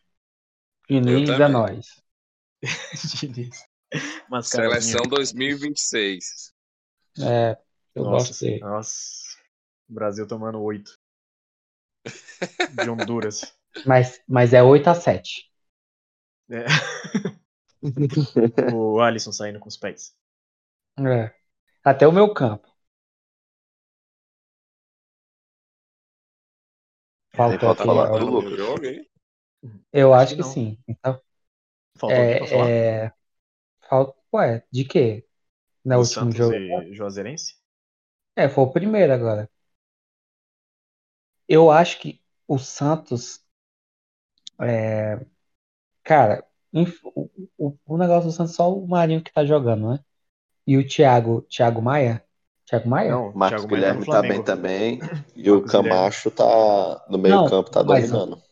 Speaker 4: Diniz
Speaker 2: Eu
Speaker 4: é
Speaker 2: também.
Speaker 4: nós.
Speaker 3: Diniz. Mascaradinha.
Speaker 2: Seleção 2026.
Speaker 4: É, eu
Speaker 3: Nossa,
Speaker 4: gosto dele.
Speaker 3: Nossa. O Brasil tomando 8. De Honduras.
Speaker 4: Mas, mas é 8 a 7
Speaker 3: É. o Alisson saindo com os pés.
Speaker 4: É. Até o meu campo. Faltou
Speaker 1: falta
Speaker 4: aqui,
Speaker 1: falar
Speaker 4: ó.
Speaker 1: do
Speaker 2: Mano,
Speaker 1: Lucas.
Speaker 2: Tá jogo, hein?
Speaker 4: Eu
Speaker 3: Acho
Speaker 4: acho
Speaker 3: que
Speaker 4: que
Speaker 3: não.
Speaker 4: sim. Então,
Speaker 3: Faltou alguém pra falar?
Speaker 4: é, é... Falta... Ué, de quê? No
Speaker 3: do
Speaker 4: último
Speaker 3: Santos
Speaker 4: jogo.
Speaker 3: e Juazeirense?
Speaker 4: É, foi o primeiro agora. Eu acho que o Santos. é, Cara, inf- o, o- o negócio do Santos é só o Marinho que tá jogando, né? E o Thiago, Thiago Maia? Thiago Maia?
Speaker 3: Não, o
Speaker 1: Marcos
Speaker 3: Thiago Maia tá no
Speaker 1: Guilherme tá bem
Speaker 3: Flamengo.
Speaker 1: também. E o
Speaker 3: Marcos
Speaker 1: Camacho tá no meio campo, tá
Speaker 4: mas-
Speaker 1: dominando.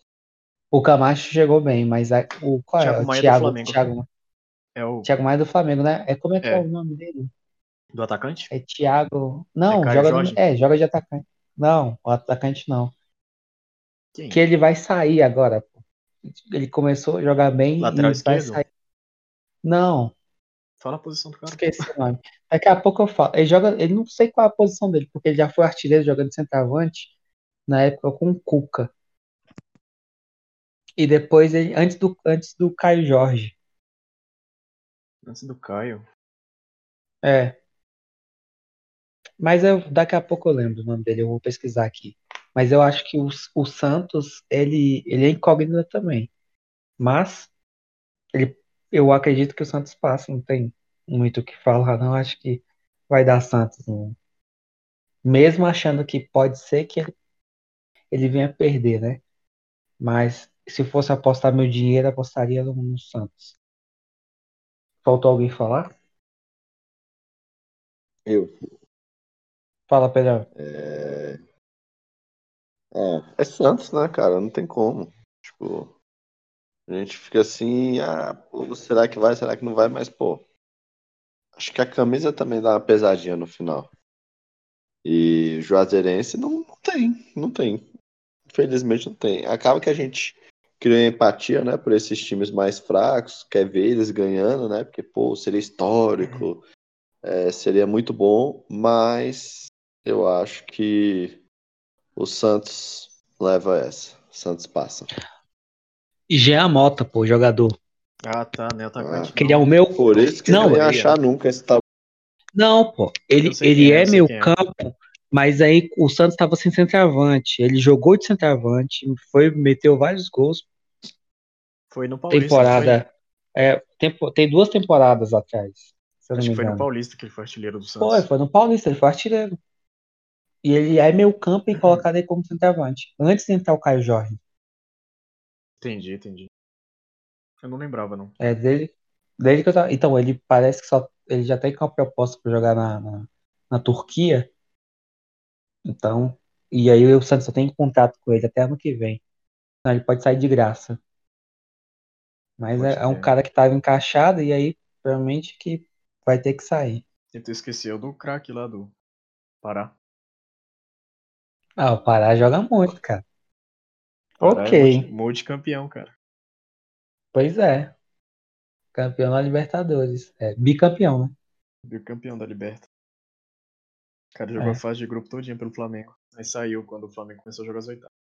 Speaker 4: O Camacho chegou bem, mas a- o, qual é?
Speaker 3: Thiago
Speaker 4: O
Speaker 3: Maia do
Speaker 4: Thiago,
Speaker 3: Flamengo.
Speaker 4: Thiago,
Speaker 3: É o
Speaker 4: Thiago Maia do Flamengo, né? É, como é que é,
Speaker 3: É.
Speaker 4: o nome dele?
Speaker 3: do atacante?
Speaker 4: É Thiago. Não,
Speaker 3: Caio
Speaker 4: joga, no-
Speaker 3: Jorge?
Speaker 4: é, joga de atacante. Não, o atacante não.
Speaker 3: Quem?
Speaker 4: Que ele vai sair agora. pô. Ele começou a jogar bem
Speaker 3: Lateral
Speaker 4: e vai
Speaker 3: esquerdo?
Speaker 4: sair. Não,
Speaker 3: Fala a posição do cara. né,
Speaker 4: esqueci o nome. Daqui a pouco eu falo. Ele joga, ele não sei qual é a posição dele, porque ele já foi artilheiro jogando centroavante na época com o Cuca. E depois ele, antes do, antes do Caio Jorge.
Speaker 3: Antes do Caio.
Speaker 4: É. Mas eu, daqui a pouco eu lembro o nome dele, eu vou pesquisar aqui. Mas eu acho que o, o Santos, ele, ele é incógnita também. Mas ele, eu acredito que o Santos passa, não tem muito o que falar, não. Acho que vai dar Santos. não. Mesmo achando que pode ser que ele, ele venha perder, né? Mas se fosse apostar meu dinheiro, apostaria no, no Santos. Faltou alguém falar?
Speaker 1: Eu.
Speaker 4: Fala, Pedrão.
Speaker 1: É... É, é Santos, né, cara? Não tem como. Tipo, a gente fica assim, ah, pô, será que vai, será que não vai? Mas, pô, acho que a camisa também dá uma pesadinha no final. E Juazeirense não, não tem, não tem. Infelizmente não tem. Acaba que a gente criou empatia, né, por esses times mais fracos, quer ver eles ganhando, né? Porque, pô, seria histórico, é, seria muito bom, mas eu acho que o Santos leva essa. O Santos passa.
Speaker 4: E Jean Mota, pô, jogador.
Speaker 3: Ah, tá, né? Atacante.
Speaker 1: Ah.
Speaker 4: Que ele é o meu.
Speaker 1: Por isso que é.
Speaker 4: Não, é.
Speaker 1: não, eu não ia
Speaker 3: Maria.
Speaker 1: achar nunca esse tabu.
Speaker 4: Não, pô. Ele,
Speaker 3: Eu sei
Speaker 4: ele
Speaker 3: quem é,
Speaker 4: é
Speaker 3: eu sei
Speaker 4: meu
Speaker 3: quem é.
Speaker 4: campo, mas aí o Santos tava sem centroavante. Ele jogou de centroavante, foi, meteu vários gols.
Speaker 3: Foi no Paulista. não
Speaker 4: Temporada. É, tempo- tem duas temporadas atrás, se
Speaker 3: Foi?
Speaker 4: eu não
Speaker 3: Acho
Speaker 4: me
Speaker 3: que foi no
Speaker 4: engano.
Speaker 3: Paulista que ele foi artilheiro do Santos.
Speaker 4: Foi, foi no Paulista, ele foi artilheiro. E ele é meu campo
Speaker 3: Uhum.
Speaker 4: e colocado ele como centroavante. Antes de entrar o Caio Jorge.
Speaker 3: Entendi, entendi. Eu não lembrava, não.
Speaker 4: É dele, desde que eu tava, então ele parece que só ele já tem uma proposta para jogar na, na, na Turquia. Então, e aí o Santos só tem contrato com ele até ano que vem. Então ele pode sair de graça. Mas é,
Speaker 3: Pode
Speaker 4: é um
Speaker 3: crer.
Speaker 4: cara que tava encaixado e aí provavelmente que vai ter que sair.
Speaker 3: Tentou esquecer Então, do craque lá do Pará.
Speaker 4: Ah, o Pará joga muito, cara.
Speaker 3: Pará
Speaker 4: Ok,
Speaker 3: É multicampeão, cara.
Speaker 4: pois é. Campeão da Libertadores. É, bicampeão, né?
Speaker 3: Bicampeão da Liberta. O cara jogou
Speaker 4: É.
Speaker 3: a fase de grupo todinha pelo Flamengo. Aí saiu quando o Flamengo começou a jogar as oitavas.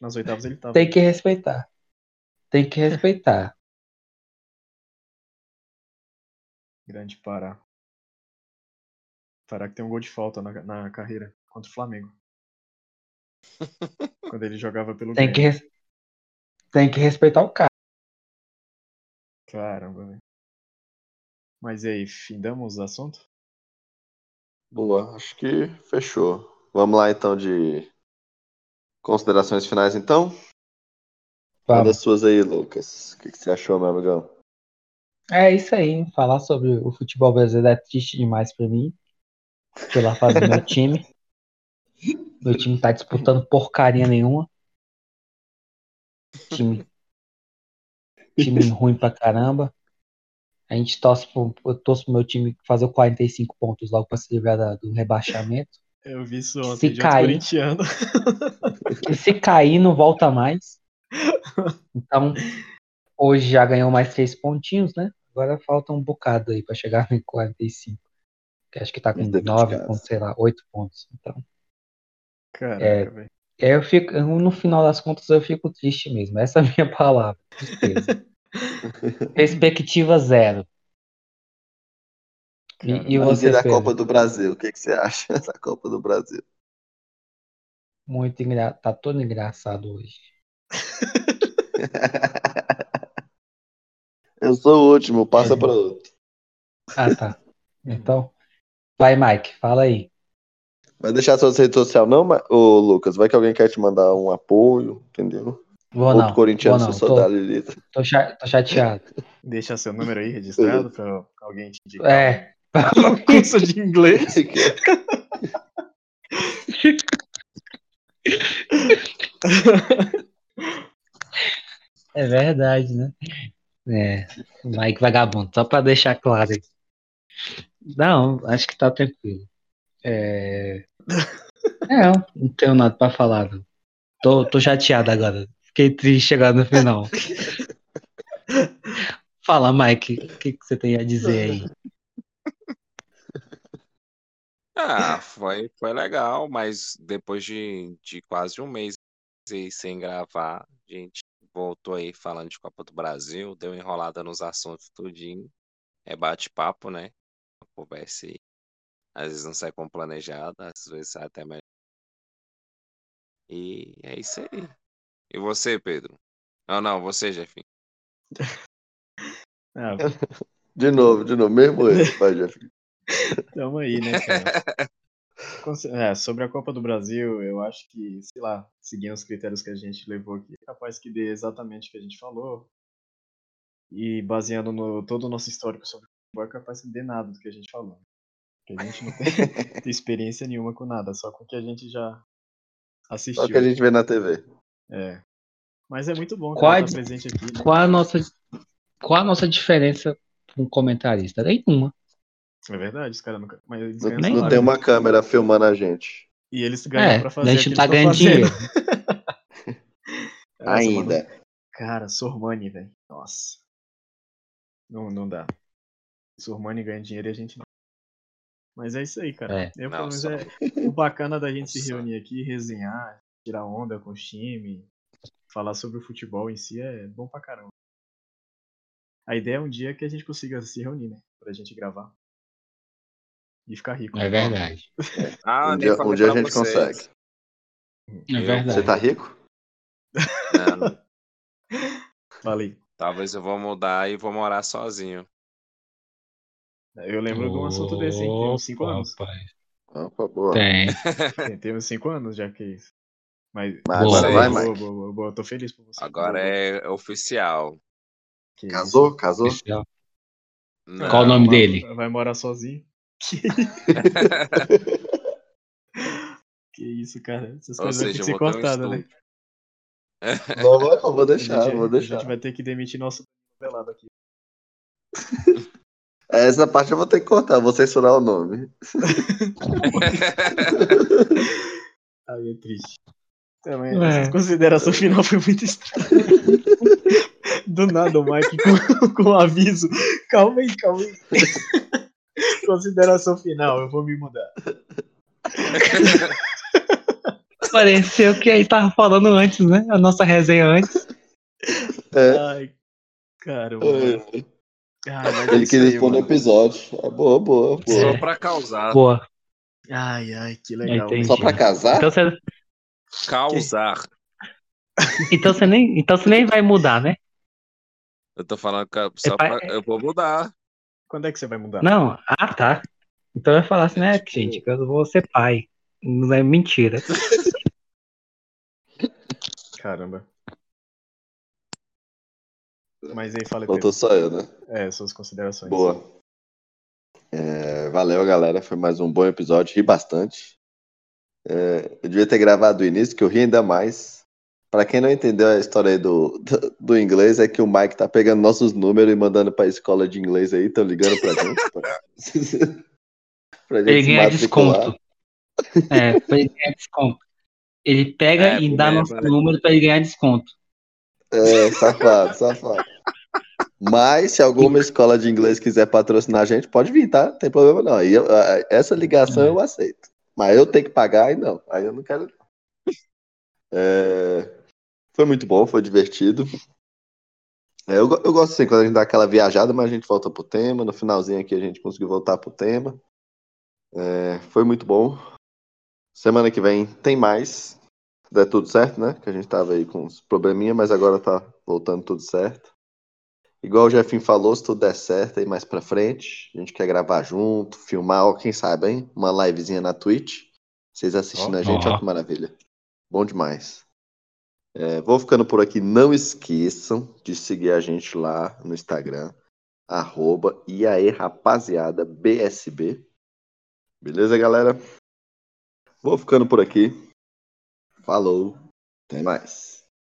Speaker 3: Nas oitavas ele tava.
Speaker 4: Tem que respeitar. Tem que respeitar.
Speaker 3: Grande Pará. Pará que tem um gol de falta na, na carreira contra o Flamengo. Quando ele jogava pelo
Speaker 4: Tem que,
Speaker 3: Grêmio.
Speaker 4: res- tem que respeitar o cara.
Speaker 3: Caramba, velho. Mas e aí, findamos o assunto?
Speaker 1: Boa, acho que fechou. Vamos lá então de considerações finais então. Uma
Speaker 4: Vamos.
Speaker 1: das suas aí, Lucas. O que, que você achou, meu amigão?
Speaker 4: É isso aí, falar sobre o futebol brasileiro é triste demais pra mim, pela fase do meu time. Meu time tá disputando porcaria nenhuma. Time, time ruim pra caramba. A gente torce pro, eu torço pro meu time fazer o 45 pontos logo pra se livrar da- do rebaixamento.
Speaker 3: Eu vi isso
Speaker 4: Se
Speaker 3: ontem de outro
Speaker 4: cair.
Speaker 3: corintiano.
Speaker 4: E se cair, não volta mais. Então, hoje já ganhou mais três pontinhos, né? Agora falta um bocado aí pra chegar em 45. Que acho que tá com
Speaker 1: Mas dentro de
Speaker 4: nove
Speaker 1: casa.
Speaker 4: pontos, sei lá, oito pontos. Então.
Speaker 3: Caraca,
Speaker 4: É.
Speaker 3: velho.
Speaker 4: É, eu fico, eu, no final das contas, eu fico triste mesmo. Essa é a minha palavra. Tristeza. Perspectiva zero. E,
Speaker 3: Cara,
Speaker 4: e
Speaker 1: Mas
Speaker 4: você,
Speaker 1: e da
Speaker 4: Pedro?
Speaker 1: Copa do Brasil? O que, que você acha da Copa do Brasil?
Speaker 4: Muito engra... Tá todo engraçado hoje.
Speaker 1: Eu sou o último, passa para outro.
Speaker 4: Ah, tá. Então, vai, Mike, fala aí.
Speaker 1: Vai deixar suas redes sociais não, Ma- ô Lucas? Vai que alguém quer te mandar um apoio, entendeu?
Speaker 4: Vou
Speaker 1: Outro
Speaker 4: não,
Speaker 1: corintiano,
Speaker 4: vou
Speaker 1: se
Speaker 4: não.
Speaker 1: sou da
Speaker 4: Tô,
Speaker 1: Lilita.
Speaker 4: tô, cha- tô chateado.
Speaker 3: Deixa seu número aí registrado pra alguém te indicar.
Speaker 4: É.
Speaker 3: um curso de inglês.
Speaker 4: É verdade, né? É, Mike vagabundo, só pra deixar claro. aí. Não, acho que tá tranquilo. É, é não tenho nada pra falar. não. Tô, tô chateado agora. Fiquei triste agora no final. Fala, Mike, o que, que você tem a dizer aí?
Speaker 2: Ah, foi, foi legal, mas depois de, de quase um mês aí sem gravar, a gente voltou aí falando de Copa do Brasil, deu enrolada nos assuntos tudinho. É bate-papo, né? Uma Conversa aí. Às vezes não sai como planejado, às vezes sai até melhor. E é isso aí. E você, Pedro? Não, não, você, Jefinho.
Speaker 3: Ah,
Speaker 1: De novo, de novo, mesmo erro. Vai, Jeff.
Speaker 3: Tamo aí, né, cara? Conce- é, sobre a Copa do Brasil, eu acho que, sei lá, seguindo os critérios que a gente levou aqui, é capaz que dê exatamente o que a gente falou. E baseando no todo o nosso histórico sobre futebol, é capaz que dê nada do que a gente falou. Porque a gente não tem, tem experiência nenhuma com nada, só com o que a gente já assistiu.
Speaker 1: Só que a gente vê na TV.
Speaker 3: É. Mas é muito bom
Speaker 4: Qual
Speaker 3: cara,
Speaker 4: a
Speaker 3: estar presente aqui. né?
Speaker 4: Qual a nossa, qual a nossa diferença com um comentarista? Nenhuma.
Speaker 3: É verdade, os caras nunca. Mas eles
Speaker 1: Não,
Speaker 3: ganham
Speaker 1: não
Speaker 3: salário.
Speaker 1: tem uma câmera filmando a gente.
Speaker 3: E eles ganham
Speaker 4: É,
Speaker 3: pra fazer.
Speaker 4: a gente
Speaker 3: aquilo
Speaker 4: tá
Speaker 3: que tão
Speaker 4: ganhando dinheiro.
Speaker 3: fazendo. é Nossa, mano,
Speaker 1: Ainda.
Speaker 3: Cara, Sormani, velho. Nossa. Não, não dá. Sormani ganha dinheiro e a gente não. Mas é isso aí, cara.
Speaker 4: É.
Speaker 3: Eu, pelo
Speaker 2: Não,
Speaker 3: menos,
Speaker 2: só-
Speaker 3: é o bacana da gente se
Speaker 2: Só.
Speaker 3: reunir aqui, resenhar, tirar onda com o time, falar sobre o futebol em si é bom pra caramba. A ideia é um dia que a gente consiga se reunir, né? Pra gente gravar. E ficar rico.
Speaker 4: É verdade.
Speaker 2: Ah,
Speaker 1: Um
Speaker 2: nem
Speaker 1: dia, um
Speaker 2: falei
Speaker 1: dia a
Speaker 2: pra
Speaker 1: gente
Speaker 2: vocês.
Speaker 1: consegue.
Speaker 4: É
Speaker 2: Eu-
Speaker 1: Você
Speaker 4: verdade.
Speaker 1: tá rico?
Speaker 2: Não,
Speaker 3: Falei.
Speaker 2: talvez eu vou mudar e vou morar sozinho.
Speaker 3: Eu lembro de um assunto desse, hein? Tem uns 5
Speaker 4: Opa,
Speaker 3: anos.
Speaker 4: rapaz.
Speaker 1: Opa, boa.
Speaker 4: Tem.
Speaker 3: Tem, tem uns 5 anos já que é isso. Mas
Speaker 1: Mas
Speaker 4: Boa.
Speaker 1: agora
Speaker 2: Sei.
Speaker 1: vai,
Speaker 3: boa,
Speaker 1: Mike.
Speaker 3: boa, boa, boa. Tô feliz por você.
Speaker 2: Agora
Speaker 3: Boa, boa.
Speaker 2: é oficial.
Speaker 3: Que
Speaker 1: Casou? Casou?
Speaker 4: Oficial.
Speaker 2: Não.
Speaker 4: Qual o nome
Speaker 3: Vai-
Speaker 4: dele?
Speaker 3: Vai morar sozinho. Que isso, cara. Essas
Speaker 2: Ou
Speaker 3: coisas
Speaker 2: seja,
Speaker 3: vão ter que
Speaker 2: eu
Speaker 3: ser
Speaker 2: vou ter um
Speaker 3: cortadas, né?
Speaker 2: estúdio.
Speaker 1: Não, vai, eu vou
Speaker 3: A
Speaker 1: deixar,
Speaker 3: gente-
Speaker 1: eu vou
Speaker 3: A
Speaker 1: deixar.
Speaker 3: gente vai ter que demitir nosso velado aqui.
Speaker 1: Essa parte eu vou ter que cortar, vou censurar o nome.
Speaker 3: Aí é triste. Também,
Speaker 4: É.
Speaker 3: essa consideração final foi muito estranha. Do nada o Mike com, com um aviso. Calma aí, calma aí. Consideração final, eu vou me mudar.
Speaker 4: Pareceu que aí tava falando antes, né? A nossa resenha antes.
Speaker 1: É.
Speaker 3: Ai, cara, mano.
Speaker 1: É,
Speaker 3: Ah, mas é
Speaker 1: Ele
Speaker 3: isso
Speaker 1: queria
Speaker 3: aí,
Speaker 1: expor no
Speaker 3: mano.
Speaker 1: episódio. É boa, boa, boa.
Speaker 2: Só pra
Speaker 3: Ah.
Speaker 2: causar.
Speaker 4: Boa.
Speaker 3: Ai, ai, que legal.
Speaker 4: Entendi.
Speaker 1: Só pra casar?
Speaker 4: Então você,
Speaker 2: Causar.
Speaker 4: então você, nem, então você nem vai mudar, né?
Speaker 2: Eu tô falando que é só
Speaker 4: pra-
Speaker 2: pra... Eu vou mudar.
Speaker 3: Quando é que você vai mudar?
Speaker 4: Não, ah tá. Então eu ia falar assim,
Speaker 2: É,
Speaker 4: né,
Speaker 2: tipo-
Speaker 4: gente, que eu vou ser pai. Não é mentira.
Speaker 3: Caramba. Mas aí, fala
Speaker 1: Não tô
Speaker 3: Pedro.
Speaker 1: só eu, né?
Speaker 3: É, suas considerações.
Speaker 1: Boa. É, valeu, galera. Foi mais um bom episódio. Ri bastante. É, eu devia ter gravado o início, que eu ri ainda mais. Pra quem não entendeu a história aí do, do, do inglês, é que o Mike tá pegando nossos números e mandando pra escola de inglês aí, tão ligando pra gente. pra, pra gente
Speaker 4: Ele
Speaker 1: se
Speaker 4: ganha
Speaker 1: matricular.
Speaker 4: desconto. É, pra ele ganhar desconto. Ele pega
Speaker 2: É,
Speaker 4: e dá
Speaker 2: primeiro,
Speaker 4: nosso
Speaker 2: né?
Speaker 4: número pra ele ganhar desconto.
Speaker 1: É, safado, safado. Mas se alguma escola de inglês quiser patrocinar a gente, pode vir, tá? Não tem problema não. Aí, eu- a- essa ligação eu aceito. Mas eu tenho que pagar, aí não. Aí eu não quero. não. É, Foi muito bom, foi divertido. É, eu, go- eu gosto assim, quando a gente dá aquela viajada, mas a gente volta pro tema. No finalzinho aqui a gente conseguiu voltar pro tema. É, Foi muito bom. Semana que vem tem mais. Se der tudo certo, né? Que a gente tava aí com uns probleminha, mas agora tá voltando tudo certo. Igual o Jeffinho falou, se tudo der certo aí mais pra frente, a gente quer gravar junto, filmar, ó, quem sabe, hein? Uma livezinha na Twitch. Vocês assistindo
Speaker 3: Ó,
Speaker 1: a gente, ó
Speaker 4: ó.
Speaker 1: que maravilha. Bom demais. É, vou ficando por aqui. Não esqueçam de seguir a gente lá no Instagram, arroba e aí, rapaziada, BSB. Beleza, galera? Vou ficando por aqui. Falou. Até mais.